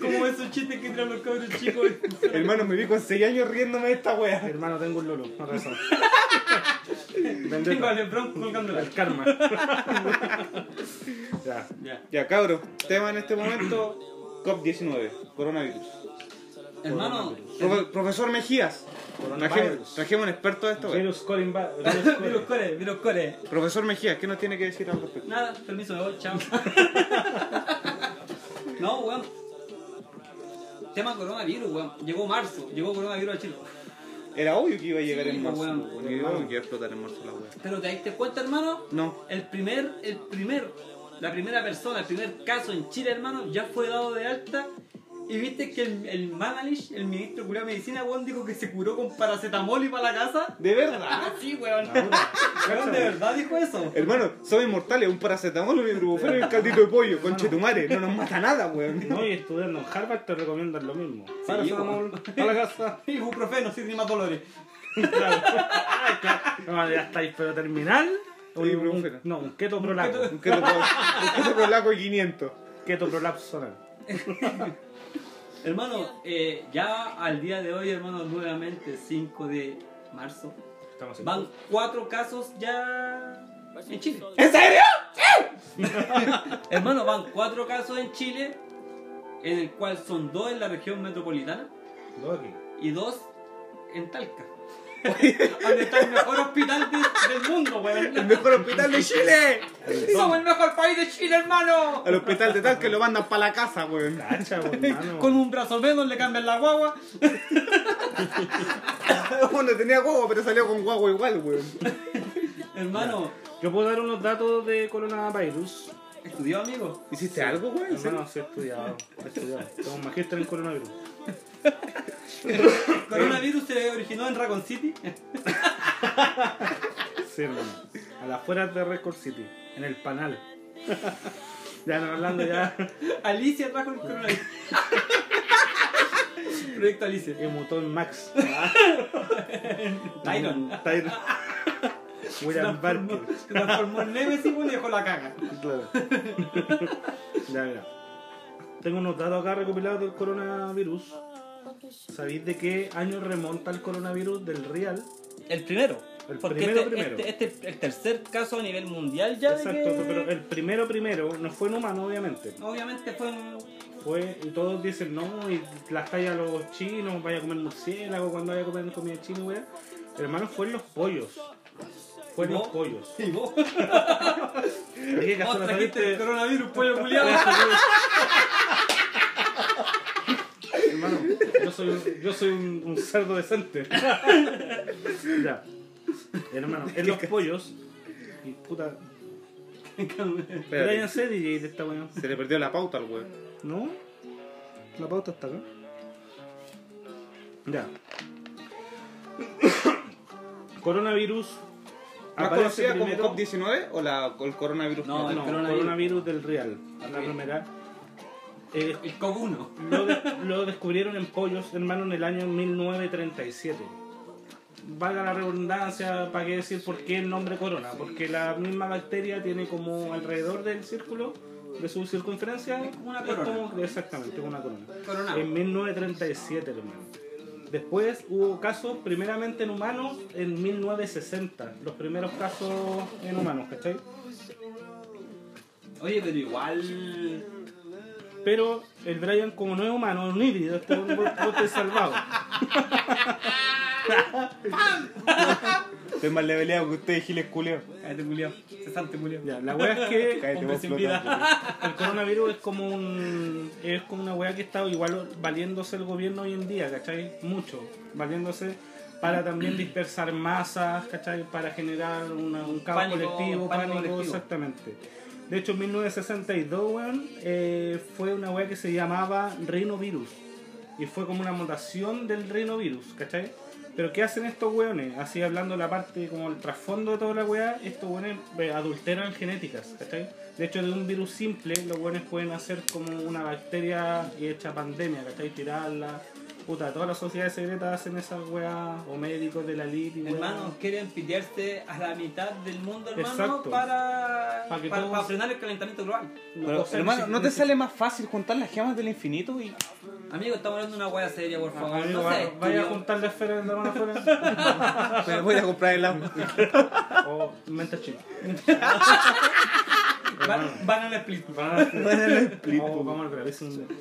[SPEAKER 2] Como esos chistes que tiran los cabros chicos.
[SPEAKER 5] Hermano, me vi con 6 años riéndome de esta wea.
[SPEAKER 11] Hermano, tengo un lolo. No rezo.
[SPEAKER 2] Tengo
[SPEAKER 11] Vendetta.
[SPEAKER 2] al Lebron colgándola.
[SPEAKER 11] El karma. ya.
[SPEAKER 5] Ya, cabros, tema en este momento: COP19, coronavirus.
[SPEAKER 2] Hermano,
[SPEAKER 5] Profe- profesor Mejías, trajimos,
[SPEAKER 11] Coronavirus.
[SPEAKER 5] trajimos un experto de esto. wea.
[SPEAKER 11] Virus Colin Ba- Virus
[SPEAKER 2] vi los
[SPEAKER 11] Colin.
[SPEAKER 2] core, vi los core.
[SPEAKER 5] Profesor Mejías, ¿qué nos tiene que decir al respecto?
[SPEAKER 2] Nada, permiso, me voy, chao. no, weón. Tema coronavirus, weón. Llegó marzo, llegó coronavirus a Chile.
[SPEAKER 5] Era obvio que iba a llegar
[SPEAKER 2] Sí,
[SPEAKER 5] en
[SPEAKER 11] pues,
[SPEAKER 5] marzo.
[SPEAKER 2] weón.
[SPEAKER 5] weón, Era obvio que iba a explotar en marzo la wea.
[SPEAKER 2] Pero te diste cuenta, hermano,
[SPEAKER 5] No,
[SPEAKER 2] el primer, el primer, la primera persona, el primer caso en Chile, hermano, ya fue dado de alta. Y viste que el, el Manalich, el ministro curado de medicina, weón, dijo que se curó con paracetamol y para la casa.
[SPEAKER 5] de verdad.
[SPEAKER 2] Ah, sí, weón. Weón, de verdad dijo eso.
[SPEAKER 5] Hermano, somos inmortales, un paracetamol, un ibuprofeno y un caldito de pollo, conchetumare, no nos mata nada, weón.
[SPEAKER 11] No, y estudiando en Harvard te recomiendan lo mismo. Para
[SPEAKER 2] Sí,
[SPEAKER 11] a la casa.
[SPEAKER 2] Ibuprofeno, sí, ni más dolores.
[SPEAKER 11] Claro. Ay, claro. No, ya estáis, pero terminal. Un,
[SPEAKER 5] Sí,
[SPEAKER 11] un-
[SPEAKER 5] ibuprofeno.
[SPEAKER 11] no, un keto prolaco.
[SPEAKER 5] Un queso pro- un queso prolaco de 500.
[SPEAKER 11] Keto prolapso anal.
[SPEAKER 2] Hermano, eh, ya al día de hoy, hermano, nuevamente 5 de marzo,
[SPEAKER 11] Estamos en-
[SPEAKER 2] van cuatro casos ya en Chile.
[SPEAKER 5] ¿En serio?
[SPEAKER 2] Hermano, van cuatro casos en Chile, en el cual son dos en la región metropolitana
[SPEAKER 11] Dos aquí.
[SPEAKER 2] y dos en Talca. Donde está el mejor hospital de- del mundo,
[SPEAKER 5] El
[SPEAKER 2] weón.
[SPEAKER 5] mejor hospital de Chile.
[SPEAKER 2] Somos el mejor país de Chile, hermano.
[SPEAKER 5] Al hospital de tal que lo mandan para la casa, weón.
[SPEAKER 11] Cacha, po, hermano.
[SPEAKER 2] Con un brazo menos le cambian la guagua.
[SPEAKER 5] Uno tenía guagua, pero salió con guagua igual, weón.
[SPEAKER 2] Hermano,
[SPEAKER 11] Yo puedo dar unos datos de coronavirus.
[SPEAKER 2] estudió, amigo.
[SPEAKER 5] ¿Hiciste algo, weón?
[SPEAKER 11] Hermano, sí he estudiado. He estudiado. Tengo un magíster en coronavirus.
[SPEAKER 2] El coronavirus se originó en Raccoon City.
[SPEAKER 11] Sí, hermano. A las afueras de Record City. En el panal. ya no hablando ya.
[SPEAKER 2] Alicia trajo el coronavirus. Proyecto Alicia.
[SPEAKER 11] Que mutó en Max.
[SPEAKER 2] Tyron.
[SPEAKER 11] Tyron. William Barker.
[SPEAKER 2] Se transformó en Nemesis y dejó la caga.
[SPEAKER 11] Claro. ya, mira. Tengo unos datos acá recopilados del coronavirus. ¿Sabéis de qué año remonta el coronavirus del Real?
[SPEAKER 2] El primero.
[SPEAKER 11] El
[SPEAKER 2] Porque
[SPEAKER 11] primero,
[SPEAKER 2] este,
[SPEAKER 11] primero.
[SPEAKER 2] Este, este es el tercer caso a nivel mundial ya. de
[SPEAKER 11] Exacto,
[SPEAKER 2] que-
[SPEAKER 11] pero el primero primero no fue en humano, obviamente.
[SPEAKER 2] Obviamente fue un.
[SPEAKER 11] Fue, y todos dicen, no, y las tallas a los chinos, vaya a comer murciélago cuando vaya a comer comida china, weá. Hermano, fue en los pollos. Fue en
[SPEAKER 2] ¿No?
[SPEAKER 11] los pollos.
[SPEAKER 2] Y vos,
[SPEAKER 11] Dije que
[SPEAKER 2] vos
[SPEAKER 11] hasta
[SPEAKER 2] trajiste el
[SPEAKER 11] saliste-
[SPEAKER 2] coronavirus, pollo culiado.
[SPEAKER 11] Hermano, yo soy un, yo soy un, un cerdo decente. ya. Hermano, en los pollos. Y puta.
[SPEAKER 5] Espérate,
[SPEAKER 11] Váyanse, DJ, de esta weón.
[SPEAKER 5] se le perdió la pauta al weón.
[SPEAKER 11] ¿No? La pauta está acá. Ya. Coronavirus.
[SPEAKER 5] ¿Más
[SPEAKER 11] aparece
[SPEAKER 5] conocida como
[SPEAKER 11] primero-
[SPEAKER 5] COP19 o, la, o el coronavirus?
[SPEAKER 2] No,
[SPEAKER 11] No,
[SPEAKER 2] el
[SPEAKER 11] coronavirus.
[SPEAKER 2] coronavirus.
[SPEAKER 11] del Real. La
[SPEAKER 2] Ok.
[SPEAKER 11] primera. Eh,
[SPEAKER 2] El coguno.
[SPEAKER 11] lo, de- lo descubrieron en pollos, hermano, en el año 1937. Valga la redundancia, ¿para qué decir por qué el nombre corona? Porque la misma bacteria tiene como alrededor del círculo, de su circunferencia,
[SPEAKER 2] Una
[SPEAKER 11] es
[SPEAKER 2] corona.
[SPEAKER 11] como- exactamente, una corona.
[SPEAKER 2] Coronado.
[SPEAKER 11] En 1937, hermano. Después hubo casos, primeramente en humanos, en 1960. Los primeros casos en humanos, ¿cachai?
[SPEAKER 2] Oye, pero igual.
[SPEAKER 11] Pero el Brian, como no es humano, es un híbrido, este un bote salvado.
[SPEAKER 5] Estoy más leveleado que ustedes, giles culeo.
[SPEAKER 2] Cállate, culiado. Cesante, culiado.
[SPEAKER 11] Ya, la wea es que
[SPEAKER 5] Cállate,
[SPEAKER 2] Hombre
[SPEAKER 5] vos,
[SPEAKER 2] sin
[SPEAKER 5] flotante.
[SPEAKER 11] el coronavirus es como un es como una weá que está igual valiéndose el gobierno hoy en día, ¿cachai? Mucho, valiéndose para también dispersar masas, ¿cachai? Para generar una- un caos
[SPEAKER 2] Pánico, pánico
[SPEAKER 11] colectivo, pánico,
[SPEAKER 2] colectivo.
[SPEAKER 11] exactamente. De hecho, en 1962, weón, eh, fue una weá que se llamaba rinovirus. Y fue como una mutación del rinovirus, ¿cachai? Pero ¿qué hacen estos weones? Así hablando la parte, como el trasfondo de toda la weá, estos weones eh, adulteran genéticas, ¿cachai? De hecho, de un virus simple, los weones pueden hacer como una bacteria y hecha pandemia, ¿cachai? Tirarla, Puta, todas las sociedades secretas hacen esas weas, o médicos de la elite y weas.
[SPEAKER 2] Hermanos, quieren pitearse a la mitad del mundo, hermano,
[SPEAKER 11] Exacto.
[SPEAKER 2] para,
[SPEAKER 11] Pa' que
[SPEAKER 2] para-
[SPEAKER 11] todos-
[SPEAKER 2] para frenar el calentamiento global.
[SPEAKER 11] O
[SPEAKER 5] Pero,
[SPEAKER 11] sea,
[SPEAKER 5] hermano,
[SPEAKER 11] si-
[SPEAKER 5] ¿no te sale más fácil juntar las gemas del infinito y
[SPEAKER 2] Amigo, estamos hablando de una hueá seria, por favor.
[SPEAKER 11] Ah, Amigo,
[SPEAKER 2] no
[SPEAKER 11] va-
[SPEAKER 2] sé,
[SPEAKER 11] vaya a
[SPEAKER 2] tío.
[SPEAKER 11] juntar la esfera de la mano afuera
[SPEAKER 4] Me voy a comprar el agua.
[SPEAKER 11] o menta chip.
[SPEAKER 2] Van, van a la split.
[SPEAKER 11] Vamos vamos al grave sin-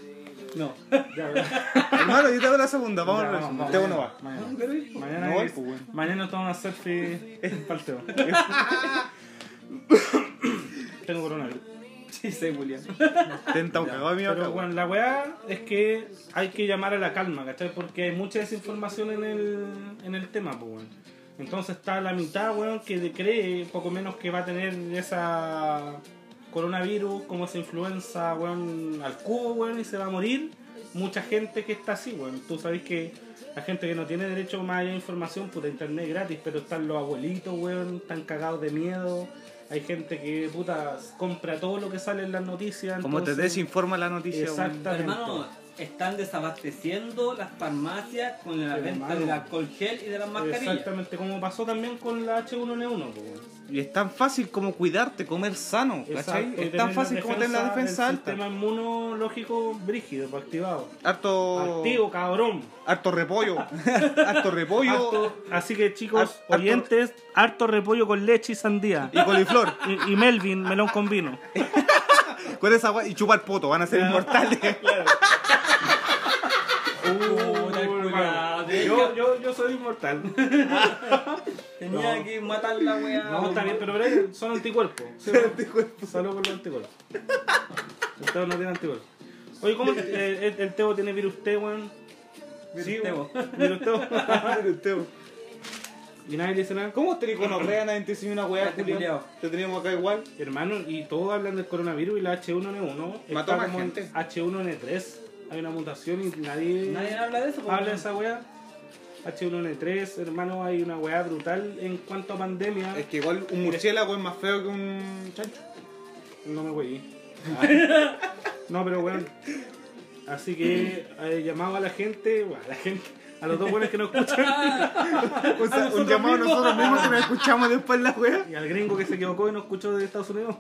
[SPEAKER 2] No.
[SPEAKER 11] Ya, ya.
[SPEAKER 4] Hermano, yo te hago la segunda. Vamos,
[SPEAKER 11] Ya,
[SPEAKER 4] a
[SPEAKER 11] vamos,
[SPEAKER 4] Teo no va.
[SPEAKER 11] Mañana.
[SPEAKER 5] No
[SPEAKER 11] Mañana
[SPEAKER 5] voy,
[SPEAKER 11] es-
[SPEAKER 5] pues, bueno.
[SPEAKER 11] Mañana tomamos selfie para el Teo. Tengo coronavirus.
[SPEAKER 2] Sí, sé, William.
[SPEAKER 4] Tentado cagado, mío.
[SPEAKER 11] Pero bueno, la weá es que hay que llamar a la calma, ¿cachai? Porque hay mucha desinformación en el, en el tema, pues, weón. Entonces está la mitad, weón, que de- cree poco menos que va a tener esa coronavirus, como esa influenza, weón, al cubo, weón, y se va a morir. Mucha gente que está así, weón. Tú sabes que la gente que no tiene derecho más allá de información, puta, internet es gratis, pero están los abuelitos, weón, están cagados de miedo. Hay gente que, puta, compra todo lo que sale en las noticias.
[SPEAKER 4] Como te
[SPEAKER 11] entonces-
[SPEAKER 4] desinforma la noticia. weón.
[SPEAKER 11] Exactamente.
[SPEAKER 2] Hermano, están desabasteciendo las farmacias con la
[SPEAKER 11] Sí,
[SPEAKER 2] venta
[SPEAKER 11] hermano.
[SPEAKER 2] del alcohol gel y de las mascarillas.
[SPEAKER 11] Exactamente, como pasó también con la H1N1. po, weón.
[SPEAKER 5] y es tan fácil como cuidarte, comer sano, ¿cachai?
[SPEAKER 11] Exacto, y
[SPEAKER 5] Es
[SPEAKER 11] tener
[SPEAKER 5] tan
[SPEAKER 11] la
[SPEAKER 5] fácil como tener la defensa
[SPEAKER 11] el
[SPEAKER 5] alta.
[SPEAKER 11] sistema inmunológico brígido, po, activado.
[SPEAKER 5] Harto,
[SPEAKER 11] Activo, cabrón.
[SPEAKER 5] harto repollo. harto repollo
[SPEAKER 11] Harto- así que chicos,
[SPEAKER 5] Har- harto-
[SPEAKER 11] oyentes, harto repollo con leche y sandía.
[SPEAKER 5] y coliflor.
[SPEAKER 11] Y, y Melvin, melón con vino.
[SPEAKER 5] Con esa agua y chupar poto, van a ser inmortales.
[SPEAKER 2] Puta, el culiao.
[SPEAKER 11] yo, yo, yo soy inmortal.
[SPEAKER 2] Tenía que matar la weá.
[SPEAKER 11] No, está bien, pero Brian, son anticuerpos. Son anticuerpos. Salud por los anticuerpos. El Teo no tiene anticuerpos. Oye, ¿cómo el, el- el Teo tiene virus T, weón? Sí,
[SPEAKER 2] Teo.
[SPEAKER 11] weón. Virus Teo.
[SPEAKER 5] Teo.
[SPEAKER 11] Y nadie le dice nada.
[SPEAKER 5] ¿Cómo te iconocrea? Nadie te enseñó una weá,
[SPEAKER 2] Este
[SPEAKER 5] Julio.
[SPEAKER 2] culiao.
[SPEAKER 5] Te teníamos acá igual.
[SPEAKER 11] Hermano, y todos hablan del coronavirus y la H1N1.
[SPEAKER 5] Mató
[SPEAKER 11] está
[SPEAKER 5] más
[SPEAKER 11] como en
[SPEAKER 5] gente.
[SPEAKER 11] H1N3. Hay una mutación y nadie,
[SPEAKER 2] Nadie habla de eso. pues, po,
[SPEAKER 11] habla de
[SPEAKER 2] weón.
[SPEAKER 11] esa weá. H1N3, hermano, hay una weá brutal en cuanto a pandemia.
[SPEAKER 5] Es que igual un murciélago es más feo que un chancho.
[SPEAKER 11] No me voy. Ah. no, pero bueno. Así que eh, llamado a la gente, bueno, a la gente, a los dos buenos que nos escuchan
[SPEAKER 4] O sea, un llamado a nosotros mismos que nos escuchamos después la wea.
[SPEAKER 11] y al gringo que se equivocó y nos escuchó de Estados Unidos.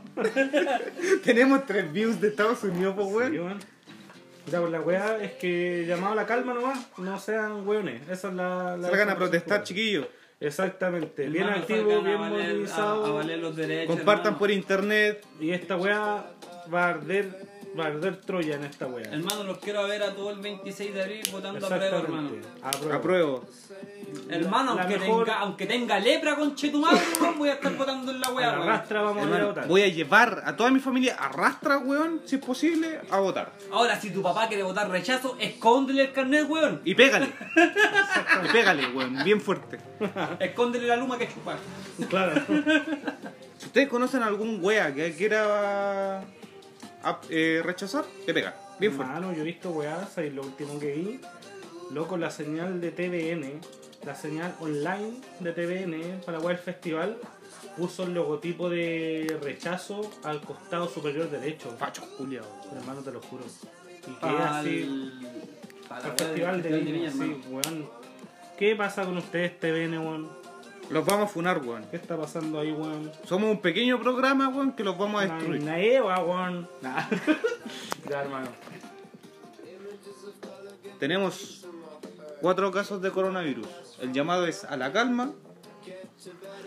[SPEAKER 4] Tenemos tres views de Estados Unidos, pues,
[SPEAKER 11] Sí,
[SPEAKER 4] weón.
[SPEAKER 11] bueno. Ya, pues la weá es que llamado a la calma nomás, no sean weones. Esa es la. la
[SPEAKER 5] Salgan a protestar, chiquillos.
[SPEAKER 11] Exactamente, bien
[SPEAKER 2] Hermano,
[SPEAKER 11] activo,
[SPEAKER 2] salgan a
[SPEAKER 11] bien
[SPEAKER 2] valer- a-
[SPEAKER 11] movilizado.
[SPEAKER 2] A valer los derechos.
[SPEAKER 5] Compartan
[SPEAKER 2] hermano.
[SPEAKER 5] por internet.
[SPEAKER 11] Y esta weá va a arder, va a arder Troya en esta weá.
[SPEAKER 2] Hermano, los quiero ver a todo el 26 de abril votando a prueba, hermano.
[SPEAKER 11] Exactamente. Apruebo.
[SPEAKER 5] Apruebo.
[SPEAKER 2] Hermano,
[SPEAKER 11] La
[SPEAKER 2] aunque,
[SPEAKER 11] mejor-
[SPEAKER 2] tenga, aunque tenga lepra, conchetumadre, weón, voy a estar votando en la
[SPEAKER 11] A la
[SPEAKER 2] weá, weón.
[SPEAKER 11] rastra vamos a ir a
[SPEAKER 5] Hermano,
[SPEAKER 11] votar.
[SPEAKER 5] voy a llevar a toda mi familia a rastra, weón, si es posible, a votar.
[SPEAKER 2] Ahora, si tu papá quiere votar rechazo, escóndele el carnet, weón.
[SPEAKER 5] Y pégale. y pégale, weón, bien fuerte.
[SPEAKER 2] Escóndele la luma que chupar.
[SPEAKER 11] Claro.
[SPEAKER 5] Si ustedes conocen a algún wea que quiera ah, eh, rechazar, le pega. Bien fuerte.
[SPEAKER 11] Hermano, yo he visto weas y lo último que vi, loco, la señal de TVN, la señal online de TVN para wea del festival, puso el logotipo de rechazo al costado superior derecho.
[SPEAKER 5] Facho, Julio.
[SPEAKER 11] Hermano, te lo juro. Y quedé
[SPEAKER 2] Para
[SPEAKER 11] así,
[SPEAKER 2] el
[SPEAKER 11] al festival de Viña, sí, weón. ¿Qué pasa con ustedes, TVN, weón?
[SPEAKER 5] Los vamos a funar, weón.
[SPEAKER 11] ¿Qué está pasando ahí, weón?
[SPEAKER 5] Somos un pequeño programa, weón, que los vamos a destruir.
[SPEAKER 11] Una Eva, weón. ya, hermano.
[SPEAKER 5] Tenemos cuatro casos de coronavirus. El llamado es a la calma,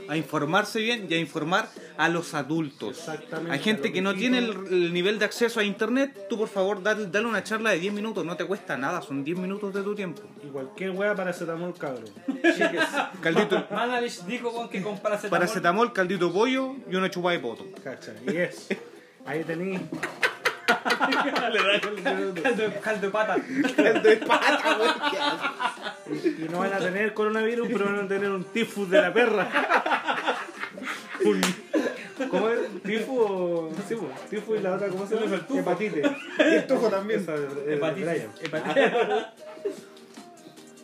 [SPEAKER 5] a informarse bien y a informar a los adultos.
[SPEAKER 11] Exactamente,
[SPEAKER 5] Hay gente
[SPEAKER 11] a
[SPEAKER 5] que
[SPEAKER 11] los
[SPEAKER 5] no tiene el,
[SPEAKER 11] viejitos.
[SPEAKER 5] el nivel de acceso a internet. Tú, por favor, dale, dale una charla de 10 minutos. No te cuesta nada, son 10 minutos de tu tiempo.
[SPEAKER 11] Y cualquier wea para cetamol, cabrón.
[SPEAKER 5] Caldito,
[SPEAKER 2] Manalich dijo con que con paracetamol.
[SPEAKER 5] paracetamol, caldito pollo y una chupa de poto.
[SPEAKER 11] Cacha, y es. Ahí tenéis.
[SPEAKER 2] Caldo, caldo de pata.
[SPEAKER 11] Y no van a tener coronavirus, pero van a tener un tifus de la perra. Un- ¿Cómo es? ¿Tifus o.? Sí, po, tifus y la otra, ¿cómo se llama? Hepatitis. Y el tufo también.
[SPEAKER 5] Eh,
[SPEAKER 2] Hepatitis. hepatitis.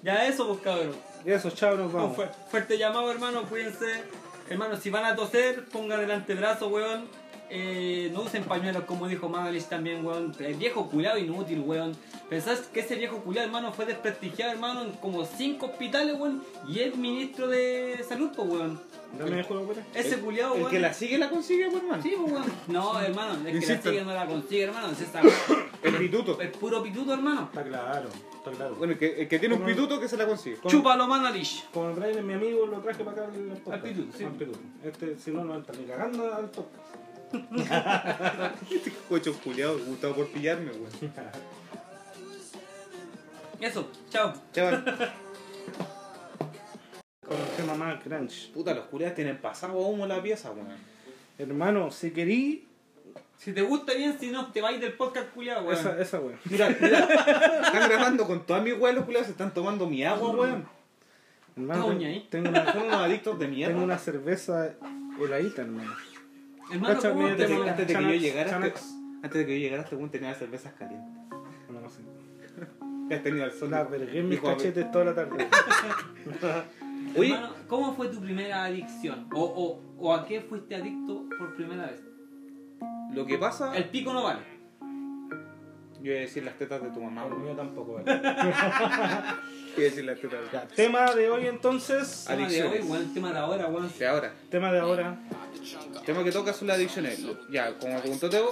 [SPEAKER 2] ya eso, pues cabrón.
[SPEAKER 11] Y eso, chao, nos
[SPEAKER 2] No,
[SPEAKER 11] vamos.
[SPEAKER 2] fu- fuerte llamado, hermano, cuídense. Hermano, si van a toser, pongan el antebrazo, weón. Eh, no usen pañuelos, como dijo Magalich también, weón. El viejo cuidado inútil, weón. ¿Pensás que ese viejo culiado, hermano, fue desprestigiado, hermano, en como cinco hospitales, weón? Y es ministro de salud, pues, weón.
[SPEAKER 11] No me dejó la opera.
[SPEAKER 2] Ese culiado, weón.
[SPEAKER 5] El que la sigue la consigue, pues, hermano.
[SPEAKER 2] Sí, pues, weón. No, hermano, es que la
[SPEAKER 12] Insisto.
[SPEAKER 2] sigue no la consigue, hermano. Es, esa-
[SPEAKER 5] El pituto.
[SPEAKER 2] es puro pituto, hermano.
[SPEAKER 11] Está claro, está claro.
[SPEAKER 5] Bueno, el que, el que tiene un pituto que se la consigue.
[SPEAKER 2] Chúpalo, manalish.
[SPEAKER 11] Como el Brian es mi amigo, lo traje para acá al podcast.
[SPEAKER 2] Al pituto, sí.
[SPEAKER 11] Al pituto. Este, si no, no entra ni cagando al podcast.
[SPEAKER 5] Este cocho culiado, gustado por pillarme, weón.
[SPEAKER 2] Eso, chao.
[SPEAKER 5] Chaval,
[SPEAKER 11] Con el tema más crunch.
[SPEAKER 5] puta, los culiados tienen pasado a humo la pieza, weón.
[SPEAKER 11] Hermano, si querí,
[SPEAKER 2] Si te gusta bien, si no, te vais del podcast culiado, weón.
[SPEAKER 11] esa, esa weón.
[SPEAKER 5] Mira, mira, están grabando con toda mi weón, los culiados se están tomando mi agua, weón.
[SPEAKER 11] Hermano,
[SPEAKER 2] Está uña ahí.
[SPEAKER 11] tengo una,
[SPEAKER 5] Son unos adictos de mierda.
[SPEAKER 11] tengo una cerveza heladita, hermano.
[SPEAKER 2] Hermano,
[SPEAKER 11] Cacha,
[SPEAKER 2] ¿cómo
[SPEAKER 11] mira,
[SPEAKER 2] te
[SPEAKER 5] Antes de,
[SPEAKER 2] llamas?
[SPEAKER 5] antes de que yo
[SPEAKER 11] Xanax,
[SPEAKER 5] llegara, este-
[SPEAKER 11] Xanax.
[SPEAKER 5] antes de que yo llegara, este weón tenía las cervezas calientes.
[SPEAKER 11] No sé.
[SPEAKER 5] Ya has tenido al sol.
[SPEAKER 11] La vergué en mis
[SPEAKER 5] Hijo de-
[SPEAKER 11] cachetes toda la tarde.
[SPEAKER 5] Oye,
[SPEAKER 2] Hermano, ¿cómo fue tu primera adicción? O, o, o a qué fuiste adicto por primera vez?
[SPEAKER 5] lo que pasa.
[SPEAKER 2] El pico no vale.
[SPEAKER 5] Yo iba a decir las tetas de tu mamá,
[SPEAKER 11] El
[SPEAKER 5] weón.
[SPEAKER 11] mío tampoco vale.
[SPEAKER 5] Yo iba a decir las tetas de tu mamá.
[SPEAKER 11] Tema de hoy entonces.
[SPEAKER 2] El tema de hoy,
[SPEAKER 5] Adicciones.
[SPEAKER 2] weón, el tema de ahora, weón.
[SPEAKER 5] De ahora.
[SPEAKER 11] Tema de ahora.
[SPEAKER 5] El tema que toca son las adicciones. Ya, como preguntó Teo,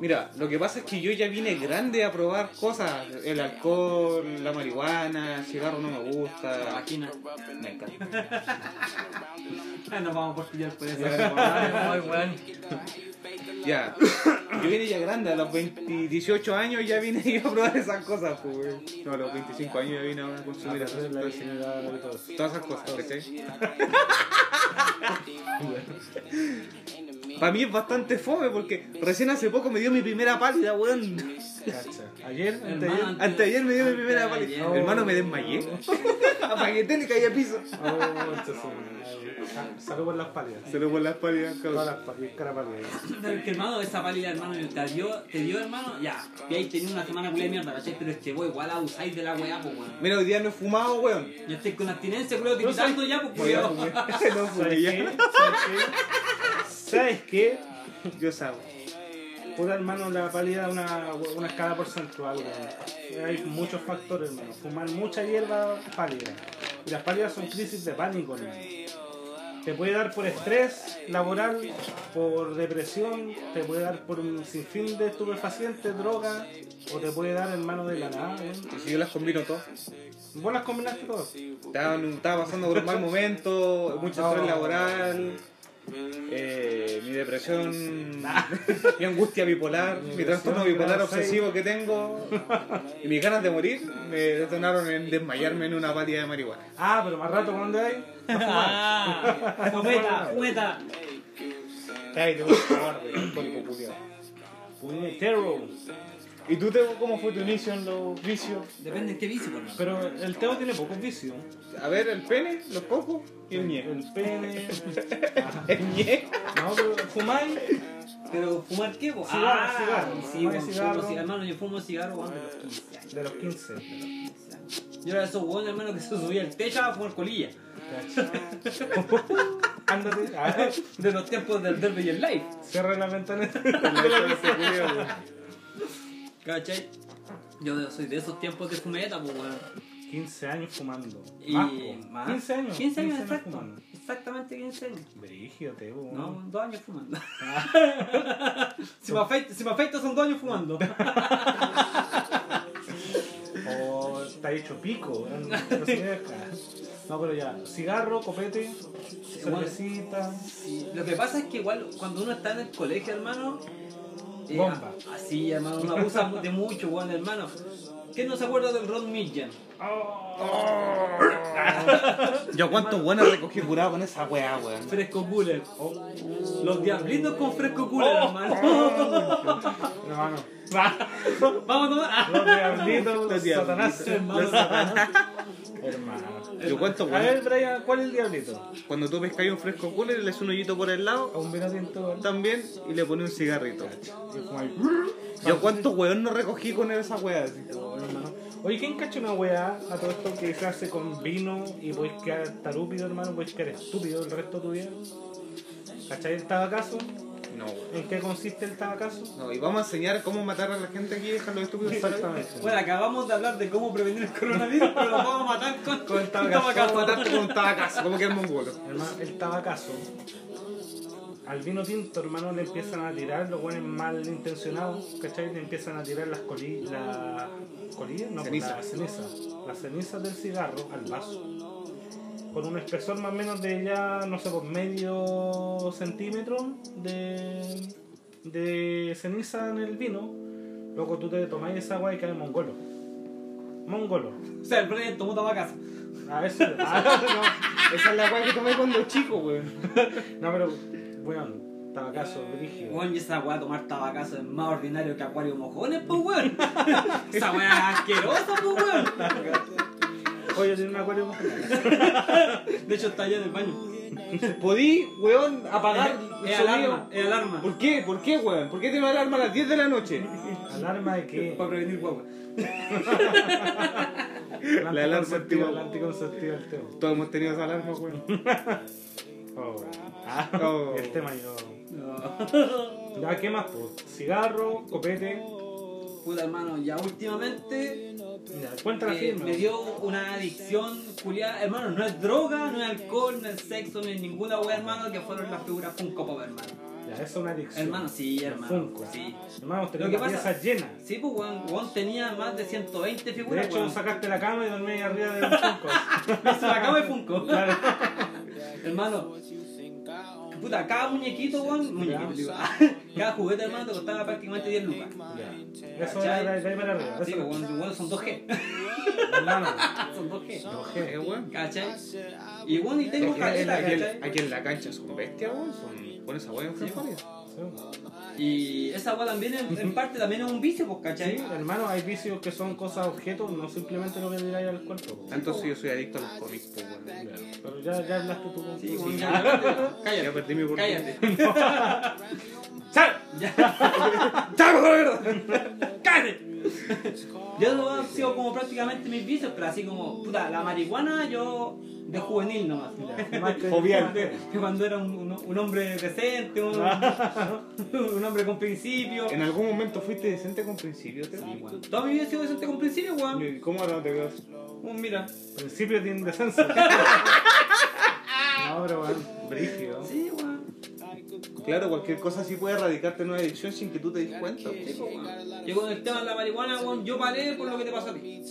[SPEAKER 5] mira, lo que pasa es que yo ya vine grande a probar cosas. El alcohol, la marihuana, el cigarro no me
[SPEAKER 2] La
[SPEAKER 5] gusta.
[SPEAKER 2] máquina.
[SPEAKER 5] Me encanta.
[SPEAKER 2] Ah, nos vamos a pillar por eso.
[SPEAKER 13] Ay, weón.
[SPEAKER 5] Ya, yo vine ya grande, a los 20, 18 años ya vine yo a probar esas cosas. Pues, weón. no, a los 25 años ya vine a consumir esas-
[SPEAKER 11] La virginidad de todos.
[SPEAKER 5] todas esas cosas. ¿cachai? Para mí es bastante fome porque recién hace poco me dio mi primera pálida, weón.
[SPEAKER 11] Cacha. Ayer,
[SPEAKER 2] Hermano,
[SPEAKER 11] anteayer-
[SPEAKER 5] Antes ayer me dio mi primera
[SPEAKER 2] Anteayer.
[SPEAKER 5] paliza. Hermano, me desmayé. Apagué tele y caí al piso.
[SPEAKER 11] Oh, este es un- Sal- Salud por las pálidas.
[SPEAKER 5] Se lo por las pálidas, cabrón.
[SPEAKER 11] Todas las pálidas, cara pálida.
[SPEAKER 2] Pero que hermano, esa pálida, hermano, te dio, te dio, hermano, ya. Y ahí tenía una semana culia de mierda, ¿cachai? Pero es que vos igual abusáis de la weá, pues weón.
[SPEAKER 5] Mira, hoy día no he fumado, weón.
[SPEAKER 2] Ya estoy con abstinencia, culo, tiritando ya, pues culiao.
[SPEAKER 5] No fumé
[SPEAKER 11] ¿Sabes
[SPEAKER 5] ya.
[SPEAKER 11] qué? ¿Sabes qué?
[SPEAKER 5] Yo sabo.
[SPEAKER 11] Puta hermano, la pálida es una, una escala porcentual. weón. Hay muchos factores, hermano. Fumar mucha hierba pálida. Y las pálidas son crisis de pánico, hermano. Te puede dar por estrés laboral, por depresión, te puede dar por un sinfín de estupefacientes, drogas, o te puede dar hermano de la nada. weón.
[SPEAKER 5] Y si yo las combino todas.
[SPEAKER 11] Vos las combinaste todas.
[SPEAKER 5] Estaba, en un- estaba pasando por un mal momento, mucho estrés laboral. eh, mi depresión, mi angustia bipolar, mi trastorno bipolar
[SPEAKER 11] grado seis.
[SPEAKER 5] obsesivo que tengo y mis ganas de morir me detonaron en desmayarme en una pálida de marihuana.
[SPEAKER 11] Ah, pero más rato, ¿cuándo hay?
[SPEAKER 2] Ah, fumeta, fumeta.
[SPEAKER 11] Cállate, por favor, weón, alcohólico culiao. Puñetero.
[SPEAKER 5] ¿Y tú, Teo, cómo fue tu inicio en los vicios?
[SPEAKER 2] Depende en qué vicio, pues, hermano.
[SPEAKER 11] Pero el Teo tiene pocos vicios.
[SPEAKER 5] A ver, el pene, los cocos y el ñe.
[SPEAKER 11] El pene.
[SPEAKER 5] El ñe.
[SPEAKER 11] No, pero fumáis.
[SPEAKER 2] Pero fumar qué, pues.
[SPEAKER 11] Cigarro,
[SPEAKER 2] ah,
[SPEAKER 11] cigarro.
[SPEAKER 2] Sí,
[SPEAKER 11] Fumar
[SPEAKER 2] weón,
[SPEAKER 11] cigarro.
[SPEAKER 2] fumo cigarro, hermano, yo fumo cigarro, weón, de los 15 años.
[SPEAKER 11] De los 15.
[SPEAKER 2] Yo era de esos weones, hermano, que se subía al techo a fumar colilla.
[SPEAKER 11] Ándate. A ver,
[SPEAKER 2] De los tiempos del derby y el live.
[SPEAKER 11] cierra la ventana.
[SPEAKER 2] ¿Cachai? Yo soy de esos tiempos de fumeta, pues weón.
[SPEAKER 11] 15 años fumando.
[SPEAKER 2] Y
[SPEAKER 11] Más, po.
[SPEAKER 2] más.
[SPEAKER 11] 15 años.
[SPEAKER 2] 15 años, exacto.
[SPEAKER 11] fumando. Oh.
[SPEAKER 2] Exactamente 15 años.
[SPEAKER 11] Brígido, Teo. weón.
[SPEAKER 2] No, dos años fumando. si, me afeito, si me afeito son dos años fumando.
[SPEAKER 11] O Oh, está hecho pico. eh, weón. Pero si me deja. No, pero ya. Cigarro, copete, cervecita.
[SPEAKER 2] Lo que pasa es que igual cuando uno está en el colegio, hermano... eh,
[SPEAKER 11] Bomba.
[SPEAKER 2] a- Así, hermano, uno abusa mu- de mucho, weón, hermano. ¿Quién no se acuerda del Ron Midjan?
[SPEAKER 5] Yo cuántos buenos recogí curado con esa weá, weón.
[SPEAKER 2] Fresco Cooler. Oh. Los diablitos con Fresco Cooler, hermano.
[SPEAKER 11] Hermano.
[SPEAKER 2] Vamos a tomar... Ah,
[SPEAKER 11] Los diablitos, los satanás.
[SPEAKER 2] hermano,
[SPEAKER 11] Hermano.
[SPEAKER 5] Yo cuántos
[SPEAKER 11] A
[SPEAKER 5] buenos.
[SPEAKER 11] ver, Brian, ¿cuál es el diablito?
[SPEAKER 5] Cuando tú pescáis un fresco cooler, le haces un hoyito por el lado
[SPEAKER 11] A un vino tinto.
[SPEAKER 5] también y le pones un cigarrito. Yo cuántos weón no recogí con esa weá. así.
[SPEAKER 11] Oye, ¿quién cacha una weá a todo esto que se hace con vino y puedes quedar tarúpido, hermano? Puedes quedar estúpido el resto de tu vida. ¿Cachai el tabacazo?
[SPEAKER 5] No, weón.
[SPEAKER 4] ¿En qué consiste el tabacazo?
[SPEAKER 5] No, y vamos a enseñar cómo matar a la gente aquí y dejar los estúpidos para
[SPEAKER 2] Bueno, acabamos de hablar de cómo prevenir el coronavirus, pero lo vamos a matar con, con el
[SPEAKER 5] Vamos a matarte con un tabacazo, como que es mongolo.
[SPEAKER 4] Hermano, el tabacazo. Al vino tinto, hermano, le empiezan a tirar los buenos mal intencionados, ¿cachai? Le empiezan a tirar las colillas, la... colillas, no, pues,
[SPEAKER 5] Ceniza.
[SPEAKER 4] las cenizas, las cenizas del cigarro al vaso. Con un espesor más o menos de ya, no sé, por medio centímetro de, de ceniza en el vino, loco, tú te tomás esa agua y cae mongolo. Mongolo.
[SPEAKER 2] O sea, el Brian tomó tabacazo.
[SPEAKER 4] A Ah, eso. a-
[SPEAKER 5] Ah, Esa es la cual que tomé cuando chico, weón.
[SPEAKER 4] no, pero, weón, tabacazo, brígido.
[SPEAKER 2] Weón, y esa weá tomar tabacazo es más ordinario que acuario mojones, pues weón. esa weá es asquerosa, pues weón.
[SPEAKER 4] Oye, tiene un acuario con
[SPEAKER 2] De hecho, está allá en el baño.
[SPEAKER 5] Podí, weón, apagar el
[SPEAKER 2] Es Eh, alarma,
[SPEAKER 5] sonido.
[SPEAKER 2] es alarma.
[SPEAKER 5] ¿Por qué? ¿Por qué, weón? ¿Por qué tiene alarma a las 10 de la noche?
[SPEAKER 4] Alarma de que.
[SPEAKER 2] Para prevenir guagua.
[SPEAKER 4] La
[SPEAKER 5] alarma
[SPEAKER 4] anticonceptiva.
[SPEAKER 5] antigua.
[SPEAKER 4] La anticonceptiva del tema.
[SPEAKER 5] Todos hemos tenido esa alarma, weón.
[SPEAKER 4] Oh.
[SPEAKER 5] Oh.
[SPEAKER 4] El tema yo. Ya, ¿qué más? Pues? Cigarro, copete.
[SPEAKER 2] Puta hermano, ya últimamente
[SPEAKER 4] Ya, cuenta la
[SPEAKER 2] Eh,
[SPEAKER 4] firma.
[SPEAKER 2] me dio una adicción culiada, hermano, no es droga, no es alcohol, no es sexo, no es ninguna wea, hermano, que fueron las figuras Funko Pop, hermano.
[SPEAKER 4] Ya, eso es una adicción.
[SPEAKER 2] Hermano, sí, hermano,
[SPEAKER 4] Funko.
[SPEAKER 2] sí.
[SPEAKER 4] Hermano,
[SPEAKER 2] Lo
[SPEAKER 4] tenés
[SPEAKER 2] que
[SPEAKER 4] la
[SPEAKER 2] pasa-
[SPEAKER 4] pieza llena.
[SPEAKER 2] Sí, pues weón, weón tenía más de 120
[SPEAKER 4] De
[SPEAKER 2] figuras,
[SPEAKER 4] hecho,
[SPEAKER 2] weón.
[SPEAKER 4] sacaste la cama y dormí ahí arriba de un Funko.
[SPEAKER 2] Se la acaba de Funko.
[SPEAKER 4] Claro.
[SPEAKER 2] hermano, puta, cada muñequito, weón, muñequito, digo, cada juguete, hermano, te costaba prácticamente 10 lucas.
[SPEAKER 4] Ya. Eso
[SPEAKER 2] ¿Cachai?
[SPEAKER 4] era de ahí para arriba.
[SPEAKER 2] Sí,
[SPEAKER 4] Eso
[SPEAKER 2] pues weón, weón, son 2G.
[SPEAKER 4] Hermano,
[SPEAKER 2] son 2G.
[SPEAKER 4] mujer.
[SPEAKER 5] Eh, weón.
[SPEAKER 2] ¿Cachai? Y weón, y tengo
[SPEAKER 5] Aquí, en-
[SPEAKER 2] caleta,
[SPEAKER 5] aquí en-
[SPEAKER 2] ¿cachai?
[SPEAKER 5] aquí en la cancha son bestias, weón. Son con esa weón enfermarias.
[SPEAKER 4] Sí.
[SPEAKER 2] Y esa weá también, en, en parte, también es un vicio, pues, ¿cachai?
[SPEAKER 4] Sí, hermano, hay vicios que son cosas objetos, no simplemente lo que le dais al cuerpo. po.
[SPEAKER 5] Tanto si yo soy adicto a los cómics, pues, weón.
[SPEAKER 4] Pero ya, ya hablaste tú con
[SPEAKER 2] Pues Sí,
[SPEAKER 4] tu-
[SPEAKER 2] bueno, ya, cállate,
[SPEAKER 5] Ya perdí mi oportunidad.
[SPEAKER 2] cállate.
[SPEAKER 4] ¡Sal!
[SPEAKER 5] ¡Chavo, la verdad!
[SPEAKER 2] ¡Cállate! Yo lo han sido como prácticamente mis vicios, pero así como, puta, la marihuana yo de juvenil nomás.
[SPEAKER 4] Más que-
[SPEAKER 2] De, de cuando era un, un- un hombre decente, un, un hombre con principios.
[SPEAKER 5] ¿En algún momento fuiste decente con principio, Teo?
[SPEAKER 2] Toda mi vida he sido decente con principios, weón.
[SPEAKER 5] ¿Y ¿Cómo ahora no te quedas?
[SPEAKER 2] Oh, mira.
[SPEAKER 4] Principio de indecencia. no, pero bueno, brígido.
[SPEAKER 2] Sí, weón.
[SPEAKER 5] Claro, cualquier cosa sí puede erradicarte en una adicción sin que tú te des cuenta.
[SPEAKER 2] Sí, po, weón. Yo con el tema de la marihuana, weón, yo paré por lo que te pasó a ti.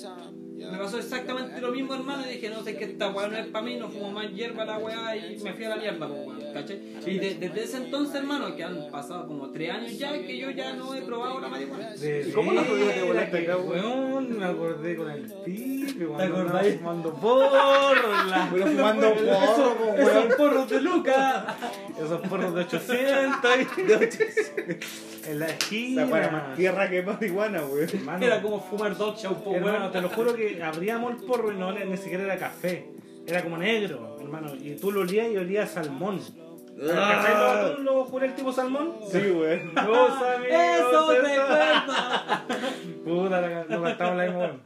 [SPEAKER 2] Me pasó exactamente lo mismo, hermano, y dije, no sé, es que esta weá no es para mí, no fumo más hierba la weá, y me fui a la mierda, po, weón, ¿cachai? Y de- desde ese entonces, hermano, que han pasado como tres años ya, que yo ya no he probado la marihuana.
[SPEAKER 4] De
[SPEAKER 5] cómo la jodida te
[SPEAKER 4] veras
[SPEAKER 5] volaste
[SPEAKER 4] que,
[SPEAKER 5] acá, weón?
[SPEAKER 4] weón? Me acordé con el pibe, cuando andaba
[SPEAKER 2] acordáis?
[SPEAKER 4] fumando porro. la-
[SPEAKER 5] Pero fumando porro, po, weón.
[SPEAKER 2] ¡Esos porros de Luca!
[SPEAKER 4] Esos porros de 800. ahí. en la esquina.
[SPEAKER 5] Esa para más tierra que marihuana, weón.
[SPEAKER 4] Hermano,
[SPEAKER 2] Era como fumar dog show, po,
[SPEAKER 4] hermano,
[SPEAKER 2] weón.
[SPEAKER 4] te lo juro que abríamos el porro y no era- ni siquiera era café. Era como negro, hermano. Y tú lo olías y olías a salmón.
[SPEAKER 5] Ah.
[SPEAKER 4] ¿Cachai lo, lo juré el tipo salmón?
[SPEAKER 5] Sí, weón.
[SPEAKER 4] Los amigos.
[SPEAKER 2] ¡Eso
[SPEAKER 4] de-
[SPEAKER 2] recuerda!
[SPEAKER 4] Puta, la- no cantamos la misma weón.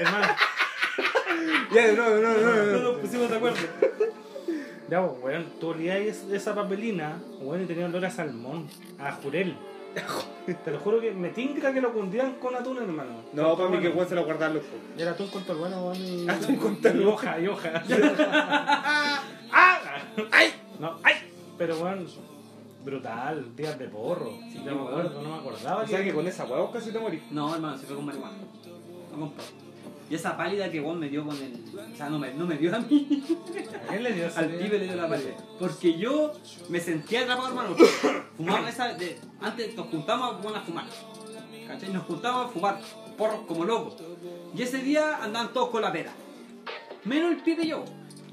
[SPEAKER 4] Hermano,
[SPEAKER 5] Ya, no, no, no,
[SPEAKER 2] No
[SPEAKER 5] no.
[SPEAKER 2] nos pusimos de acuerdo.
[SPEAKER 4] ya, pues, weón, tú olías es- esa papelina, weón, y tenía olor a salmón, a jurel. Te lo juro que me tinca que lo cundían con atún, hermano.
[SPEAKER 5] No, para mí que
[SPEAKER 4] bueno.
[SPEAKER 5] weón se lo guardan los focos.
[SPEAKER 4] Era atún con bueno, weón. Y...
[SPEAKER 5] Atún con tal-
[SPEAKER 4] Y hoja, y hoja. ¡Ah!
[SPEAKER 5] ¡Ay!
[SPEAKER 4] No, ¡ay! Pero, weón, brutal, días de porro. ya me acuerdo, no me acordaba.
[SPEAKER 5] O sea que con esa weón casi te morís.
[SPEAKER 2] No, hermano, se fue con marihuana. No con porro. Y esa pálida que weón me dio con el. O sea, no me, no me dio a mí.
[SPEAKER 4] ¿A quién le dio esa
[SPEAKER 2] Al
[SPEAKER 4] idea?
[SPEAKER 2] pibe le dio la pared. Porque yo me sentía atrapado, hermano. Fumaba esa. de- antes nos juntábamos bueno, a fumar. ¿Cachai? Nos juntábamos a fumar porros como locos. Y ese día andaban todos con la pera. Menos el pibe y yo.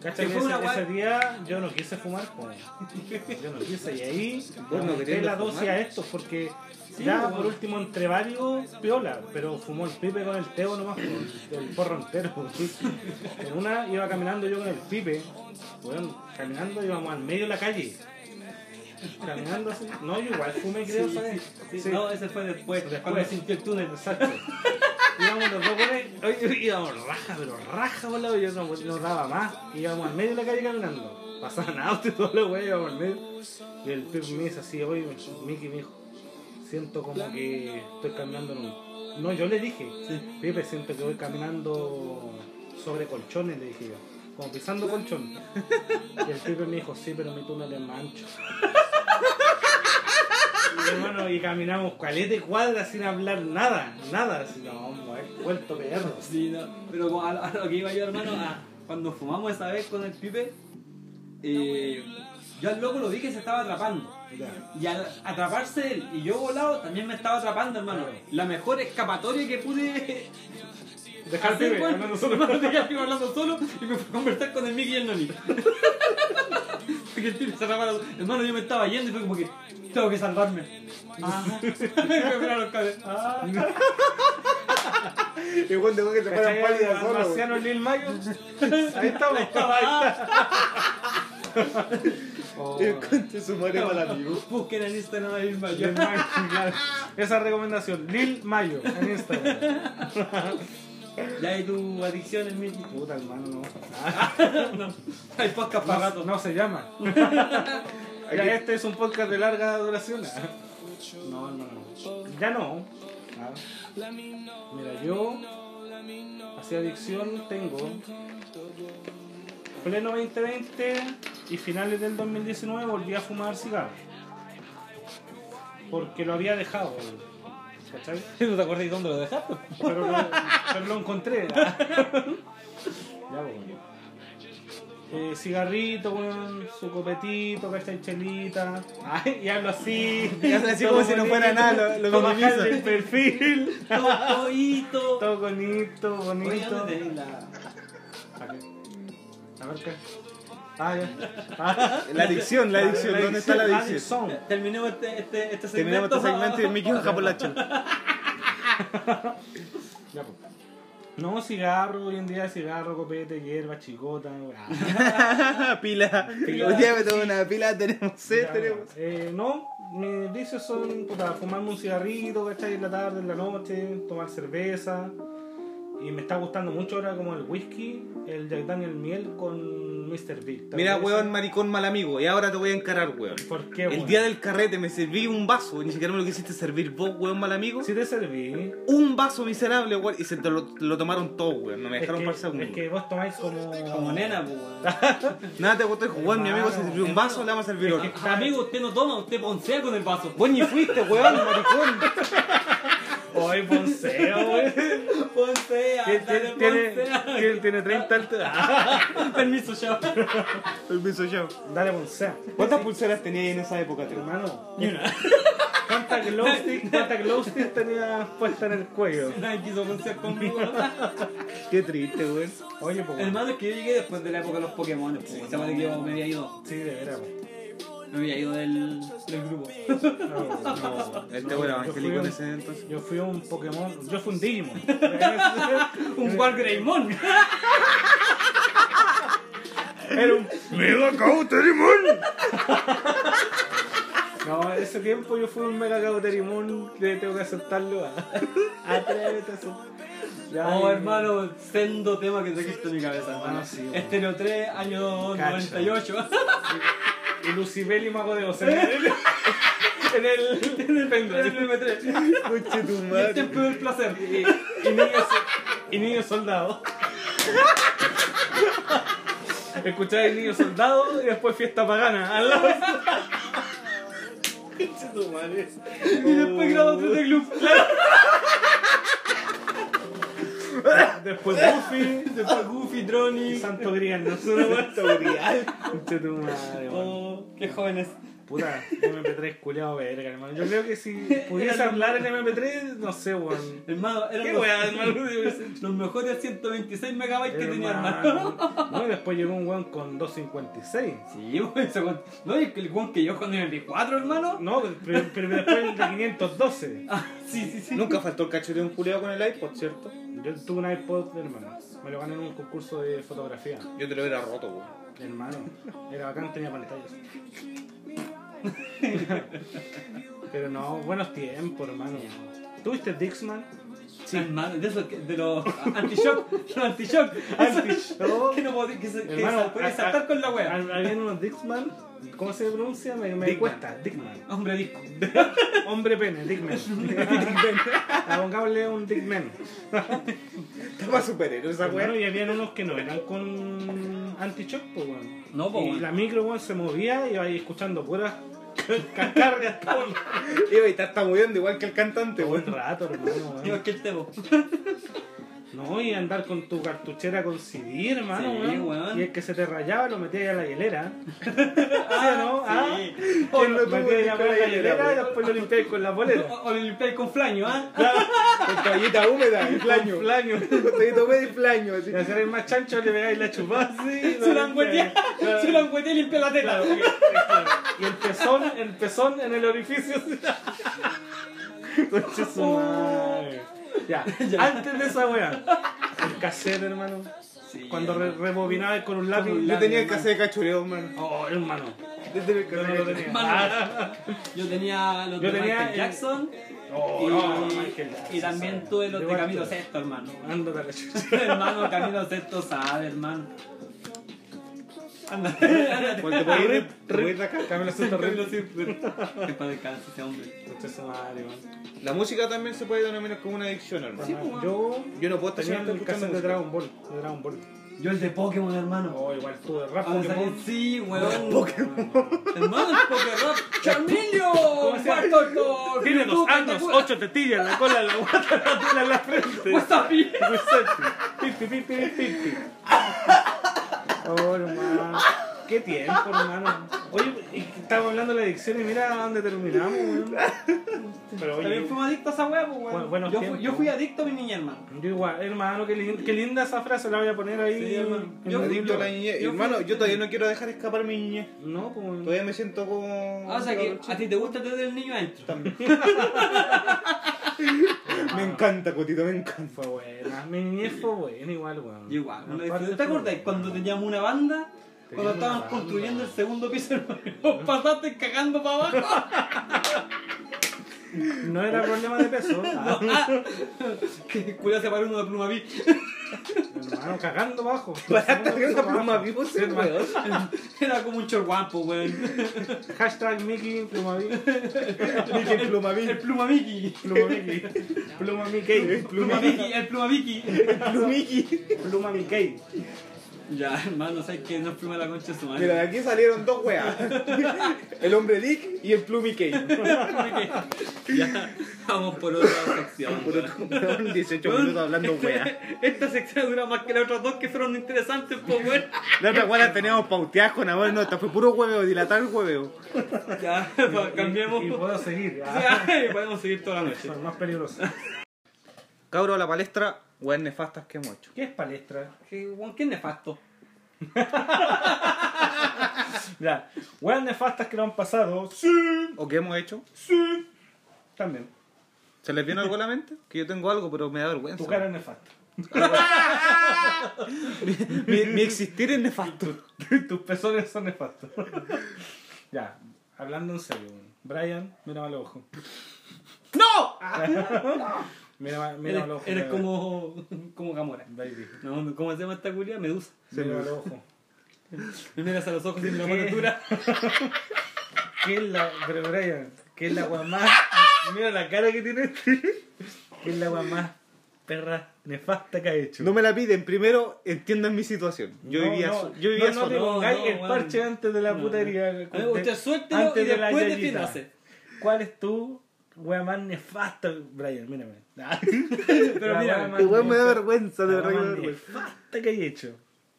[SPEAKER 4] Cacha
[SPEAKER 2] Se
[SPEAKER 4] que
[SPEAKER 2] fue una
[SPEAKER 4] ese,
[SPEAKER 2] guay-
[SPEAKER 4] ese día yo no quise fumar, po. yo no quise, y ahí
[SPEAKER 5] Vos no
[SPEAKER 4] aumenté
[SPEAKER 5] queriendo
[SPEAKER 4] la dosis
[SPEAKER 5] fumar.
[SPEAKER 4] a estos, porque ya por último entre varios, piola, pero fumó el pipe con el teo nomás, po, el porro entero. En una iba caminando yo con el pipe, bueno, caminando íbamos al medio de la calle, caminando así, no, yo igual fumé creo, ¿sabes? Sí.
[SPEAKER 2] No, ese fue después,
[SPEAKER 4] Después.
[SPEAKER 2] cuando sintió el túnel.
[SPEAKER 4] Exacto. Íbamos los dos güeyes Oye, íbamos raja, pero raja, por la yo no, no daba más. Íbamos al medio de la calle caminando. Pasaban autos y todo lo wey, íbamos al medio. Y el pip me dice así, oye, Mickey me dijo, siento como que estoy caminando en un... No, yo le dije, Pipe, siento que voy caminando sobre colchones, le dije yo. Como pisando colchón. Y el Pipe me dijo, sí, pero mi túnel es más ancho. Y, hermano, y caminamos calete cuadra sin hablar nada, nada. Así, no, muerto, vuelto perro.
[SPEAKER 2] Sí, no, pero como a, a lo que iba yo, hermano, a- cuando fumamos esa vez con el pipe, eh, yo al loco lo vi que se estaba atrapando. Y al atraparse él y yo volado, también me estaba atrapando, hermano. La mejor escapatoria que pude
[SPEAKER 4] Dejar
[SPEAKER 2] hacer,
[SPEAKER 4] Pipe,
[SPEAKER 2] weón.
[SPEAKER 4] hermano, solo.
[SPEAKER 2] Hermano, dejé al pibe hablando solo y me fui a conversar con el Mickey y el Noni. Porque el pibe se atrapaba. Hermano, yo me estaba yendo y fue como que, tengo que salvarme.
[SPEAKER 4] Ah.
[SPEAKER 2] Y me fui a los cabezas.
[SPEAKER 3] Y weón dejó que se fueran
[SPEAKER 4] ¿Cachai?
[SPEAKER 3] pálidas
[SPEAKER 4] Mar-
[SPEAKER 3] solo, weón.
[SPEAKER 4] Marciano Lil Mayo. Ahí estamos.
[SPEAKER 3] El conche su madre mal amigo.
[SPEAKER 2] Busquen en Instagram a Lil Mayo.
[SPEAKER 4] Lil Mayo, claro. Esa recomendación, Lil Mayo, en Instagram.
[SPEAKER 2] Ya hay tu adicción en Mickey.
[SPEAKER 4] Puta hermano, no.
[SPEAKER 2] no, hay podcast para
[SPEAKER 4] No,
[SPEAKER 2] rato.
[SPEAKER 4] no se llama. Ya este es un podcast de larga duración. No, hermano. Ya no. Ah. Mira, yo hacia adicción tengo pleno 2020 y finales del 2019 volví a fumar cigarro. Porque lo había dejado. ¿Cachai?
[SPEAKER 2] ¿No te acuerdas de dónde lo dejaste?
[SPEAKER 4] Pero lo, pero lo encontré. Ya, weón. Eh, cigarrito, weón, su copetito, cachai, chelita. Ay, y hablo así.
[SPEAKER 3] Y habla así como si no fuera nada, lo- lo
[SPEAKER 4] Para
[SPEAKER 3] minimiza.
[SPEAKER 4] bajarle el perfil.
[SPEAKER 2] Toito.
[SPEAKER 4] Todo bonito,
[SPEAKER 2] Oye,
[SPEAKER 4] bonito.
[SPEAKER 2] ¿dónde tenés la-
[SPEAKER 4] Acá. A ver qué. Ah, ya. Ah.
[SPEAKER 3] La adicción, la adicción. ¿Dónde está la adicción?
[SPEAKER 4] adicción?
[SPEAKER 2] Terminemos este, este, este
[SPEAKER 3] Terminamos
[SPEAKER 2] segmento.
[SPEAKER 3] este segmento y el Mickey baja por la chucha.
[SPEAKER 4] Ya, pues. No, cigarro, hoy en día cigarro, copete, hierba, chicota. weón.
[SPEAKER 3] pila. Hoy día me tomo una pila, tenemos sed,
[SPEAKER 4] Ya,
[SPEAKER 3] tenemos...
[SPEAKER 4] eh, no, mis vicios son puta, fumarme un cigarrito, ¿cachai? En la tarde, en la noche, tomar cerveza. Y me está gustando mucho ahora como el whisky, el Jack Daniel Miel con Mr. Big. ¿Te
[SPEAKER 5] Mira,
[SPEAKER 4] parece?
[SPEAKER 5] weón, maricón mal amigo. Y ahora te voy a encarar, weón.
[SPEAKER 4] ¿Por qué,
[SPEAKER 5] El
[SPEAKER 4] weón?
[SPEAKER 5] día del carrete me serví un vaso. Ni siquiera me lo quisiste servir vos, weón, mal amigo.
[SPEAKER 4] Si te serví.
[SPEAKER 5] Un vaso miserable, weón. Y se te lo, lo tomaron todo, weón. No me
[SPEAKER 4] Es
[SPEAKER 5] dejaron pasar
[SPEAKER 4] que,
[SPEAKER 5] uno.
[SPEAKER 4] es que vos tomáis como.
[SPEAKER 2] Como nena, pues. weón.
[SPEAKER 5] Nada, te gustó jugar. Mi amigo se sirvió un vaso, le vamos a servir otro.
[SPEAKER 2] Eh, Amigo, usted no toma, usted poncea con el vaso.
[SPEAKER 5] Vos ni fuiste, weón, maricón.
[SPEAKER 4] ¡Ay, Ponceo, weón!
[SPEAKER 2] Poncea,
[SPEAKER 4] Tiene-
[SPEAKER 2] dale,
[SPEAKER 4] tiene-
[SPEAKER 2] poncea.
[SPEAKER 4] tiene- Tiene Ah, 30 altas.
[SPEAKER 2] Permiso, ya.
[SPEAKER 3] Permiso, chao.
[SPEAKER 4] Dale, Ponceo.
[SPEAKER 3] ¿Cuántas pulseras tenías en esa época, tío?
[SPEAKER 4] Hermano. ¿Cuánta glow stick, cuánta glow stick tenía puesta en el cuello?
[SPEAKER 2] Nadie quiso poncear conmigo.
[SPEAKER 3] Qué triste, weón.
[SPEAKER 4] Oye, pues.
[SPEAKER 2] Hermano, es que yo llegué después de la época de los Pokémon. pues, Se me que yo me había ido.
[SPEAKER 4] Sí, de veras, weón.
[SPEAKER 2] Me había ido del, del grupo.
[SPEAKER 4] No, no.
[SPEAKER 5] Este weón
[SPEAKER 4] yo
[SPEAKER 5] evangélico
[SPEAKER 4] fui
[SPEAKER 5] en
[SPEAKER 4] un-
[SPEAKER 5] ese entonces.
[SPEAKER 4] Yo fui un Pokémon, yo fui un Digimon.
[SPEAKER 2] Un Wargreymon.
[SPEAKER 4] Era un. ¡Mega No, ese tiempo yo fui un Mega Cauterimon que tengo que aceptarlo. ah. Atrévete a aceptarlo.
[SPEAKER 2] Oh, hermano, sendo tema que trajiste en mi cabeza, hermano.
[SPEAKER 4] Ah, sí, bueno.
[SPEAKER 2] Estereo 3, año
[SPEAKER 4] Cacha.
[SPEAKER 2] 98.
[SPEAKER 4] Y Lucibel y Mago de Oz. En el. En el, en el pendrive.
[SPEAKER 3] Coche tu
[SPEAKER 2] Y el
[SPEAKER 3] madre.
[SPEAKER 2] templo del placer.
[SPEAKER 4] Y niños, y niños soldados. Escuchaba el niño soldado y después fiesta pagana. Al lado.
[SPEAKER 2] Y después grabó otro de club.
[SPEAKER 4] Después Buffy.
[SPEAKER 2] Después Goofy,
[SPEAKER 4] y
[SPEAKER 2] Droni.
[SPEAKER 4] Santo Grial. No sé, Santo Grial. tu madre, weón.
[SPEAKER 2] Oh, qué jóvenes.
[SPEAKER 4] Puta, MP3 culiado verga, hermano. Yo creo que si pudiese hablar en MP3, no sé, weón.
[SPEAKER 2] Hermano, eran
[SPEAKER 4] Qué
[SPEAKER 2] los,
[SPEAKER 4] weá, hermano.
[SPEAKER 2] los mejores 126 megabytes que tenía, hermano.
[SPEAKER 4] Hermano. No, y después llegó un weón con 256.
[SPEAKER 2] Sí, weón, ese weón. No, y el weón que yo con el 24, hermano.
[SPEAKER 4] No, pero, pero después el de 512.
[SPEAKER 2] Ah, sí, sí, sí.
[SPEAKER 3] Nunca faltó el cacheteo culeado con el iPod, ¿cierto?
[SPEAKER 4] Yo tuve un iPod, hermano. Me lo gané en un concurso de fotografía.
[SPEAKER 5] Yo te lo hubiera roto, weón.
[SPEAKER 4] Hermano, era bacán, tenía pantallas. Pero no, buenos tiempos, hermano. ¿Tuviste Dixman?
[SPEAKER 2] Hermano, de eso que- de los anti-shock, los anti-shock. Eso- Que no podí- que se- que
[SPEAKER 4] Hermano,
[SPEAKER 2] se puede
[SPEAKER 4] a-
[SPEAKER 2] saltar con la
[SPEAKER 4] a-
[SPEAKER 2] wea.
[SPEAKER 4] Habían unos Dickman. ¿Cómo se pronuncia? Me, me cuesta. Dickman.
[SPEAKER 2] Hombre disco.
[SPEAKER 4] Hombre pene, Dickman. Pongámosle un Dickman.
[SPEAKER 5] Estaba superhéroe esa
[SPEAKER 4] Pues Bueno,
[SPEAKER 5] weá.
[SPEAKER 4] y habían unos que no eran con antichoc, pues, weón.
[SPEAKER 2] No, pues,
[SPEAKER 4] Y
[SPEAKER 2] weón.
[SPEAKER 4] la micro, weón, se movía y iba ahí escuchando puras cascargas todo el-
[SPEAKER 5] Iba a estar tamudeando igual que el cantante,
[SPEAKER 4] todo el
[SPEAKER 5] weón.
[SPEAKER 4] rato, hermano, weón.
[SPEAKER 2] Digo, que el tebo.
[SPEAKER 4] No, y andar con tu cartuchera con CD, hermano,
[SPEAKER 2] Sí,
[SPEAKER 4] weón.
[SPEAKER 2] weón.
[SPEAKER 4] Y el que se te rayaba lo metías ahí a la hielera. ah, ¿no? Ah,
[SPEAKER 2] sí.
[SPEAKER 4] o
[SPEAKER 5] lo
[SPEAKER 4] lo
[SPEAKER 5] tuvo
[SPEAKER 4] metías ahí a
[SPEAKER 5] con
[SPEAKER 4] la
[SPEAKER 5] la hielera,
[SPEAKER 4] hielera y después lo limpiáis con la
[SPEAKER 2] O,
[SPEAKER 4] bolera.
[SPEAKER 2] o lo limpiáis con flaño, ¿ah?
[SPEAKER 5] Con toallita húmeda y flaño.
[SPEAKER 4] Flaño.
[SPEAKER 5] Con toallita húmeda y flaño. así.
[SPEAKER 4] Y hacer el más chancho le pegáis la chupada así.
[SPEAKER 2] Se lo
[SPEAKER 4] lo
[SPEAKER 2] han hueteado,
[SPEAKER 4] limpiáis.
[SPEAKER 2] se lo han hueteado y limpia la tela.
[SPEAKER 4] Claro, porque- claro. Y el pezón, el pezón en el orificio. Conche su madre. Ya. antes de esa weá. El cassette, hermano. Cuando re- rebobinabas con un lápiz.
[SPEAKER 5] Yo tenía el cassette de cachureo, hermano.
[SPEAKER 4] Oh, hermano.
[SPEAKER 5] Yo tenía el
[SPEAKER 4] Yo no
[SPEAKER 5] cassette
[SPEAKER 4] lo
[SPEAKER 5] de
[SPEAKER 4] tenía.
[SPEAKER 2] Mano.
[SPEAKER 4] Ah,
[SPEAKER 2] Yo tenía los
[SPEAKER 4] Yo
[SPEAKER 2] de
[SPEAKER 4] tenía
[SPEAKER 2] Michael
[SPEAKER 4] el-
[SPEAKER 2] Jackson
[SPEAKER 4] oh, no, Michael Jackson,
[SPEAKER 2] y, y también
[SPEAKER 4] sabe.
[SPEAKER 2] tuve los de
[SPEAKER 4] Igual
[SPEAKER 2] Camilo
[SPEAKER 4] tú.
[SPEAKER 2] Sesto, hermano.
[SPEAKER 4] Ándate a la chucha.
[SPEAKER 2] hermano, Camilo Sesto sabe, hermano. Anda,
[SPEAKER 4] Ah,
[SPEAKER 2] ándate.
[SPEAKER 5] Bueno, te puedes ir- te puedes ir de acá.
[SPEAKER 4] Camilo Sesto,
[SPEAKER 2] Camilo
[SPEAKER 4] rip.
[SPEAKER 2] Sesto. Que para descansar ese hombre.
[SPEAKER 4] Conche su madre, weón.
[SPEAKER 5] La música también se puede denominar como una adicción, hermano.
[SPEAKER 4] Yo
[SPEAKER 5] Yo no puedo
[SPEAKER 4] tenía
[SPEAKER 5] estar
[SPEAKER 4] el cassette de Dragon Ball. De Dragon Ball.
[SPEAKER 2] Yo el de Pokémon, hermano.
[SPEAKER 4] Oh, igual tú de rap
[SPEAKER 2] Ah,
[SPEAKER 4] Pokémon.
[SPEAKER 2] ¿sabes? Sí, weón. Hermano, el Pokémon. ¡Charmilio!
[SPEAKER 4] se llama?
[SPEAKER 2] ¡Cuarto
[SPEAKER 4] Tiene dos años, ocho tetillas, la cola, la guata, la tela en la frente.
[SPEAKER 2] Pues ¡Wasabi!
[SPEAKER 4] Pipi, pipi, pipi. Oh, hermano. Qué tiempo, hermano. Oye, y estamos hablando de la adicción y mira dónde terminamos, weón. Pero
[SPEAKER 2] También
[SPEAKER 4] oye,
[SPEAKER 2] fuimos adictos a esa hueá, pues, weón.
[SPEAKER 4] Bu- buenos
[SPEAKER 2] yo, fui,
[SPEAKER 4] tiempos.
[SPEAKER 2] yo fui adicto a mi niña, hermano.
[SPEAKER 4] yo igual, hermano, qué, lin- qué linda esa frase, la voy a poner ahí.
[SPEAKER 2] Sí, hermano.
[SPEAKER 4] en
[SPEAKER 2] Yo-
[SPEAKER 4] el
[SPEAKER 5] Adicto
[SPEAKER 4] libro.
[SPEAKER 5] a la niñez.
[SPEAKER 2] yo-
[SPEAKER 5] Hermano, yo todavía no quiero dejar escapar mi niñez.
[SPEAKER 4] No, pues.
[SPEAKER 5] Todavía me siento como.
[SPEAKER 2] Ah, o sea que a ti te gusta tener el niño adentro.
[SPEAKER 5] Me encanta, Cotito, me encanta.
[SPEAKER 4] Fue buena. Mi niñez fue buena, igual, weón.
[SPEAKER 2] Yo igual, no lo disfruté. ¿Te
[SPEAKER 4] Aparte fue
[SPEAKER 2] acordás
[SPEAKER 4] buena.
[SPEAKER 2] cuando teníamos una banda? Cuando
[SPEAKER 4] Teníamos una
[SPEAKER 2] estaban
[SPEAKER 4] banda.
[SPEAKER 2] construyendo el segundo piso, hermano. Vos pasaste cagando para abajo.
[SPEAKER 4] No era problema de peso. ah.
[SPEAKER 2] que cuidado se paró uno de pluma vi.
[SPEAKER 4] Hermano, cagando bajo.
[SPEAKER 5] Barata que una pluma vivo
[SPEAKER 4] Sí,
[SPEAKER 5] se
[SPEAKER 4] hermano.
[SPEAKER 5] weón.
[SPEAKER 2] Era como un chorguampo, weón.
[SPEAKER 4] Hashtag Mickey Pluma Mickey.
[SPEAKER 5] Dije el pluma
[SPEAKER 2] El
[SPEAKER 5] vivo.
[SPEAKER 2] pluma Vicky.
[SPEAKER 4] Pluma Mickey. Pluma Mickey.
[SPEAKER 2] Pluma
[SPEAKER 4] Pluma
[SPEAKER 2] Vicky, el pluma Vicky.
[SPEAKER 5] Plumiki.
[SPEAKER 4] Pluma Mickey.
[SPEAKER 2] Ya, hermano, sabes que no pluma la concha de su
[SPEAKER 5] Mira, de
[SPEAKER 2] madre.
[SPEAKER 5] aquí salieron dos weas. El hombre Dick y el Plumiki.
[SPEAKER 2] Ya, vamos por otra sección.
[SPEAKER 5] Puro
[SPEAKER 2] weón.
[SPEAKER 5] cabrón, 18
[SPEAKER 2] Weón,
[SPEAKER 5] minutos hablando
[SPEAKER 2] este-
[SPEAKER 5] weas.
[SPEAKER 2] Esta sección dura más que las otras dos que fueron interesantes, pues, weón.
[SPEAKER 5] La otra wea la teníamos pauteadas con amor, no, esta fue puro hueveo, dilatar el hueveo.
[SPEAKER 2] Ya, pa- cambiamos.
[SPEAKER 4] Y puedo seguir. ah,
[SPEAKER 2] Ya, y podemos seguir toda la noche.
[SPEAKER 4] Son más peligrosos.
[SPEAKER 5] Cabro a la palestra, weas nefastas que hemos hecho.
[SPEAKER 4] ¿Qué es palestra?
[SPEAKER 2] Que, weón, Qué nefasto.
[SPEAKER 4] Ya. Weas nefastas que no han pasado. Sí,
[SPEAKER 5] ¿O qué hemos hecho?
[SPEAKER 4] sí. También.
[SPEAKER 5] ¿Se les viene algo a la mente? Que yo tengo algo, pero me da vergüenza.
[SPEAKER 4] Tu cara es nefasta.
[SPEAKER 5] Mi, mi existir es nefasto.
[SPEAKER 4] Tus pezones son nefastos. ya. Hablando en serio. weón. Brian, mira mal ojo.
[SPEAKER 5] ¡No!
[SPEAKER 4] Mira, mira
[SPEAKER 2] Eres,
[SPEAKER 4] mal ojo.
[SPEAKER 2] eres
[SPEAKER 4] Brian.
[SPEAKER 2] como, como Gamora.
[SPEAKER 4] Baby.
[SPEAKER 2] No, no, ¿Cómo se llama esta culia? Medusa.
[SPEAKER 4] Mira mal ojo.
[SPEAKER 2] Me miras a los ojos y la mano dura.
[SPEAKER 4] ¿Qué es la. Pero Brian, ¿qué es la agua más. Mira la cara que tiene este. ¿Qué es la agua más perra nefasta que ha hecho?
[SPEAKER 5] No me la piden, primero entiendan mi situación. Yo
[SPEAKER 4] No,
[SPEAKER 5] vivía,
[SPEAKER 4] no,
[SPEAKER 5] so- yo vivía
[SPEAKER 4] no,
[SPEAKER 5] solo.
[SPEAKER 4] No te
[SPEAKER 2] solo.
[SPEAKER 4] pongáis
[SPEAKER 2] No, no,
[SPEAKER 4] el parche
[SPEAKER 2] weón.
[SPEAKER 4] antes de la putería.
[SPEAKER 2] A ver, usted suéltelo y después defiéndase.
[SPEAKER 4] ¿Cuál es tu wea más nefasta, Brian? Mírame.
[SPEAKER 2] Pero
[SPEAKER 4] La
[SPEAKER 2] mira,
[SPEAKER 4] wea más
[SPEAKER 5] Que weón me da
[SPEAKER 4] nefasta-
[SPEAKER 5] vergüenza, de
[SPEAKER 4] la
[SPEAKER 5] verdad que
[SPEAKER 4] wea
[SPEAKER 5] me da
[SPEAKER 4] más
[SPEAKER 5] vergüenza.
[SPEAKER 4] nefasta que hay hecho.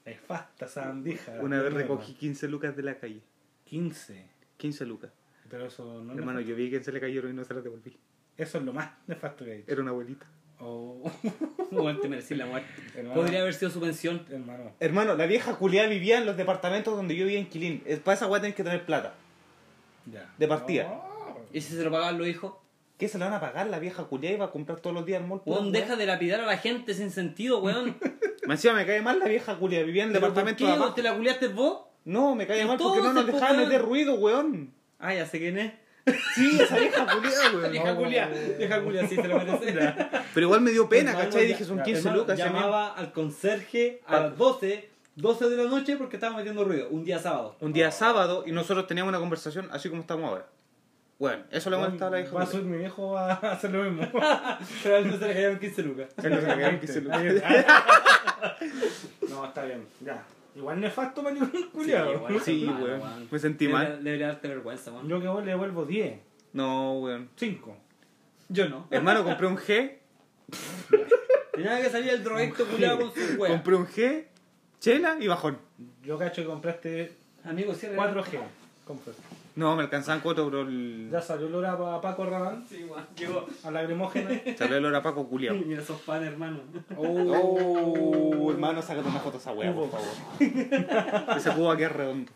[SPEAKER 4] Nefasta, sandija.
[SPEAKER 5] Una vez
[SPEAKER 4] nueva.
[SPEAKER 5] recogí 15 lucas de la calle.
[SPEAKER 4] 15.
[SPEAKER 5] 15 lucas.
[SPEAKER 4] Pero eso no
[SPEAKER 5] Hermano, yo vi que se le cayeron y no se las devolví.
[SPEAKER 4] Eso es lo más nefasto que hay hecho.
[SPEAKER 5] Era una abuelita.
[SPEAKER 4] Oh.
[SPEAKER 2] Weón, te merecí la muerte.
[SPEAKER 4] Hermano.
[SPEAKER 2] Podría haber sido su pensión.
[SPEAKER 4] Hermano.
[SPEAKER 5] Hermano, la vieja culiada vivía en los departamentos donde yo vivía en Quilín. Es- Para esa weá tenés que tener plata.
[SPEAKER 4] Ya. Oh,
[SPEAKER 5] De partida.
[SPEAKER 4] No.
[SPEAKER 2] ¿Y si se lo pagaban los hijos?
[SPEAKER 5] ¿Qué se la van a pagar? La vieja culiada iba a comprar todos los días al mall.
[SPEAKER 2] Weón,
[SPEAKER 5] pura
[SPEAKER 2] deja de lapidar a la gente sin sentido, weón.
[SPEAKER 5] weá. Me encima me cae mal la vieja culiada. Vivía en el
[SPEAKER 2] ¿Pero
[SPEAKER 5] departamento
[SPEAKER 2] por
[SPEAKER 5] de
[SPEAKER 2] qué?
[SPEAKER 5] abajo.
[SPEAKER 2] ¿Te la culiaste vos?
[SPEAKER 5] No, me cae mal porque no
[SPEAKER 2] Entonces,
[SPEAKER 5] nos
[SPEAKER 2] pues,
[SPEAKER 5] dejaban
[SPEAKER 2] weón.
[SPEAKER 5] meter ruido, weón.
[SPEAKER 2] Ah, ya sé quién es.
[SPEAKER 5] Sí, esa vieja culiada, weón.
[SPEAKER 4] Vieja culia, vieja culia, sí, se lo merece.
[SPEAKER 5] Pero igual me dio pena,
[SPEAKER 2] Hermano,
[SPEAKER 5] ¿cachai?
[SPEAKER 2] ya-
[SPEAKER 5] Dije, son
[SPEAKER 4] ya,
[SPEAKER 5] 15
[SPEAKER 2] Hermano,
[SPEAKER 5] lucas. ese meme.
[SPEAKER 2] Llamaba al conserje a las 12, 12 de la noche porque estaba metiendo ruido. Un día sábado.
[SPEAKER 5] Un día sábado y nosotros teníamos una conversación así como estamos ahora. Bueno, eso le molestaba a la vieja
[SPEAKER 4] Va a
[SPEAKER 5] culiada.
[SPEAKER 4] subir mi viejo va a hacer lo mismo.
[SPEAKER 2] Pero al conserje le cayeron 15 lucas.
[SPEAKER 5] Es lo que me quedaron 15 lucas.
[SPEAKER 4] No, está bien, ya. Igual nefasto para ningún culiado.
[SPEAKER 5] Sí,
[SPEAKER 2] Hermano,
[SPEAKER 5] weón.
[SPEAKER 2] weón.
[SPEAKER 5] Me sentí mal.
[SPEAKER 2] Debería- Debería darte vergüenza, weón.
[SPEAKER 4] Yo que vos le devuelvo 10,
[SPEAKER 5] No, weón.
[SPEAKER 4] 5.
[SPEAKER 2] Yo no.
[SPEAKER 5] Hermano, compré un G.
[SPEAKER 2] Tenía que salir el droguecto culiado con su wea.
[SPEAKER 5] Compré un G, chela y bajón.
[SPEAKER 4] Yo cacho que compraste
[SPEAKER 2] Amigo, cierra.
[SPEAKER 4] 4G. Compré.
[SPEAKER 5] No, me alcanzaban 4 euros el.
[SPEAKER 4] Ya salió el olor a Paco Rabán,
[SPEAKER 2] Sí, weón. Llegó.
[SPEAKER 4] a lagrimógena.
[SPEAKER 5] Salió el hora Paco culiao.
[SPEAKER 2] Mira esos panes, hermano.
[SPEAKER 5] Oh, hermano, sácate una foto a esa weá, por favor. Ese cubo aquí es redondo.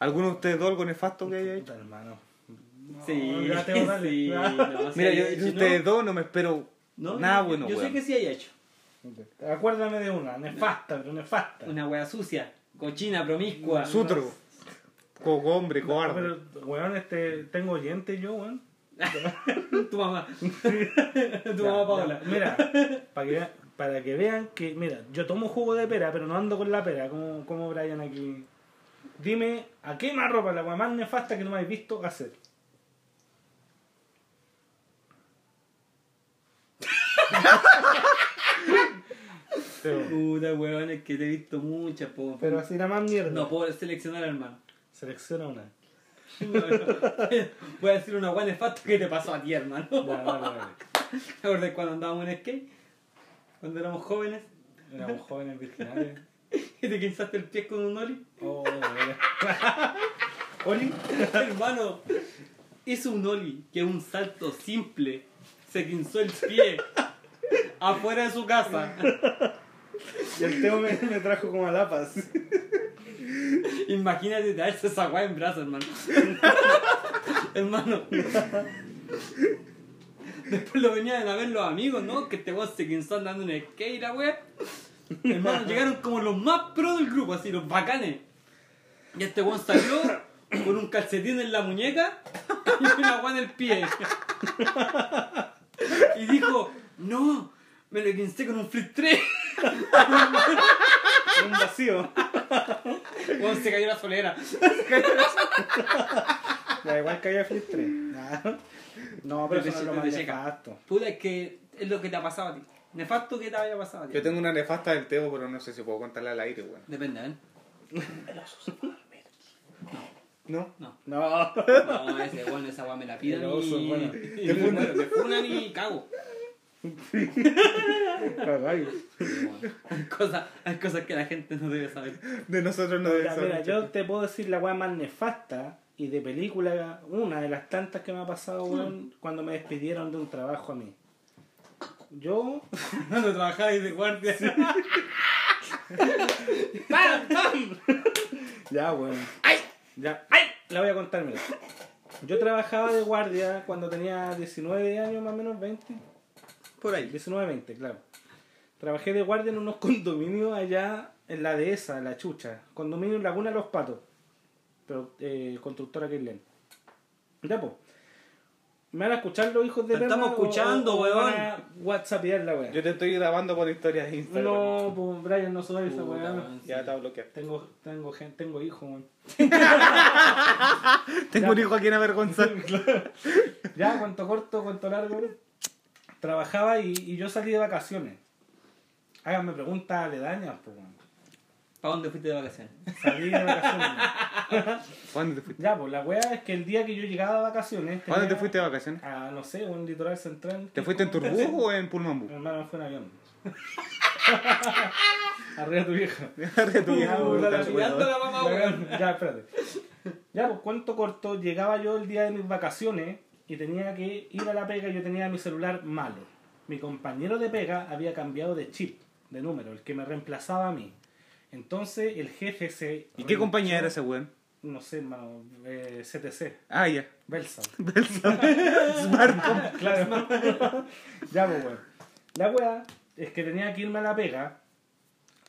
[SPEAKER 5] ¿Alguno de ustedes dos algo nefasto que haya hecho?
[SPEAKER 4] Puta, hermano.
[SPEAKER 2] Sí,
[SPEAKER 4] ya te voy a darle.
[SPEAKER 2] sí. no, sí,
[SPEAKER 5] Mira, yo
[SPEAKER 2] si
[SPEAKER 5] de
[SPEAKER 2] no-
[SPEAKER 5] ustedes dos no me espero
[SPEAKER 2] no,
[SPEAKER 5] nada
[SPEAKER 2] yo-
[SPEAKER 5] bueno,
[SPEAKER 2] Yo sé
[SPEAKER 5] weón.
[SPEAKER 2] que sí hay hecho.
[SPEAKER 4] Acuérdame de una, nefasta, pero nefasta.
[SPEAKER 2] Una wea sucia, cochina, promiscua.
[SPEAKER 5] Sutro. Como hombre,
[SPEAKER 4] No,
[SPEAKER 5] cobarde.
[SPEAKER 4] pero, weón, este, tengo oyente yo, weón.
[SPEAKER 2] Tu mamá. tu mamá Paola.
[SPEAKER 4] Mira, para que, vean, para que vean que, mira, yo tomo jugo de pera, pero no ando con la pera, como, como Brian aquí. Dime, ¿a qué más ropa la weá más nefasta que tú me habéis visto hacer? pero,
[SPEAKER 2] Puta weón, es que te he visto muchas, po.
[SPEAKER 4] pero así la más mierda.
[SPEAKER 2] No puedo seleccionar, hermano.
[SPEAKER 4] Selecciona una.
[SPEAKER 2] Voy a decir una wea nefasta que te pasó a ti, hermano.
[SPEAKER 4] Ya, vale, vale.
[SPEAKER 2] ¿Te acuerdas cuando andábamos en skate? Cuando éramos jóvenes.
[SPEAKER 4] Éramos jóvenes virginales.
[SPEAKER 2] Y te quinzaste el pie con un Oli.
[SPEAKER 4] Oh, weón. Oli,
[SPEAKER 2] Hermano, hizo un Oli, que es un salto simple. Se quinzó el pie afuera de su casa.
[SPEAKER 4] y el Teo me, me trajo como a La Paz.
[SPEAKER 2] Imagínate traerse esa weá en brazos, hermano. hermano. Después lo venían a ver los amigos, ¿no? Que este weón se quinzó andando en skate, la weá. Hermano, llegaron como los más pro del grupo, así, los bacanes. Y este weón salió con un calcetín en la muñeca y una weá en el pie. Y dijo, no, me lo quincé con un flip 3.
[SPEAKER 4] Un vacío.
[SPEAKER 2] Weón se cayó la solera.
[SPEAKER 4] Da igual que haya flip 3. No, pero
[SPEAKER 2] Desde
[SPEAKER 4] eso no es lo más
[SPEAKER 2] desde seca.
[SPEAKER 4] nefasto.
[SPEAKER 2] Puta, es que es lo que te ha pasado a ti. Nefasto que te haya pasado a ti.
[SPEAKER 5] Yo tengo una nefasta del Teo, pero no sé si puedo contarla al aire, weón.
[SPEAKER 2] Depende, ¿eh?
[SPEAKER 5] ¿No?
[SPEAKER 4] No.
[SPEAKER 2] No, ese weón, esa weá me la piden.
[SPEAKER 4] El oso,
[SPEAKER 2] y...
[SPEAKER 4] bueno.
[SPEAKER 2] y me muero, me funan y cago.
[SPEAKER 4] Caray.
[SPEAKER 2] Hay cosas, hay cosas que la gente no debe saber.
[SPEAKER 5] De nosotros no debe
[SPEAKER 4] Mira, mira,
[SPEAKER 5] saber.
[SPEAKER 4] yo te puedo decir la weá más nefasta y de película, una de las tantas que me ha pasado, weón, cuando me despidieron de un trabajo a mí. Yo.
[SPEAKER 2] Cuando trabajáis de guardia.
[SPEAKER 4] Ya, weón. ¡Ay! Ya. ¡Ay! La voy a contar, mira. Yo trabajaba de guardia cuando tenía 19 años, más o menos 20.
[SPEAKER 5] Por ahí.
[SPEAKER 4] 19-20, claro. Trabajé de guardia en unos condominios allá en la dehesa, la chucha. Condominio en Laguna Los Patos. Pero eh, constructora Kirlen. Ya, po. Me van a escuchar los hijos de
[SPEAKER 2] Te estamos
[SPEAKER 4] perra o-
[SPEAKER 2] escuchando,
[SPEAKER 4] o van
[SPEAKER 2] weón.
[SPEAKER 4] a Whatsappear la weá.
[SPEAKER 5] Yo te estoy grabando por historias de Instagram.
[SPEAKER 4] No, pues Brian, no soy esa
[SPEAKER 2] Puta,
[SPEAKER 4] weá.
[SPEAKER 2] weón.
[SPEAKER 5] Ya te bloqueaste.
[SPEAKER 4] Tengo, tengo, gen- tengo hijos, weón.
[SPEAKER 5] Tengo un hijo aquí en avergonzar.
[SPEAKER 4] Ya, cuanto corto, cuanto largo. Trabajaba y, y yo salí de vacaciones. Háganme preguntas aledañas, pues, weón.
[SPEAKER 2] ¿Para dónde fuiste de vacaciones?
[SPEAKER 4] Salí de vacaciones.
[SPEAKER 5] ¿Cuándo te fuiste?
[SPEAKER 4] Ya, pues la weá es que el día que yo llegaba de vacaciones.
[SPEAKER 5] ¿Cuándo
[SPEAKER 4] tenía-
[SPEAKER 5] te fuiste de vacaciones?
[SPEAKER 4] A no sé, un litoral central.
[SPEAKER 5] ¿Te fuiste en Turbú o en Pulmambú?
[SPEAKER 4] Mi hermano fue en avión. Arriba tu vieja.
[SPEAKER 5] Ya,
[SPEAKER 4] Ya,
[SPEAKER 5] puta,
[SPEAKER 4] la-
[SPEAKER 5] weón.
[SPEAKER 2] Mirando la mamá, weón.
[SPEAKER 4] Ya, espérate. Ya, pues cuento corto, llegaba yo el día de mis vacaciones y tenía que ir a la pega y yo tenía mi celular malo. Mi compañero de pega había cambiado de chip, de número, el que me reemplazaba a mí. Entonces el jefe se...
[SPEAKER 5] ¿Y qué compañía era ese weón?
[SPEAKER 4] No sé, hermano, eh, CTC,
[SPEAKER 5] Ah, ya.
[SPEAKER 4] Belsa.
[SPEAKER 5] Smartphone.
[SPEAKER 4] Claro. ya, pues, weón. La weá es que tenía que irme a la pega.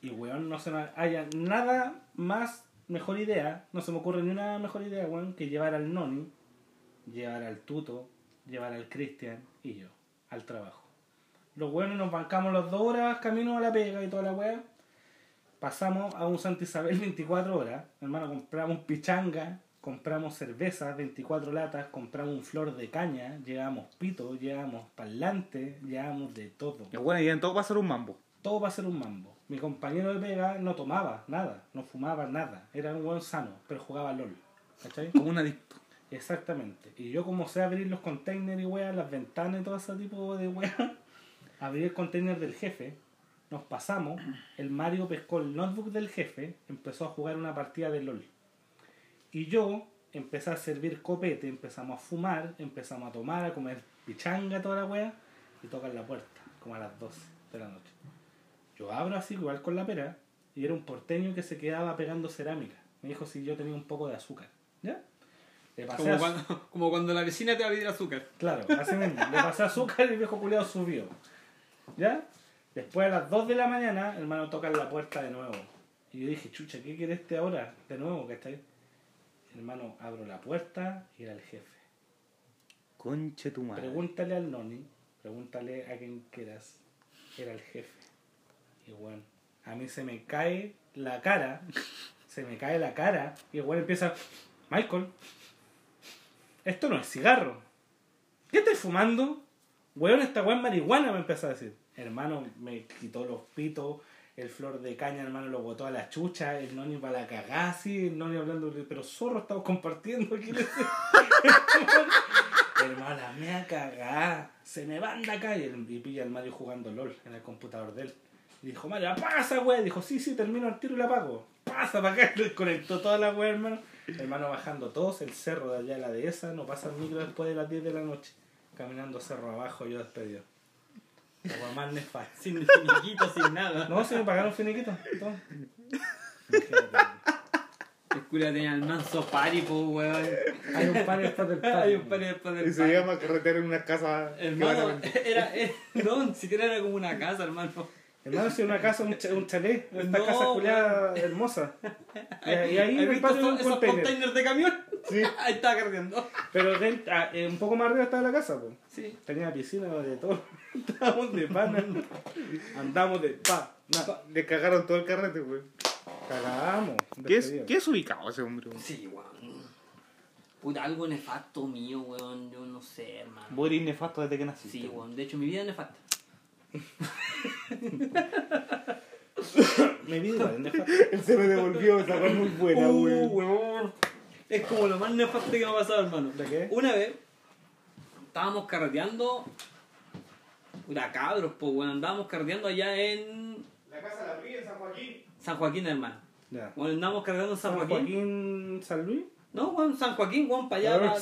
[SPEAKER 4] Y, weón, no se me haya nada más mejor idea. No se me ocurre ni una mejor idea, weón, que llevar al noni llevar al Tuto, llevar al Cristian y yo al trabajo. Los buenos nos bancamos las dos horas camino a la pega y toda la weá. Pasamos a un Santa Isabel 24 horas. Hermano, compramos pichanga, compramos cervezas 24 latas, compramos un flor de caña, llevamos pito, llevamos parlante, llevamos de todo.
[SPEAKER 5] Ya, bueno, y en todo va a ser un mambo.
[SPEAKER 4] Todo va a ser un mambo. Mi compañero de pega no tomaba nada, no fumaba nada. Era un buen sano, pero jugaba LOL. ¿Cachai?
[SPEAKER 5] Como un adicto.
[SPEAKER 4] Exactamente. Y yo como sé abrir los containers y weas, las ventanas y todo ese tipo de weas, abrí el container del jefe, nos pasamos, el Mario pescó el notebook del jefe, empezó a jugar una partida de LOL. Y yo empecé a servir copete, empezamos a fumar, empezamos a tomar, a comer pichanga, toda la wea, y tocan la puerta, como a las 12 de la noche. Yo abro así, igual con la pera, y era un porteño que se quedaba pegando cerámica. Me dijo si yo tenía un poco de azúcar. ¿Ya? Le pasé
[SPEAKER 2] Como
[SPEAKER 4] az-
[SPEAKER 2] cuando, como cuando la vecina te va a pedir azúcar.
[SPEAKER 4] Claro, así mismo. Le pasé azúcar y el viejo culiado subió. ¿Ya? Después a las 2 de la mañana, hermano toca en la puerta de nuevo. Y yo dije, chucha, ¿qué quiere este ahora? De nuevo, que está ahí. Hermano, abro la puerta y era el jefe.
[SPEAKER 5] Conche tu madre.
[SPEAKER 4] Pregúntale al noni, pregúntale a quien quieras. Era el jefe. Y bueno, a mí se me cae la cara, se me cae la cara. Y bueno, empieza, Michael, esto no es cigarro. ¿Qué estás fumando? Weón, esta weón marihuana me empezó a decir. Hermano, me quitó los pitos, el flor de caña, hermano, lo botó a la chucha, el noni para la cagá, así, el noni hablando, pero zorro, estamos compartiendo aquí. Hermana, me ha cagado. Se me van de acá. Y, el- y pilla al Mario jugando LOL en el computador de él. Y dijo, Mario, pasa, güey. Dijo, sí, sí, termino el tiro y la pago. Pasa para acá. Le conectó toda la güey, hermano. Hermano bajando todos, el cerro de allá de la dehesa. No pasa el micro después de las 10 de la noche. Caminando cerro abajo, yo despedido. La wea más nefasta.
[SPEAKER 2] Sin finiquito, sin nada.
[SPEAKER 4] No, se me pagaron finiquito. todo.
[SPEAKER 2] El cura tenía el manso pari, po, weón.
[SPEAKER 4] Hay un par después del par.
[SPEAKER 2] Hay un pari después del
[SPEAKER 14] Y se
[SPEAKER 2] pari.
[SPEAKER 14] llama carretera en una casa. que van a
[SPEAKER 2] Hermano,
[SPEAKER 14] vender.
[SPEAKER 2] era, era, no, ni siquiera era como una casa, hermano.
[SPEAKER 4] Hermano, si una casa, un, cha- un chalet, esta
[SPEAKER 2] No,
[SPEAKER 4] casa culiada hermosa. Y, y ahí
[SPEAKER 2] ¿Has
[SPEAKER 4] en el
[SPEAKER 2] visto
[SPEAKER 4] patio
[SPEAKER 2] esos,
[SPEAKER 4] un
[SPEAKER 2] esos
[SPEAKER 4] container.
[SPEAKER 2] containers de camión?
[SPEAKER 4] Sí.
[SPEAKER 2] Ahí estaba cargando.
[SPEAKER 4] Pero de- ah, eh, un poco más arriba estaba la casa, pues.
[SPEAKER 2] Sí.
[SPEAKER 4] Tenía piscina de todo. Estábamos de pana. Andamos de pa. Na.
[SPEAKER 14] Le cagaron todo el carrete, güey.
[SPEAKER 4] Cagamos.
[SPEAKER 5] ¿Qué es,
[SPEAKER 4] despedido.
[SPEAKER 5] ¿Qué es ubicado ese hombre? güey?
[SPEAKER 2] Sí, weón. Puta, algo nefasto mío, weón. Yo no sé, hermano.
[SPEAKER 5] Vos eres nefasto desde que naciste.
[SPEAKER 2] Sí, weón. De hecho, mi vida es nefasta.
[SPEAKER 4] Me vi igual, nefa.
[SPEAKER 14] Él se me devolvió esa fue muy buena, güey.
[SPEAKER 2] Uh, weón. Es como lo más nefasto que me ha pasado, hermano.
[SPEAKER 4] ¿De qué?
[SPEAKER 2] Una vez estábamos carreteando. Puta, cabros, pues, weón. Andábamos carreteando allá en
[SPEAKER 14] La casa la abrí en San Joaquín.
[SPEAKER 2] San Joaquín, hermano.
[SPEAKER 4] Ya.
[SPEAKER 2] Bueno, andábamos carreteando en San,
[SPEAKER 4] San
[SPEAKER 2] Joaquín.
[SPEAKER 4] Joaquín San Luis.
[SPEAKER 2] No, weón, San Joaquín, weón, para allá.
[SPEAKER 4] Ahora-
[SPEAKER 2] pa-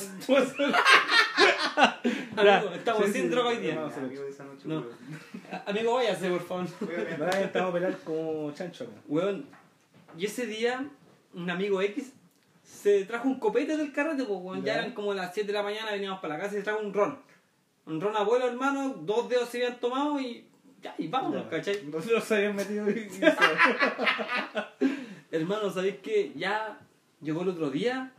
[SPEAKER 2] Amigo, estamos sin droga hoy día.
[SPEAKER 4] No, se lo-
[SPEAKER 14] esa noche,
[SPEAKER 2] No.
[SPEAKER 14] güey.
[SPEAKER 2] Amigo, váyase, por favor.
[SPEAKER 4] Nadie estaba a pelear como chancho. acá.
[SPEAKER 2] Weón, y ese día, un amigo X se trajo un copete del carrete, pues, weón. Ya
[SPEAKER 4] Ya.
[SPEAKER 2] eran como las 7 de la mañana, veníamos para la casa y se trajo un ron. Un ron abuelo, hermano, dos dedos se habían tomado y. Ya, y vámonos,
[SPEAKER 4] Ya.
[SPEAKER 2] ¿cachai?
[SPEAKER 4] Nosotros se habían metido y- y-
[SPEAKER 2] Hermano, ¿sabéis qué? Ya llegó el otro día.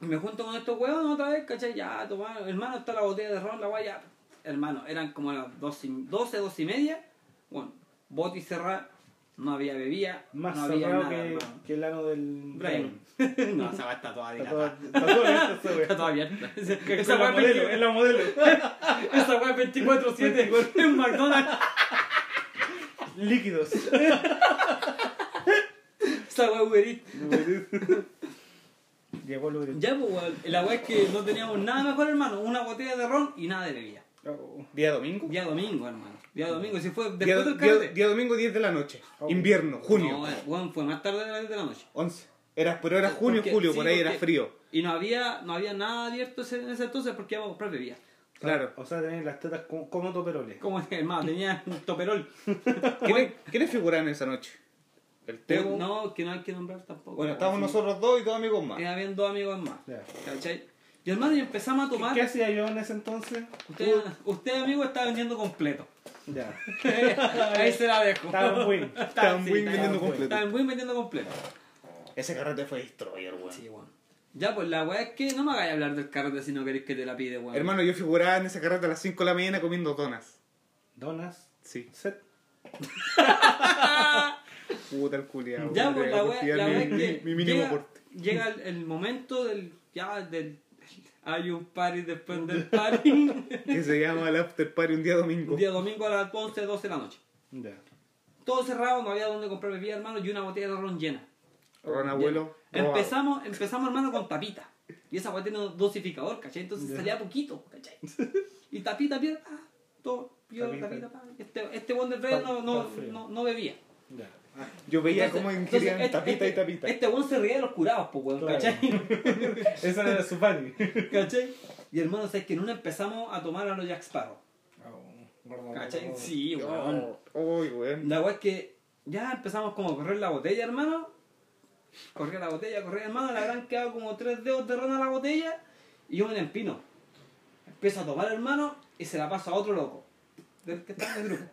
[SPEAKER 2] y Me junto con estos huevos otra vez, ¿cachai? Ya, tomar, hermano, está la botella de ron, la guaya. Hermano, eran como las 12, 12, 12 y media. Bueno, boti cerrada, no había bebida,
[SPEAKER 4] Más
[SPEAKER 2] no había
[SPEAKER 4] cerrado
[SPEAKER 2] nada,
[SPEAKER 4] que,
[SPEAKER 2] hermano.
[SPEAKER 4] que el ano del.
[SPEAKER 2] Brian. no, esa va está toda
[SPEAKER 4] Está
[SPEAKER 2] dilatada.
[SPEAKER 4] todo- está todo abierto, esa wea.
[SPEAKER 2] Está toda abierta. Esa
[SPEAKER 4] Es la
[SPEAKER 2] weá
[SPEAKER 4] modelo, es
[SPEAKER 2] es
[SPEAKER 4] la modelo.
[SPEAKER 2] 24-7 en McDonald's.
[SPEAKER 4] Líquidos.
[SPEAKER 2] Esa weá es Uber Eats.
[SPEAKER 4] Llegó el lubricante.
[SPEAKER 2] Ya, pues, weón, la weá es que no teníamos nada mejor, hermano. Una botella de ron y nada de bebida.
[SPEAKER 4] Oh,
[SPEAKER 5] ¿Día domingo?
[SPEAKER 2] Día domingo, hermano. Día domingo, si fue después
[SPEAKER 5] Día,
[SPEAKER 2] del
[SPEAKER 5] día-
[SPEAKER 2] carrete.
[SPEAKER 5] día domingo 10 de la noche. Invierno, junio.
[SPEAKER 2] No, weón, fue más tarde de las 10 de la noche.
[SPEAKER 5] 11. Era, pero era junio,
[SPEAKER 2] Porque-
[SPEAKER 5] julio,
[SPEAKER 2] sí,
[SPEAKER 5] por ahí era
[SPEAKER 2] porque-
[SPEAKER 5] frío.
[SPEAKER 2] Y no había, no había nada abierto ese- en ese entonces porque íbamos a comprar bebida.
[SPEAKER 5] Claro.
[SPEAKER 4] O sea, tenéis las tetas como, como toperoles.
[SPEAKER 2] Como es que, hermano, tenía un toperol.
[SPEAKER 5] ¿Quiénes, quiénes figuraban esa noche? El Tebo.
[SPEAKER 2] No, que no hay que nombrar tampoco.
[SPEAKER 5] Bueno, estábamos
[SPEAKER 2] Así,
[SPEAKER 5] nosotros dos y dos amigos más.
[SPEAKER 2] eh, habían dos amigos más.
[SPEAKER 4] Ya.
[SPEAKER 2] ¿Cachai? Y hermano, y empezamos a
[SPEAKER 4] ¿Qué
[SPEAKER 2] tomar.
[SPEAKER 4] hacía yo en ese entonces?
[SPEAKER 2] Usted, usted, amigo, está vendiendo completo.
[SPEAKER 4] Ya.
[SPEAKER 2] Ahí se la dejo.
[SPEAKER 4] Estaba en win. pues.
[SPEAKER 5] Estaban
[SPEAKER 2] sí,
[SPEAKER 5] Win
[SPEAKER 2] estaba
[SPEAKER 5] vendiendo
[SPEAKER 4] en Win.
[SPEAKER 5] completo.
[SPEAKER 2] Está en buen vendiendo completo.
[SPEAKER 5] Ese carrete fue destroyer, weón.
[SPEAKER 2] Sí, weón. Ya, pues la weá es que no me hagáis hablar del carrete si no queréis que te la pide, weón.
[SPEAKER 3] Hermano, yo figuraba en esa carreta a las 5 de la mañana comiendo donas.
[SPEAKER 4] Donas.
[SPEAKER 3] Sí.
[SPEAKER 4] Set.
[SPEAKER 3] Puta el culiao.
[SPEAKER 2] Ya,
[SPEAKER 3] me
[SPEAKER 2] pues la
[SPEAKER 3] entrego por
[SPEAKER 2] weá,
[SPEAKER 3] tirar
[SPEAKER 2] la
[SPEAKER 3] mi-
[SPEAKER 2] weá es
[SPEAKER 3] mi-
[SPEAKER 2] que.
[SPEAKER 3] Mi mínimo
[SPEAKER 2] llega,
[SPEAKER 3] aporte.
[SPEAKER 2] Llega el, el momento del. Ya, del. Hay un party después del party.
[SPEAKER 3] Que se llama el after party un día domingo.
[SPEAKER 2] un día domingo a las 11, 12 de la noche.
[SPEAKER 4] Ya.
[SPEAKER 2] Todo cerrado, no había dónde comprar bebida, hermano, y una botella de ron llena.
[SPEAKER 3] Ron abuelo.
[SPEAKER 2] Llena.
[SPEAKER 3] robado.
[SPEAKER 2] Empezamos, empezamos, hermano, con tapita. Y esa weá tiene un dosificador, ¿cachai? Entonces salía poquito, ¿cachai? Y tapita, pierda, ah, todo, yo, tapita,
[SPEAKER 4] Tapita.
[SPEAKER 2] pa. Este, este buen del rey no, no,
[SPEAKER 4] pa frío.
[SPEAKER 2] no, no bebía.
[SPEAKER 4] Ya.
[SPEAKER 3] Yo veía cómo
[SPEAKER 2] Entonces-
[SPEAKER 3] ingerían
[SPEAKER 2] entonces,
[SPEAKER 3] tapita y
[SPEAKER 2] este-
[SPEAKER 3] tapita.
[SPEAKER 2] Este weón se reía de los curados, pues, weón,
[SPEAKER 4] Claro.
[SPEAKER 2] ¿cachai?
[SPEAKER 4] Esa era su party.
[SPEAKER 2] ¿cachai? Y hermano, ¿sabes que en una empezamos a tomar a los Jack Sparrow?
[SPEAKER 3] Oh,
[SPEAKER 2] ¿Cachai? Sí, weón.
[SPEAKER 3] Uy, weón.
[SPEAKER 2] La weá es que ya empezamos como a correr la botella, hermano. Corría la botella, corría, hermano. Le habrán quedado como tres dedos de ron a la botella. Y yo me la empino. Empiezo a tomar, hermano, y se la paso a otro loco. Del que está en el grupo.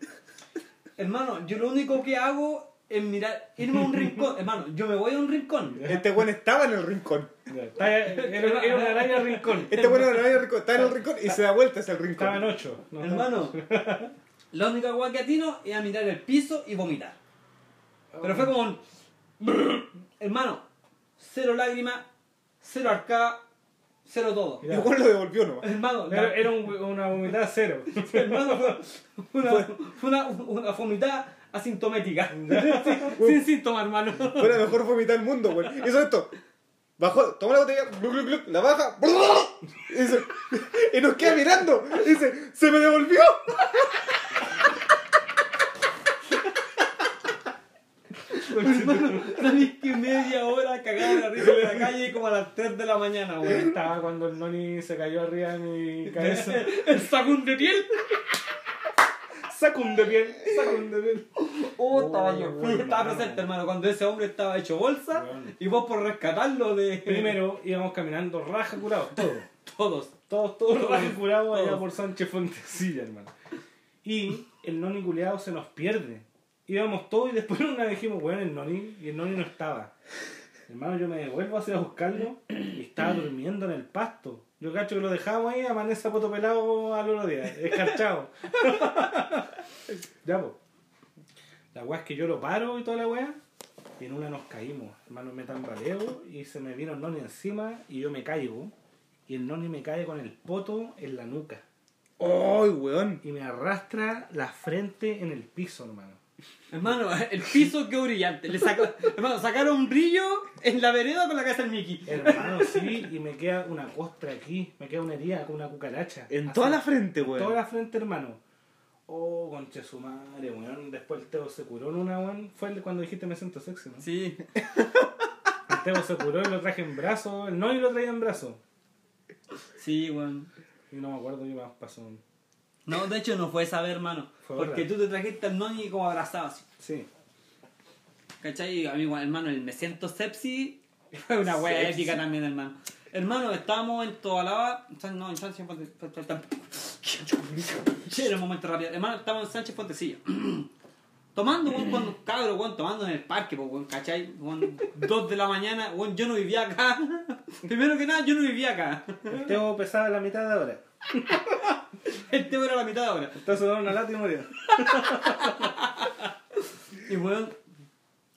[SPEAKER 2] hermano, yo lo único que hago es mirar, irme a un rincón. hermano, yo me voy a un rincón.
[SPEAKER 3] Este weón estaba en el rincón.
[SPEAKER 4] Ya. Estaba- Era, era una araña rincón.
[SPEAKER 3] Este weón era el rincón, estaba en el rincón y se da vuelta hacia el rincón.
[SPEAKER 4] Estaban ocho. No,
[SPEAKER 2] hermano, la única weá que atino es a mirar el piso y vomitar. Pero fue como un... Hermano, cero lágrimas, cero arcada, cero todo.
[SPEAKER 3] Y Igual lo devolvió nomás.
[SPEAKER 2] Hermano, la-
[SPEAKER 4] Era, era un- una humedad cero.
[SPEAKER 2] hermano, fue una, fue una, una vomitada asintomética. sin, sin síntomas, hermano.
[SPEAKER 3] Fue la mejor vomita del mundo, weón. Hizo esto. Bajó, tomó la botella, gluc, gluc, gluc, la baja, y, dice- y nos queda mirando. Y dice, se me devolvió.
[SPEAKER 2] hermano, sabéis que media hora cagada de la risa en la calle como a las 3 de la mañana, weón.
[SPEAKER 4] Estaba cuando el noni se cayó arriba de mi cabeza.
[SPEAKER 2] El sacún de piel.
[SPEAKER 4] Sacun de piel, sacun de piel.
[SPEAKER 2] Oh,
[SPEAKER 4] Oh,
[SPEAKER 2] estaba yo.
[SPEAKER 4] bueno,
[SPEAKER 2] estaba
[SPEAKER 4] hermano.
[SPEAKER 2] presente, hermano, cuando ese hombre estaba hecho bolsa
[SPEAKER 4] Bueno.
[SPEAKER 2] y vos por rescatarlo de.
[SPEAKER 4] Primero íbamos caminando raja curados, todos.
[SPEAKER 2] Todos.
[SPEAKER 4] Todos, todos raja curados allá
[SPEAKER 2] Todos.
[SPEAKER 4] por Sánchez Fontecilla, hermano. Y el noni culeado se nos pierde. Íbamos todos y después una vez dijimos, bueno, el noni, y el noni no estaba. Hermano, yo me devuelvo hacia a buscarlo y estaba durmiendo en el pasto. Yo cacho que lo dejamos ahí, amanece a poto pelado al otro día, escarchado. ya, pues. La weá es que yo lo paro y toda la weá. Y en una nos caímos. Hermano, me tambaleo y se me vino el noni encima y yo me caigo. Y el noni me cae con el poto en la nuca.
[SPEAKER 3] Ay, weón.
[SPEAKER 4] Y me arrastra la frente en el piso, hermano.
[SPEAKER 2] Hermano, el piso quedó brillante. Le sacó, hermano, sacaron un brillo en la vereda con la casa del Mickey.
[SPEAKER 4] Hermano, sí, y me queda una costra aquí. Me queda una herida con una cucaracha.
[SPEAKER 3] En
[SPEAKER 4] Así,
[SPEAKER 3] toda la frente,
[SPEAKER 4] en toda
[SPEAKER 3] weón.
[SPEAKER 4] la frente, hermano. Oh, conche su madre, weón. Después el Teo se curó en una, weón. Fue el- cuando dijiste me siento sexy, ¿no?
[SPEAKER 2] Sí.
[SPEAKER 4] El Teo se curó y lo traje en brazo. El noni lo traía en brazo.
[SPEAKER 2] Sí, weón.
[SPEAKER 4] Y no me acuerdo qué más pasó.
[SPEAKER 2] No, de hecho no fue esa vez, hermano.
[SPEAKER 4] Fue
[SPEAKER 2] porque
[SPEAKER 4] otra.
[SPEAKER 2] tú te trajiste al noni como abrazado así.
[SPEAKER 4] Sí.
[SPEAKER 2] ¿Cachai? A mí, igual, hermano, el me siento sepsi fue una wea épica también, hermano. Hermano, estábamos en Tobalaba. San- No, en Sánchez Fontecilla. Era un momento rápido. Hermano, estábamos en Sánchez Fontecilla. Tomando, weón, cuando cabro, weón, tomando en el parque, pues, weón, ¿cachai? Weón, dos de la mañana, weón, yo no vivía acá. Primero que nada, yo no vivía acá.
[SPEAKER 4] El Teo pesaba la mitad de ahora.
[SPEAKER 2] El tema era la mitad de hora.
[SPEAKER 4] Entonces daba una lata y murió.
[SPEAKER 2] Y weón,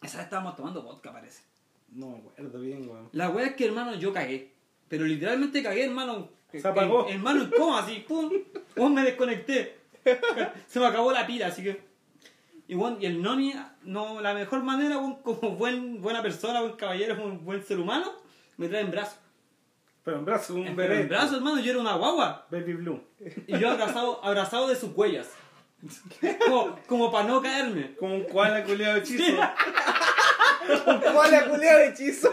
[SPEAKER 2] esa vez estábamos tomando vodka, parece.
[SPEAKER 4] No me acuerdo bien, weón.
[SPEAKER 2] La wea es que, hermano, yo cagué. Pero literalmente cagué, hermano.
[SPEAKER 4] Se apagó.
[SPEAKER 2] En- hermano, en coma, así, pum. Weón, me desconecté. Se me acabó la pila, así que. Y, weón, y el noni, no, la mejor manera, weón, como buen, buena persona, buen caballero, un buen ser humano, me trae en brazos.
[SPEAKER 4] Pero en brazo, un
[SPEAKER 2] Pero
[SPEAKER 4] bebé.
[SPEAKER 2] en brazos, hermano, yo era una guagua.
[SPEAKER 4] Baby Blue.
[SPEAKER 2] Y yo abrazado, abrazado de sus huellas. Como, como para no caerme.
[SPEAKER 4] Como un koala culeado hechizo.
[SPEAKER 3] Hola, culiao de hechizo.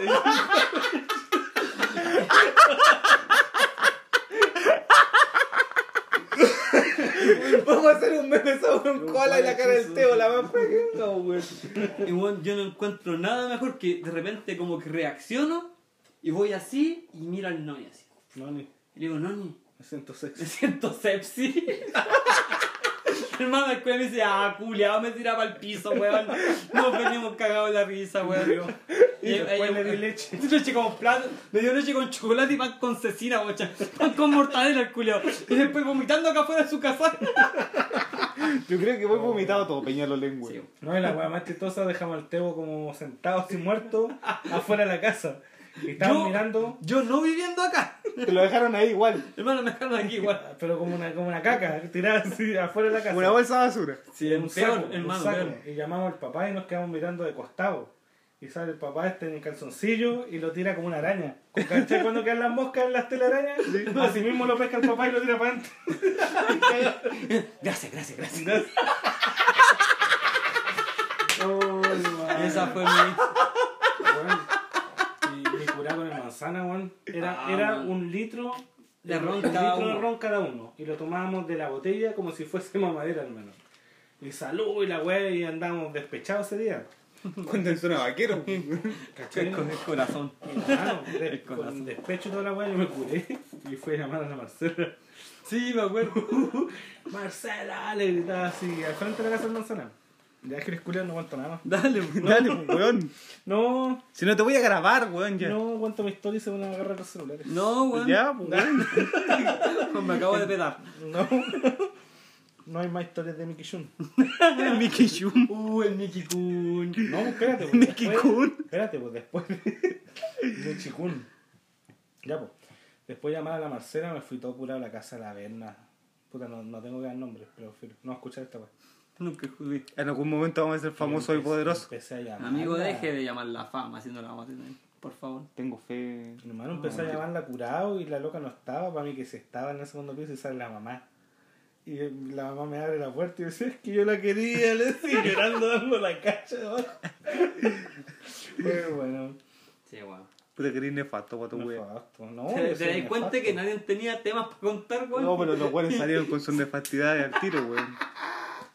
[SPEAKER 3] Vamos a hacer un meme sobre un cola y la cara del Teo, la más fea.
[SPEAKER 4] No, weón.
[SPEAKER 2] Y bueno, yo no encuentro nada mejor que de repente como que reacciono y voy así y miro al Noni así.
[SPEAKER 4] No, ni.
[SPEAKER 2] Y le digo, Noni,
[SPEAKER 4] Me siento
[SPEAKER 2] me
[SPEAKER 4] sexy.
[SPEAKER 2] siento sepsi. hermano, el culiao me dice, ah, culiao, me tiraba al piso, weón. Nos venimos cagados de la risa, weón.
[SPEAKER 4] Y después le di leche.
[SPEAKER 2] Leche con plato, me dio leche con chocolate y pan con cecina, bocha. Pan con mortadela, el culiao. Y después vomitando acá afuera de su casa.
[SPEAKER 5] Yo creo que voy vomitado todo, Peñalolén, güey.
[SPEAKER 4] No, y la weá más chistosa dejamos al Tebo como sentado así muerto afuera de la casa. Y estábamos
[SPEAKER 2] Yo-
[SPEAKER 4] mirando,
[SPEAKER 2] Yo no viviendo acá.
[SPEAKER 5] Te lo dejaron ahí igual.
[SPEAKER 2] Hermano, me dejaron aquí igual.
[SPEAKER 4] pero como una, como una caca, tirada así afuera de la casa.
[SPEAKER 5] Una bolsa de basura.
[SPEAKER 2] Sí,
[SPEAKER 4] un saco,
[SPEAKER 2] peor,
[SPEAKER 4] un
[SPEAKER 2] hermano,
[SPEAKER 4] saco.
[SPEAKER 2] peor.
[SPEAKER 4] Y llamamos al papá y nos quedamos mirando de costado. Y sale el papá este en el calzoncillo y lo tira como una araña. Con- ¿Cachai? Cuando quedan las moscas en las telarañas, así mismo lo pesca el papá y lo tira para adentro.
[SPEAKER 2] Gracias, gracias, gracias. Oh,
[SPEAKER 4] Bueno,
[SPEAKER 2] Esa fue mi.
[SPEAKER 4] Y mi curá con el manzana, weón. Era,
[SPEAKER 2] Ah,
[SPEAKER 4] era
[SPEAKER 2] man.
[SPEAKER 4] un litro
[SPEAKER 2] De ron
[SPEAKER 4] un
[SPEAKER 2] cada
[SPEAKER 4] litro
[SPEAKER 2] uno.
[SPEAKER 4] de ron cada uno. Y lo tomábamos de la botella como si fuese mamadera, hermano. Y salud y la weá y andábamos despechados ese día.
[SPEAKER 3] Cuando suena vaquero.
[SPEAKER 4] ¿Cachai?
[SPEAKER 2] Con el corazón.
[SPEAKER 4] Hermano, de-
[SPEAKER 2] corazón.
[SPEAKER 4] con despecho y toda la weá, yo me curé y fui a llamar a la Marcela.
[SPEAKER 2] Sí, me acuerdo.
[SPEAKER 4] Marcela, le gritaba así al frente de la casa de manzana. Ya que les culiao, no aguanto nada más.
[SPEAKER 2] Dale,
[SPEAKER 5] Dale, pues, weón.
[SPEAKER 4] No,
[SPEAKER 5] Si no te voy a grabar, weón, ya.
[SPEAKER 4] no aguanto mi historia y se van a agarrar los celulares.
[SPEAKER 2] No, weón.
[SPEAKER 5] Ya, pues, weón.
[SPEAKER 2] Me acabo de petar.
[SPEAKER 4] No. No hay más historias de Mickey Jun.
[SPEAKER 5] Mickey Shum.
[SPEAKER 2] Uh, el Mickey Kun.
[SPEAKER 4] No, espérate, pues.
[SPEAKER 5] Mickey
[SPEAKER 4] después-
[SPEAKER 5] Kun.
[SPEAKER 4] Espérate, pues después de Chikun. Ya, pues. Después de llamar a la Marcela, me fui todo curado a la casa de la Verna. Puta, no, no tengo que dar nombres, pero filo, no escuchar esta weá.
[SPEAKER 2] Nunca jugué.
[SPEAKER 5] En algún momento vamos a ser famosos y
[SPEAKER 4] Empecé-
[SPEAKER 5] poderosos.
[SPEAKER 4] Empecé a llamar.
[SPEAKER 2] Amigo, deje de llamar la fama haciendo la tener. Por favor.
[SPEAKER 5] Tengo fe.
[SPEAKER 4] Mi hermano empezó a llamarla curado y la loca no estaba, para mí que se estaba en el segundo piso y sale la mamá. Y eh, la mamá me abre la puerta y dice, es que yo la quería, le estoy llorando dando la cacha abajo. Pero bueno,
[SPEAKER 2] Sí, weón.
[SPEAKER 5] Puta que eres nefasto, guato,
[SPEAKER 4] no,
[SPEAKER 5] weón.
[SPEAKER 4] nefasto. no
[SPEAKER 2] ¿Te,
[SPEAKER 4] yo soy
[SPEAKER 2] te das cuenta
[SPEAKER 4] nefasto.
[SPEAKER 2] que nadie tenía temas para contar, weón?
[SPEAKER 5] Oh, No, pero los weones salieron con sus nefastidades al tiro, weón.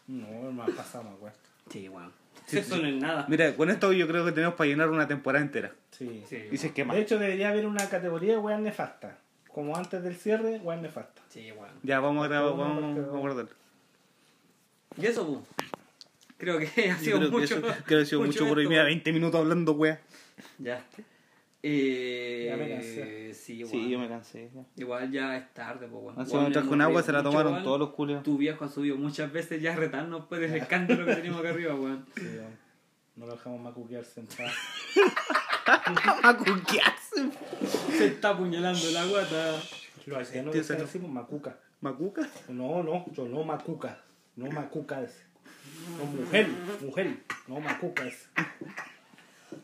[SPEAKER 4] No, me ha pasado, me acuerdo.
[SPEAKER 2] Sí, weón. Sexo no es nada.
[SPEAKER 5] Mira, Eh, con esto yo creo que tenemos para llenar una temporada entera.
[SPEAKER 4] Sí.
[SPEAKER 2] Sí,
[SPEAKER 5] Y se quema.
[SPEAKER 4] De hecho, debería haber una categoría de weas nefasta. Como antes del cierre, weas nefasta.
[SPEAKER 2] Sí, weón.
[SPEAKER 5] Ya, vamos a grabar,
[SPEAKER 4] Una
[SPEAKER 5] vamos,
[SPEAKER 4] parte dos.
[SPEAKER 5] vamos a guardar.
[SPEAKER 2] Y eso, weón. Creo que ha
[SPEAKER 5] Yo
[SPEAKER 2] sido
[SPEAKER 5] creo que
[SPEAKER 2] mucho.
[SPEAKER 5] eso creo que ha sido mucho por hoy.
[SPEAKER 2] esto,
[SPEAKER 5] Mira,
[SPEAKER 2] weón.
[SPEAKER 5] 20 minutos hablando, weón.
[SPEAKER 2] Ya. Eh,
[SPEAKER 4] Ya me cansé.
[SPEAKER 2] Sí, weón.
[SPEAKER 5] Sí, yo me cansé. ya.
[SPEAKER 2] Igual ya es tarde, po, weón.
[SPEAKER 5] Han sido
[SPEAKER 2] Weón,
[SPEAKER 5] entrar
[SPEAKER 2] hemos
[SPEAKER 5] con agua,
[SPEAKER 2] reído
[SPEAKER 5] se la
[SPEAKER 2] mucho,
[SPEAKER 5] tomaron
[SPEAKER 2] weón.
[SPEAKER 5] todos los culios.
[SPEAKER 2] Tu viejo ha subido muchas veces ya a retarnos por el escándalo que tenemos acá arriba, weón.
[SPEAKER 4] Sí, weón. no lo dejamos macuquearse en paz.
[SPEAKER 5] Ah, ¿con qué hacen?
[SPEAKER 2] Se está apuñalando la guata.
[SPEAKER 4] Lo haitianos
[SPEAKER 5] Tío, se
[SPEAKER 4] dicen
[SPEAKER 5] lo-
[SPEAKER 4] así, pues, macuca.
[SPEAKER 5] ¿Macuca?
[SPEAKER 4] No, no, yo no macuca. No macuca es. No, mujer, mujer. No macuca es.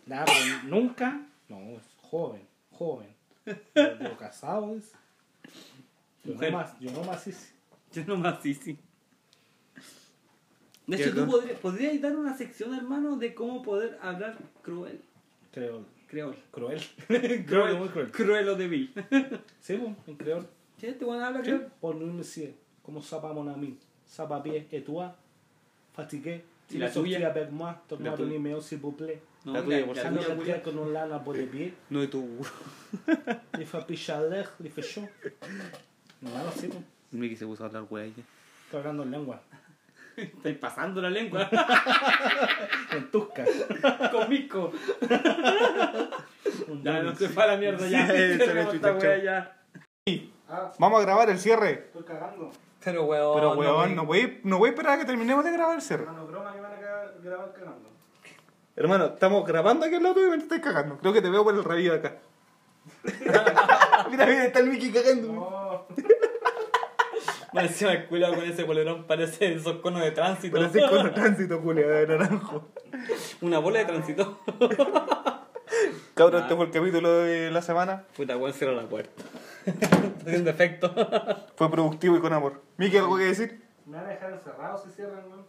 [SPEAKER 4] Nada, pero nunca. No, es joven, joven. Yo, yo casado es. Yo
[SPEAKER 2] Mujer.
[SPEAKER 4] no más, yo no más hice.
[SPEAKER 2] Yo nomás sí, sí. De hecho,
[SPEAKER 5] Cierto.
[SPEAKER 2] tú podrías, podrías dar una sección, hermano, de cómo poder hablar cruel.
[SPEAKER 4] Creo.
[SPEAKER 2] Creol.
[SPEAKER 4] Cruel. cruel, muy cruel.
[SPEAKER 2] Cruel o débil.
[SPEAKER 4] Sí, pues, en creol.
[SPEAKER 2] Che, este weón habla creol.
[SPEAKER 4] Por no decir, como sapa mon ami, sapa bien et toi, fatigué.
[SPEAKER 2] Et la
[SPEAKER 4] sorti
[SPEAKER 2] tuya?
[SPEAKER 4] avec moi,
[SPEAKER 5] La
[SPEAKER 4] tourne
[SPEAKER 5] tuya.
[SPEAKER 4] ton email s'il vous plaît.
[SPEAKER 2] No,
[SPEAKER 5] La tuya, por
[SPEAKER 4] Ça
[SPEAKER 2] la
[SPEAKER 4] me
[SPEAKER 2] tuya,
[SPEAKER 4] retient
[SPEAKER 2] culiao.
[SPEAKER 4] que non l'a la peau de pied.
[SPEAKER 5] No, y tú.
[SPEAKER 4] Il fait plus chaleur, il fait chaud. Hermano, sí, pues.
[SPEAKER 5] Miki se puso a hablar, weón. ya.
[SPEAKER 4] Estoy hablando en lengua.
[SPEAKER 2] Estáis pasando la lengua.
[SPEAKER 4] En tusca.
[SPEAKER 2] Con mico.
[SPEAKER 4] Un
[SPEAKER 2] Ya,
[SPEAKER 4] dano.
[SPEAKER 2] no se fue a la mierda, ya.
[SPEAKER 5] Sí, se le
[SPEAKER 2] Cerremos esta
[SPEAKER 5] chucha,
[SPEAKER 2] wea
[SPEAKER 5] chao.
[SPEAKER 2] ya.
[SPEAKER 5] Vamos a grabar el cierre.
[SPEAKER 4] Estoy cagando.
[SPEAKER 2] Pero weón.
[SPEAKER 5] Pero,
[SPEAKER 2] no,
[SPEAKER 5] weón, no voy, no voy a esperar a que terminemos de grabar el cierre.
[SPEAKER 4] Hermano, broma que van a ca- grabar cagando.
[SPEAKER 5] Hermano, estamos grabando aquí al lado tuyo y me estás cagando. Creo que te veo por el rabillo de acá. mira, mira, está el Mickey cagando.
[SPEAKER 4] No.
[SPEAKER 2] Me encima el culo con ese bolerón parece esos conos de tránsito.
[SPEAKER 5] Pero así con tránsito, culia, de naranjo.
[SPEAKER 2] Una bola de tránsito.
[SPEAKER 5] Cabrón, este fue el capítulo de la semana.
[SPEAKER 2] Puta, weón, cierra la puerta. Está haciendo efecto.
[SPEAKER 5] Fue productivo y con amor. Miki, ¿algo que decir?
[SPEAKER 4] Me van a dejar encerrado si cierran, weón.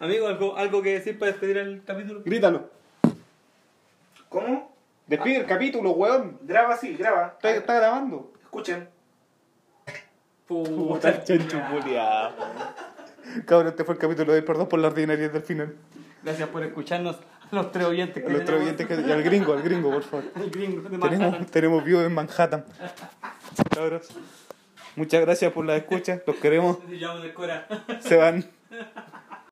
[SPEAKER 2] Amigo, ¿algo, ¿algo que decir para despedir el capítulo?
[SPEAKER 5] Grítalo.
[SPEAKER 4] ¿Cómo?
[SPEAKER 5] Despide el capítulo, weón.
[SPEAKER 4] Graba así, graba.
[SPEAKER 5] Está, está grabando.
[SPEAKER 4] Escuchen.
[SPEAKER 2] Puta.
[SPEAKER 5] Puta el chancho, culia. Cabrón, este fue el capítulo del perdón por la ordinariedad del final.
[SPEAKER 2] Gracias por escucharnos a los tres oyentes.
[SPEAKER 5] A los tres oyentes que- y al gringo, al gringo, por favor.
[SPEAKER 2] El gringo de Manhattan.
[SPEAKER 5] Tenemos, tenemos views en Manhattan. Cabros. Muchas gracias por la escucha. Los queremos.
[SPEAKER 2] Llamo de cora.
[SPEAKER 5] Se van.